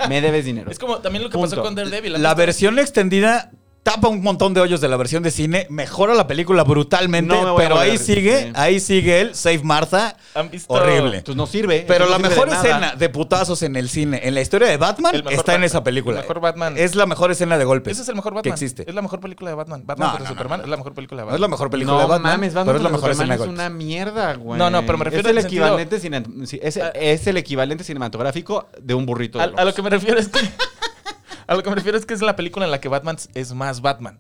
Speaker 4: me debes dinero.
Speaker 5: Es como también lo que pasó
Speaker 4: Punto.
Speaker 5: con Daredevil.
Speaker 3: La versión extendida tapa un montón de hoyos de la versión de cine, mejora la película brutalmente,
Speaker 4: No me voy a
Speaker 3: pero ahí
Speaker 4: volver,
Speaker 3: sigue,
Speaker 4: sí.
Speaker 3: ahí sigue el Save Martha.
Speaker 5: ¿Han visto?
Speaker 3: Horrible.
Speaker 4: Entonces no sirve.
Speaker 3: Pero
Speaker 4: no
Speaker 3: la
Speaker 4: sirve
Speaker 3: mejor
Speaker 4: de nada.
Speaker 3: escena de putazos en el cine, en la historia de Batman,
Speaker 5: El
Speaker 3: está
Speaker 5: mejor
Speaker 3: en
Speaker 5: Batman.
Speaker 3: esa película.
Speaker 5: El mejor Batman.
Speaker 3: Es la mejor escena de golpes.
Speaker 5: Ese es el mejor Batman.
Speaker 3: Que existe.
Speaker 5: Es la mejor película de Batman. Batman
Speaker 3: No, no,
Speaker 5: contra
Speaker 3: no,
Speaker 5: Superman
Speaker 3: no.
Speaker 5: es la mejor película de
Speaker 3: No es
Speaker 5: Batman.
Speaker 3: la mejor película
Speaker 4: no,
Speaker 3: de Batman,
Speaker 4: mames, Batman
Speaker 3: pero es la mejor
Speaker 4: contra
Speaker 3: escena de
Speaker 4: Superman
Speaker 3: golpes.
Speaker 4: Es una mierda, güey.
Speaker 5: No, no, pero me refiero
Speaker 4: es
Speaker 5: en
Speaker 4: el
Speaker 5: el sentido-
Speaker 4: equivalente cine- sí, es,
Speaker 5: Ah.
Speaker 4: es el equivalente cinematográfico de un burrito.
Speaker 5: A,
Speaker 4: de
Speaker 5: a lo
Speaker 4: Lux.
Speaker 5: que me refiero es que. [LAUGHS] A lo que me refiero es que es la película en la que Batman es más Batman.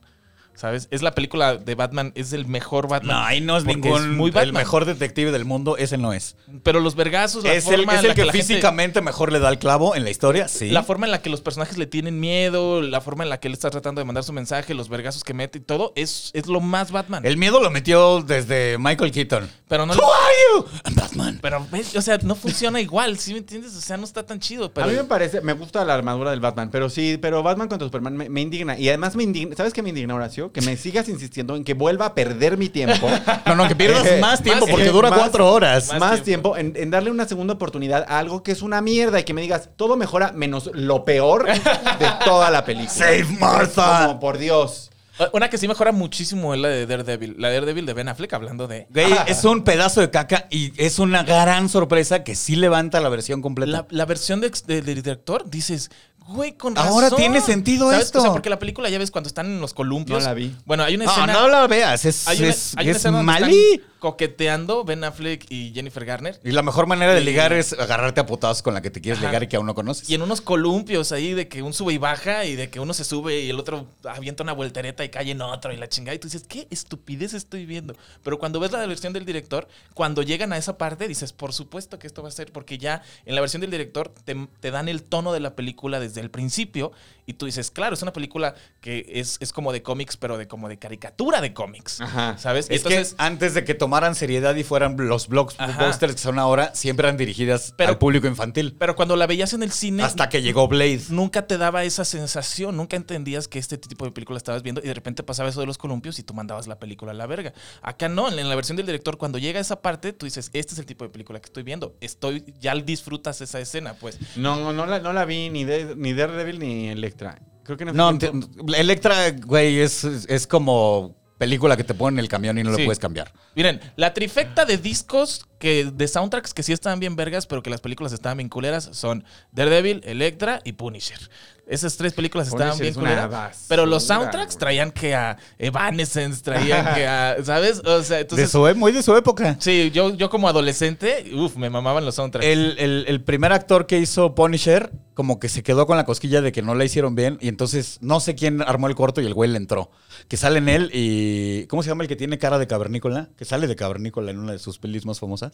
Speaker 5: ¿Sabes? Es la película de Batman, es el mejor Batman.
Speaker 3: No, ahí no es
Speaker 5: Porque
Speaker 3: ningún.
Speaker 5: muy
Speaker 3: el
Speaker 5: Batman.
Speaker 3: mejor detective del mundo, ese no es.
Speaker 5: Pero los vergazos, la
Speaker 3: Es el,
Speaker 5: forma
Speaker 3: es
Speaker 5: en
Speaker 3: el
Speaker 5: la
Speaker 3: que,
Speaker 5: la gente-
Speaker 3: físicamente mejor le da el clavo en la historia, sí.
Speaker 5: La forma en la que los personajes le tienen miedo, la forma en la que él está tratando de mandar su mensaje, los vergazos que mete y todo, es, es lo más Batman.
Speaker 3: el miedo lo metió desde Michael Keaton. [LAUGHS]
Speaker 5: Pero no.
Speaker 3: Who are you? I'm Batman.
Speaker 5: Pero ves, o sea, no funciona igual, ¿sí me entiendes? O sea, no está tan chido. Pero
Speaker 4: a mí me parece, me gusta la armadura del Batman, pero sí, pero Batman contra Superman me, me indigna. Y además me indigna, ¿sabes qué me indigna, Horacio? Que me sigas [LAUGHS] insistiendo en que vuelva a perder mi tiempo.
Speaker 3: No, no, que pierdas
Speaker 4: Eh,
Speaker 3: más tiempo
Speaker 5: más-
Speaker 3: porque
Speaker 5: eh,
Speaker 3: dura
Speaker 4: más-
Speaker 3: cuatro horas.
Speaker 4: más, tiempo, en, en darle una segunda oportunidad a algo que es una mierda y que me digas, todo mejora menos lo peor de toda la película.
Speaker 3: Save Martha.
Speaker 4: Como, por Dios.
Speaker 5: Una que sí mejora muchísimo es la de Daredevil. La de Daredevil de Ben Affleck, hablando de.
Speaker 3: Güey, es un pedazo de caca y es una gran sorpresa que sí levanta la versión completa.
Speaker 5: La, la versión de, ex- de- del director dices, Güey, con razón.
Speaker 3: Ahora tiene sentido
Speaker 5: ¿Sabes?
Speaker 3: esto.
Speaker 5: O sea, porque la película, ya ves, cuando están en los columpios.
Speaker 4: No la vi.
Speaker 5: Bueno, hay una
Speaker 3: No,
Speaker 5: escena.
Speaker 3: no la veas, es,
Speaker 5: hay una,
Speaker 3: es,
Speaker 5: hay una
Speaker 3: es
Speaker 5: escena donde
Speaker 3: malí.
Speaker 5: están coqueteando Ben Affleck y Jennifer Garner.
Speaker 3: Y la mejor manera de ligar es agarrarte a putazos con la que te quieres
Speaker 5: Ajá.
Speaker 3: ligar y que aún no conoces.
Speaker 5: Y en unos columpios ahí de que un sube y baja y de que uno se sube y el otro avienta una voltereta y cae en otro y la chingada. Y tú dices, qué estupidez estoy viendo. Pero cuando ves la versión del director, cuando llegan a esa parte, dices, por supuesto que esto va a ser, porque ya en la versión del director te, te dan el tono de la película desde el principio y tú dices, claro, es una película que es, es como de cómics, pero de como de caricatura de cómics.
Speaker 4: Ajá.
Speaker 5: ¿Sabes? Y
Speaker 3: Es que antes de que tomaran seriedad y fueran los
Speaker 5: Ajá.
Speaker 3: blockbusters que son ahora, siempre eran dirigidas
Speaker 5: Pero-
Speaker 3: al público infantil.
Speaker 5: pero cuando la veías en el cine,
Speaker 3: Hasta que llegó Blade.
Speaker 5: nunca te daba esa sensación, nunca entendías que este tipo de película estabas viendo y de repente pasaba eso de los columpios y tú mandabas la película a la verga. Acá no, en la versión del director, cuando llega esa parte, tú dices, este es el tipo de película que estoy viendo, estoy, ya disfrutas esa escena, pues.
Speaker 4: No, no, no la, no la vi ni, de, ni Daredevil ni Electra. Creo que no.
Speaker 3: No, te- Electra, güey, es, es como película que te ponen en el camión y no lo
Speaker 5: Sí.
Speaker 3: puedes cambiar.
Speaker 5: Miren, la trifecta de discos que de soundtracks que sí estaban bien vergas, pero que las películas estaban bien culeras son Daredevil, Electra y Punisher. Esas tres películas estaban
Speaker 4: Punisher
Speaker 5: bien
Speaker 4: es una
Speaker 5: culeras. Pero los
Speaker 4: basura,
Speaker 5: soundtracks
Speaker 4: güey.
Speaker 5: traían que a Evanescence, traían que a. ¿Sabes? O sea, entonces.
Speaker 3: de su, e- muy de su época.
Speaker 5: Sí, yo, yo como adolescente, uff, me mamaban los soundtracks.
Speaker 3: El, el- el primer actor que hizo Punisher, como que se quedó con la cosquilla de que no la hicieron bien, y entonces no sé quién armó el corto y el güey le entró. Que sale en él y. ¿Cómo se llama el que tiene cara de cavernícola? Que sale de cavernícola en una de sus pelis más famosas.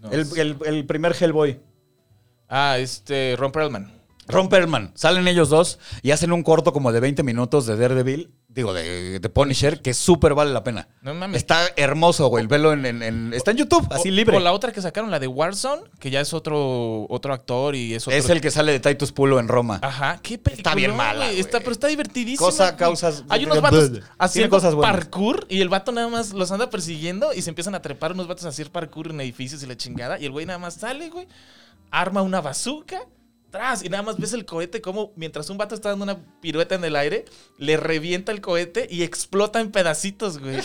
Speaker 5: No,
Speaker 3: el,
Speaker 5: es-
Speaker 3: el- el primer Hellboy.
Speaker 5: Ah, este, Ron Perlman.
Speaker 3: Ron Perlman. Salen ellos dos y hacen un corto como de 20 minutos de Daredevil, digo, de, de Punisher, que súper vale la pena.
Speaker 5: No mames.
Speaker 3: Está hermoso, güey. Velo en, en- en- Está en YouTube, así
Speaker 5: O-
Speaker 3: libre.
Speaker 5: O la otra que sacaron, la de Warzone, que ya es otro, otro actor y es otro.
Speaker 3: Es el que sale de Titus Pulo en Roma.
Speaker 5: Ajá, qué película.
Speaker 3: Está bien mala, güey.
Speaker 5: Está, pero está divertidísima.
Speaker 3: Cosa,
Speaker 5: güey.
Speaker 3: causas-
Speaker 5: Hay unos
Speaker 3: Tiene
Speaker 5: vatos haciendo
Speaker 3: cosas buenas.
Speaker 5: parkour y el vato nada más los anda persiguiendo y se empiezan a trepar unos vatos a hacer parkour en edificios y la chingada. Y el güey nada más sale, güey, arma una bazooka. Tras, y nada más ves el cohete como mientras un vato está dando una pirueta en el aire, le revienta el cohete y explota en
Speaker 3: [LAUGHS]
Speaker 5: pedacitos, güey.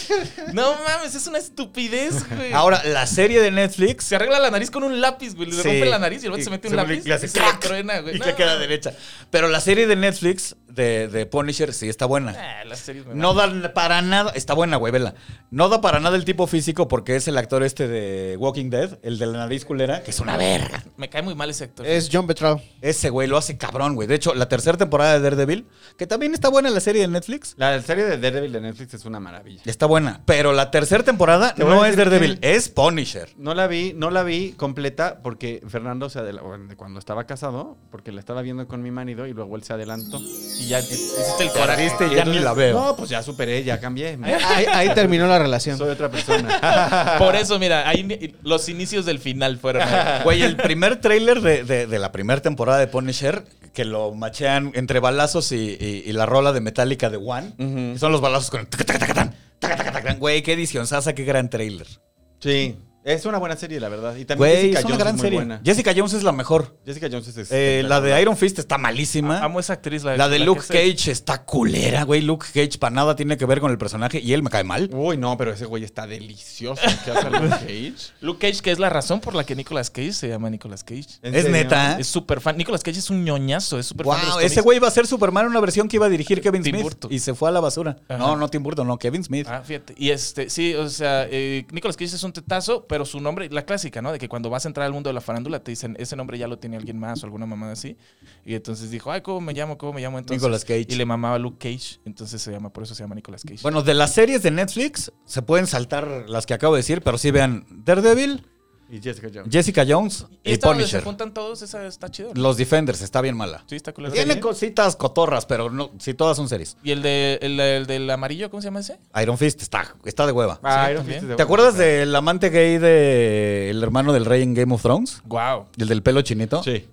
Speaker 5: No mames, es una estupidez, güey.
Speaker 3: Ahora, la serie de Netflix.
Speaker 5: se arregla la nariz con un lápiz, güey. Le
Speaker 3: Sí.
Speaker 5: rompe la nariz y el vato se mete un
Speaker 3: le-
Speaker 5: lápiz
Speaker 3: le hace
Speaker 5: y se
Speaker 3: crack,
Speaker 5: le truena, güey.
Speaker 3: Y
Speaker 5: No,
Speaker 3: le queda
Speaker 5: mames.
Speaker 3: derecha. Pero la serie de Netflix de, de Punisher sí está buena.
Speaker 5: Ah, las series me
Speaker 3: No da para nada. Está buena, güey, vela. No da para nada el tipo físico porque es el actor este de Walking Dead, el de la nariz culera, que es una verga.
Speaker 5: Me cae muy mal ese
Speaker 3: Eh.
Speaker 5: actor.
Speaker 6: Es John Petral.
Speaker 3: Ese güey lo hace cabrón, güey. De hecho, la tercera temporada de Daredevil, que también está buena la serie de Netflix,
Speaker 4: La serie de Daredevil de Netflix es una maravilla.
Speaker 3: está buena. Pero la tercera temporada
Speaker 4: Te voy a
Speaker 3: no es
Speaker 4: decir
Speaker 3: Daredevil,
Speaker 4: que-
Speaker 3: es Punisher.
Speaker 4: No la vi, no la vi completa porque Fernando se adelantó cuando estaba casado, porque la estaba viendo con mi marido y luego él se adelantó.
Speaker 5: Y ya hiciste el
Speaker 3: Te la
Speaker 5: coraje.
Speaker 3: viste y ya ni la veo.
Speaker 4: No, pues ya superé,
Speaker 3: [LAUGHS]
Speaker 4: ya cambié.
Speaker 6: Ahí, ahí terminó la relación.
Speaker 4: [LAUGHS] Soy otra persona.
Speaker 5: Por eso, mira, ahí ni- los inicios del final
Speaker 3: [LAUGHS]
Speaker 5: fueron. ahí.
Speaker 3: Güey, el primer tráiler de, de- de la primera temporada de Punisher, que lo machean entre balazos y, y- y la rola de Metallica de One,
Speaker 4: Ujú.
Speaker 3: que son los balazos con el taca, taca, taca, tan, taca, taca, taca, tan. Güey, qué edición sasa, qué gran tráiler.
Speaker 4: Sí, es una buena serie, la verdad. Y también
Speaker 3: Güey,
Speaker 4: Jessica
Speaker 3: es una
Speaker 4: Jones
Speaker 3: gran
Speaker 4: es muy
Speaker 3: serie.
Speaker 4: buena.
Speaker 3: Jessica Jones es la mejor.
Speaker 4: Jessica Jones es
Speaker 3: Eh, la de Iron Fist está malísima.
Speaker 5: Amo esa actriz. La,
Speaker 3: La de
Speaker 5: Ah, la
Speaker 3: Luke
Speaker 5: que hace-
Speaker 3: Cage está culera, güey. Luke Cage para nada tiene que ver con el personaje y él me cae mal.
Speaker 4: Uy, no, pero ese güey está delicioso. ¿Qué
Speaker 3: [LAUGHS]
Speaker 4: hace Luke Cage?
Speaker 5: Luke Cage, que es la razón por la que Nicolas Cage se llama Nicolas Cage.
Speaker 4: ¿En
Speaker 3: Es
Speaker 4: serio?
Speaker 3: neta. ¿Eh?
Speaker 5: Es súper fan. Nicolas Cage es un ñoñazo, es súper fan. de
Speaker 3: Wow,
Speaker 5: los
Speaker 3: ese
Speaker 5: cómics.
Speaker 3: güey iba a ser Superman en una versión que iba a dirigir Kevin
Speaker 5: Tim
Speaker 3: Smith
Speaker 5: Burton.
Speaker 3: y se fue a la basura.
Speaker 5: Ajá.
Speaker 3: No, no Tim Burton, no Kevin Smith.
Speaker 5: Ah, fíjate. Y este, sí, o sea, eh, Nicolas Cage es un tetazo, pero su nombre, la clásica, ¿no? De que cuando vas a entrar al mundo de la farándula te dicen, ese nombre ya lo tiene alguien más o alguna mamada así. Y entonces dijo, ay, ¿cómo me llamo? ¿Cómo me llamo entonces?
Speaker 3: Nicolas Cage.
Speaker 5: Y le mamaba Luke Cage. Entonces se llama, por eso se llama Nicolas Cage.
Speaker 3: Bueno, de las series de Netflix se pueden saltar las que acabo de decir, pero sí vean Daredevil,
Speaker 4: Y Jessica Jones.
Speaker 3: Jessica Jones
Speaker 5: y
Speaker 3: y
Speaker 5: esta donde se
Speaker 3: Punisher.
Speaker 5: juntan todos, esa está chido. ¿no?
Speaker 3: Los Defenders, está bien mala.
Speaker 5: Sí, está culero.
Speaker 3: Tiene cositas cotorras, pero no, sí, todas son series.
Speaker 5: Y el, de, el, el del amarillo, ¿cómo se llama ese?
Speaker 3: Iron Fist está, está de hueva.
Speaker 4: Ah,
Speaker 5: Sí,
Speaker 4: Iron
Speaker 5: también.
Speaker 4: Fist es de
Speaker 3: ¿Te acuerdas del amante gay del hermano del rey en Game of Thrones?
Speaker 5: Wow.
Speaker 3: El del pelo chinito.
Speaker 4: Sí.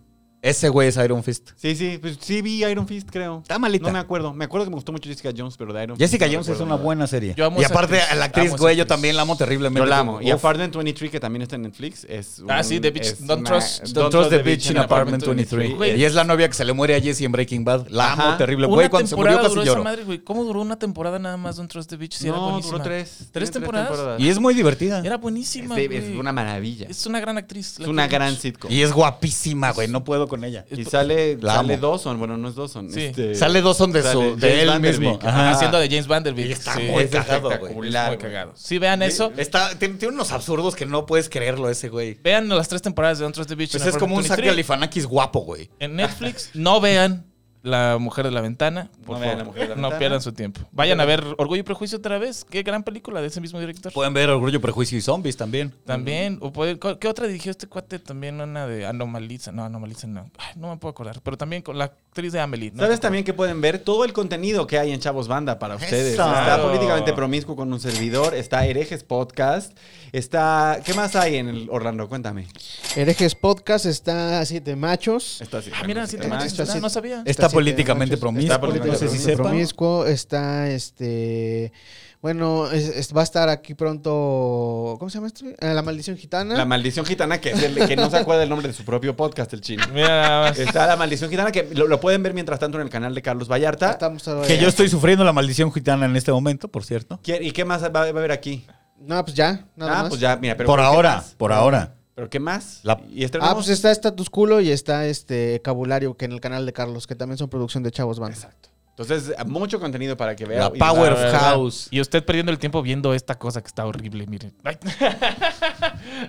Speaker 3: Ese güey es Iron Fist.
Speaker 4: Sí, sí, pues sí vi Iron Fist, creo.
Speaker 3: Está malita.
Speaker 4: No me acuerdo. Me acuerdo que me gustó mucho Jessica Jones, pero de Iron
Speaker 3: Jessica
Speaker 4: Fist no
Speaker 3: Jones es
Speaker 4: recuerdo
Speaker 3: una
Speaker 4: nada.
Speaker 3: buena serie.
Speaker 5: Yo amo
Speaker 3: y
Speaker 5: esa
Speaker 3: aparte,
Speaker 5: actriz.
Speaker 3: a la actriz,
Speaker 5: Amo esa
Speaker 3: güey, yo
Speaker 5: actriz.
Speaker 3: también la amo terriblemente.
Speaker 4: Yo la amo. Y
Speaker 3: Uf.
Speaker 4: aparte en 23, que también está en Netflix, es.
Speaker 5: Ah,
Speaker 4: un-
Speaker 5: sí, The Bitch.
Speaker 4: es
Speaker 5: Don't Trust-
Speaker 3: Don't trust the bitch in apartment
Speaker 5: apartment 23.
Speaker 3: 23.
Speaker 5: Güey.
Speaker 3: Y es la novia que se le muere a Jessie en Breaking Bad. La amo
Speaker 4: Ajá.
Speaker 3: terrible.
Speaker 5: Una
Speaker 3: Güey, cuando se murió
Speaker 5: temporada
Speaker 3: casi
Speaker 5: duró
Speaker 3: lloro.
Speaker 5: esa madre, güey. ¿Cómo duró una temporada nada más Don't Trust the Bitch? Sí, era
Speaker 4: no,
Speaker 5: buenísima.
Speaker 4: duró tres.
Speaker 5: ¿Tres
Speaker 4: Tiene
Speaker 5: temporadas?
Speaker 3: Y es muy divertida.
Speaker 5: Era
Speaker 4: Es,
Speaker 5: buenísima,
Speaker 4: de-
Speaker 5: güey.
Speaker 4: es una maravilla. Es,
Speaker 5: Es una gran actriz. la
Speaker 4: una
Speaker 5: quiero
Speaker 4: gran
Speaker 5: mucho.
Speaker 4: sitcom.
Speaker 3: Y es guapísima, güey. No puedo con ella.
Speaker 4: Y sale,
Speaker 3: La
Speaker 4: sale
Speaker 3: amo.
Speaker 4: Dawson. Bueno, no es Dawson.
Speaker 5: Sí.
Speaker 4: este-
Speaker 3: Sale dos son de, su- de
Speaker 4: sale James
Speaker 3: él
Speaker 4: Vanderbeek.
Speaker 3: mismo.
Speaker 5: Ajá,
Speaker 3: Ajá.
Speaker 5: haciendo de James Vanderbilt.
Speaker 3: Y está
Speaker 5: Sí,
Speaker 3: muy
Speaker 5: está
Speaker 3: cagado, güey.
Speaker 4: espectacular,
Speaker 5: muy
Speaker 4: güey.
Speaker 5: cagado. Sí, vean eso.
Speaker 3: Está, tiene, tiene unos absurdos que no puedes creerlo ese güey.
Speaker 5: Vean las tres temporadas de Untrust the Beach.
Speaker 3: Pues
Speaker 5: en
Speaker 3: es como un Zach
Speaker 5: Opportunity Tree.
Speaker 3: Galifianakis guapo, güey.
Speaker 5: En Netflix, no vean La Mujer de la Ventana. Por
Speaker 4: No vean
Speaker 5: favor.
Speaker 4: La Mujer de la
Speaker 5: No
Speaker 4: Ventana.
Speaker 5: pierdan su tiempo. Vayan a ver Orgullo y Prejuicio otra vez. Qué gran película de ese mismo director.
Speaker 3: Pueden ver Orgullo, Prejuicio y Zombies también.
Speaker 5: También, o puede- ¿cu- ¿qué otra dirigió este cuate? También una de Anomaliza, no, Anomaliza no, Ay, no me puedo acordar, pero también con la actriz de Amelie. ¿no?
Speaker 4: ¿Sabes también que pueden ver? Todo el contenido que hay en Chavos Banda para ustedes.
Speaker 3: ¡Eso!
Speaker 4: Está Políticamente Promiscuo con un servidor, está Herejes Podcast, está... ¿Qué más hay en el Orlando? Cuéntame.
Speaker 6: Herejes Podcast está Siete Machos.
Speaker 4: Está así.
Speaker 5: Ah, mira, siete
Speaker 6: Ah,
Speaker 5: machos,
Speaker 6: está
Speaker 5: no,
Speaker 6: siete-
Speaker 5: no sabía.
Speaker 3: Está
Speaker 6: Siete
Speaker 3: políticamente
Speaker 6: Machos.
Speaker 3: promiscuo.
Speaker 6: Está
Speaker 4: no sé si
Speaker 6: políticamente
Speaker 3: sepan.
Speaker 6: promiscuo. Está este. Bueno, es- es- va a estar aquí pronto. ¿Cómo se llama esto? Ah, La maldición gitana.
Speaker 4: La Maldición Gitana, que, es el, que no se acuerda el nombre de su propio podcast, el chino.
Speaker 5: Mira nada más.
Speaker 4: Está La Maldición Gitana, que lo, lo pueden ver mientras tanto en el canal de Carlos Vallarta.
Speaker 6: Estamos ahora
Speaker 3: Que
Speaker 6: ya.
Speaker 3: yo estoy sufriendo la maldición gitana en este momento, por cierto.
Speaker 4: ¿Qué- ¿Y qué más va, va a haber aquí?
Speaker 6: No, pues ya. Nada
Speaker 4: ah,
Speaker 6: más.
Speaker 4: pues ya, mira. Pero
Speaker 3: por
Speaker 4: ¿qué
Speaker 3: ahora,
Speaker 4: más?
Speaker 3: por ahora.
Speaker 4: ¿Pero qué más?
Speaker 3: La-
Speaker 4: Y este estrenamos...
Speaker 6: Ah, pues está Status Culo y está este Cabulario, que en el canal de Carlos, que también son producción de Chavos Banda.
Speaker 4: Exacto. Entonces, mucho contenido para que vean.
Speaker 3: La
Speaker 4: Y-
Speaker 3: Power
Speaker 5: La
Speaker 3: of
Speaker 5: verdad.
Speaker 3: House.
Speaker 5: Y usted perdiendo el tiempo viendo esta cosa que está horrible, miren. Ay.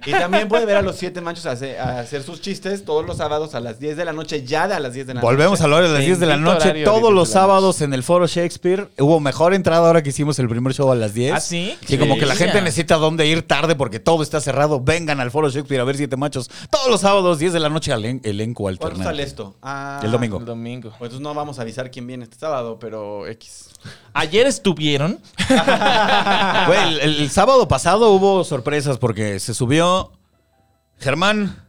Speaker 4: Y también puede ver a los siete machos hace- a hacer sus chistes todos los sábados a las 10 de la noche, ya de a las 10 de la
Speaker 3: Volvemos a
Speaker 4: noche.
Speaker 3: la hora de las 10 de la
Speaker 5: Bendito
Speaker 3: noche,
Speaker 5: horario,
Speaker 3: todos
Speaker 5: 10 de
Speaker 3: los
Speaker 5: la
Speaker 3: sábados en el Foro Shakespeare. Hubo mejor entrada ahora que hicimos el primer show a las 10.
Speaker 5: ¿Ah, sí?
Speaker 3: Sí, como que la
Speaker 5: Sí.
Speaker 3: gente necesita dónde ir tarde porque todo está cerrado. Vengan al Foro Shakespeare a ver Siete Machos. Todos los sábados, 10 de la noche, alen- elenco
Speaker 4: ¿Cuándo sale
Speaker 3: alternativo.
Speaker 4: esto? Ah,
Speaker 3: El domingo.
Speaker 5: El domingo.
Speaker 4: Pues entonces no vamos a avisar quién viene este sábado, pero X.
Speaker 5: Ayer estuvieron.
Speaker 3: Güey, el, el- el sábado pasado hubo sorpresas porque se subió Germán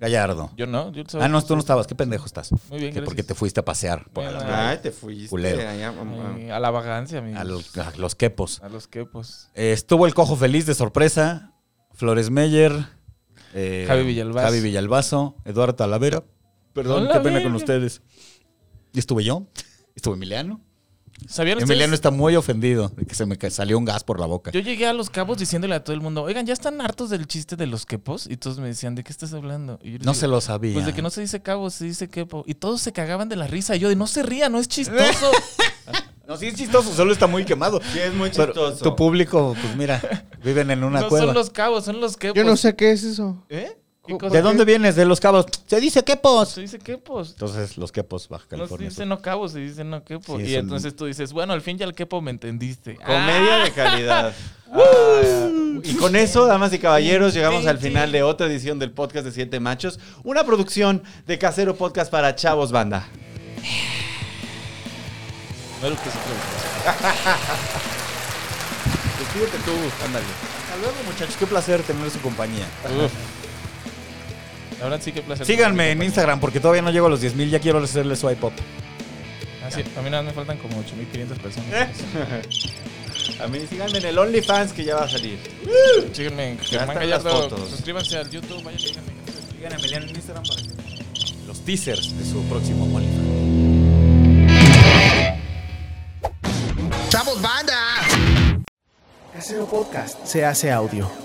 Speaker 3: Gallardo.
Speaker 5: Yo no, yo el sábado-
Speaker 3: Ah, no, tú no estabas. Qué pendejo estás.
Speaker 5: Muy bien,
Speaker 3: Que porque
Speaker 5: gracias.
Speaker 3: te fuiste a pasear por
Speaker 5: Bien,
Speaker 3: a las-
Speaker 5: ah.
Speaker 4: Ay, te fuiste.
Speaker 3: Culero.
Speaker 4: Ay, ah, am- am-
Speaker 5: Ay, eh, a la vagancia, amigos.
Speaker 3: a los, a los quepos.
Speaker 5: A los que, pues.
Speaker 3: Eh, estuvo el Cojo Feliz de sorpresa, Flores Meyer, eh,
Speaker 5: Javi Villalbazo.
Speaker 3: Javi Villalbazo, Eduardo Talavera. Perdón,
Speaker 5: Hola,
Speaker 3: qué pena
Speaker 5: verga.
Speaker 3: con ustedes. Y estuve yo, estuve Emiliano.
Speaker 5: ¿Sabían ustedes?
Speaker 3: Emiliano está muy ofendido de que se me ca- salió un gas por la boca.
Speaker 5: Yo llegué a Los Cabos diciéndole a todo el mundo, oigan, ya están hartos del chiste de los quepos. Y todos me decían, ¿de qué estás hablando? Y yo les
Speaker 3: no
Speaker 5: digo,
Speaker 3: se lo sabía.
Speaker 5: Pues de que no se dice cabo, se dice quepo. Y todos se cagaban de la risa. Y yo de no se ría, no es chistoso.
Speaker 3: No, sí es chistoso, solo está muy quemado.
Speaker 4: Sí, es muy
Speaker 3: Pero
Speaker 4: chistoso.
Speaker 3: tu público, pues
Speaker 5: [LAUGHS]
Speaker 3: mira, viven en [LAUGHS] una
Speaker 5: no
Speaker 3: cueva.
Speaker 5: son los cabos, son los quepos.
Speaker 6: Yo no sé qué es eso.
Speaker 5: ¿Eh? ¿Qué
Speaker 6: ¿De
Speaker 5: cosa?
Speaker 3: ¿De dónde vienes? De los cabos. Se dice quepos.
Speaker 5: Se dice quepos.
Speaker 3: Entonces, los quepos, Baja
Speaker 5: No se
Speaker 3: California. pues.
Speaker 5: dice no cabos, se dice no quepo.
Speaker 3: Sí,
Speaker 5: y
Speaker 3: es un-
Speaker 5: entonces tú dices, bueno, al fin ya el quepo me entendiste. Ah,
Speaker 4: Comedia de [LAUGHS] calidad. Ay, y con eso, damas y caballeros, llegamos al final de otra edición del podcast de Siete Machos, una producción de Casero Podcast para Chavos Banda.
Speaker 5: Ah, no era
Speaker 4: [LAUGHS]
Speaker 5: usted, otra vez.
Speaker 4: Despídete Pues tú, ándale.
Speaker 3: Hasta luego, muchachos. Qué placer tener su compañía.
Speaker 5: Uf. La verdad sí que placer.
Speaker 3: Síganme en Instagram porque todavía no llego a los 10.000. Ya quiero hacerle swipe up.
Speaker 5: Ah, sí, a mí nada más me faltan como 8500 personas.
Speaker 3: ¿Eh?
Speaker 4: A mí síganme en el OnlyFans que ya va a salir.
Speaker 5: Síganme en
Speaker 4: están
Speaker 5: Germán
Speaker 4: las
Speaker 5: Gallardo.
Speaker 4: fotos.
Speaker 5: Suscríbanse al YouTube, vayan, síganme.
Speaker 3: Sigan a Emiliano en Instagram para que los teasers de su próximo OnlyFans.
Speaker 7: Casero Podcast se hace audio.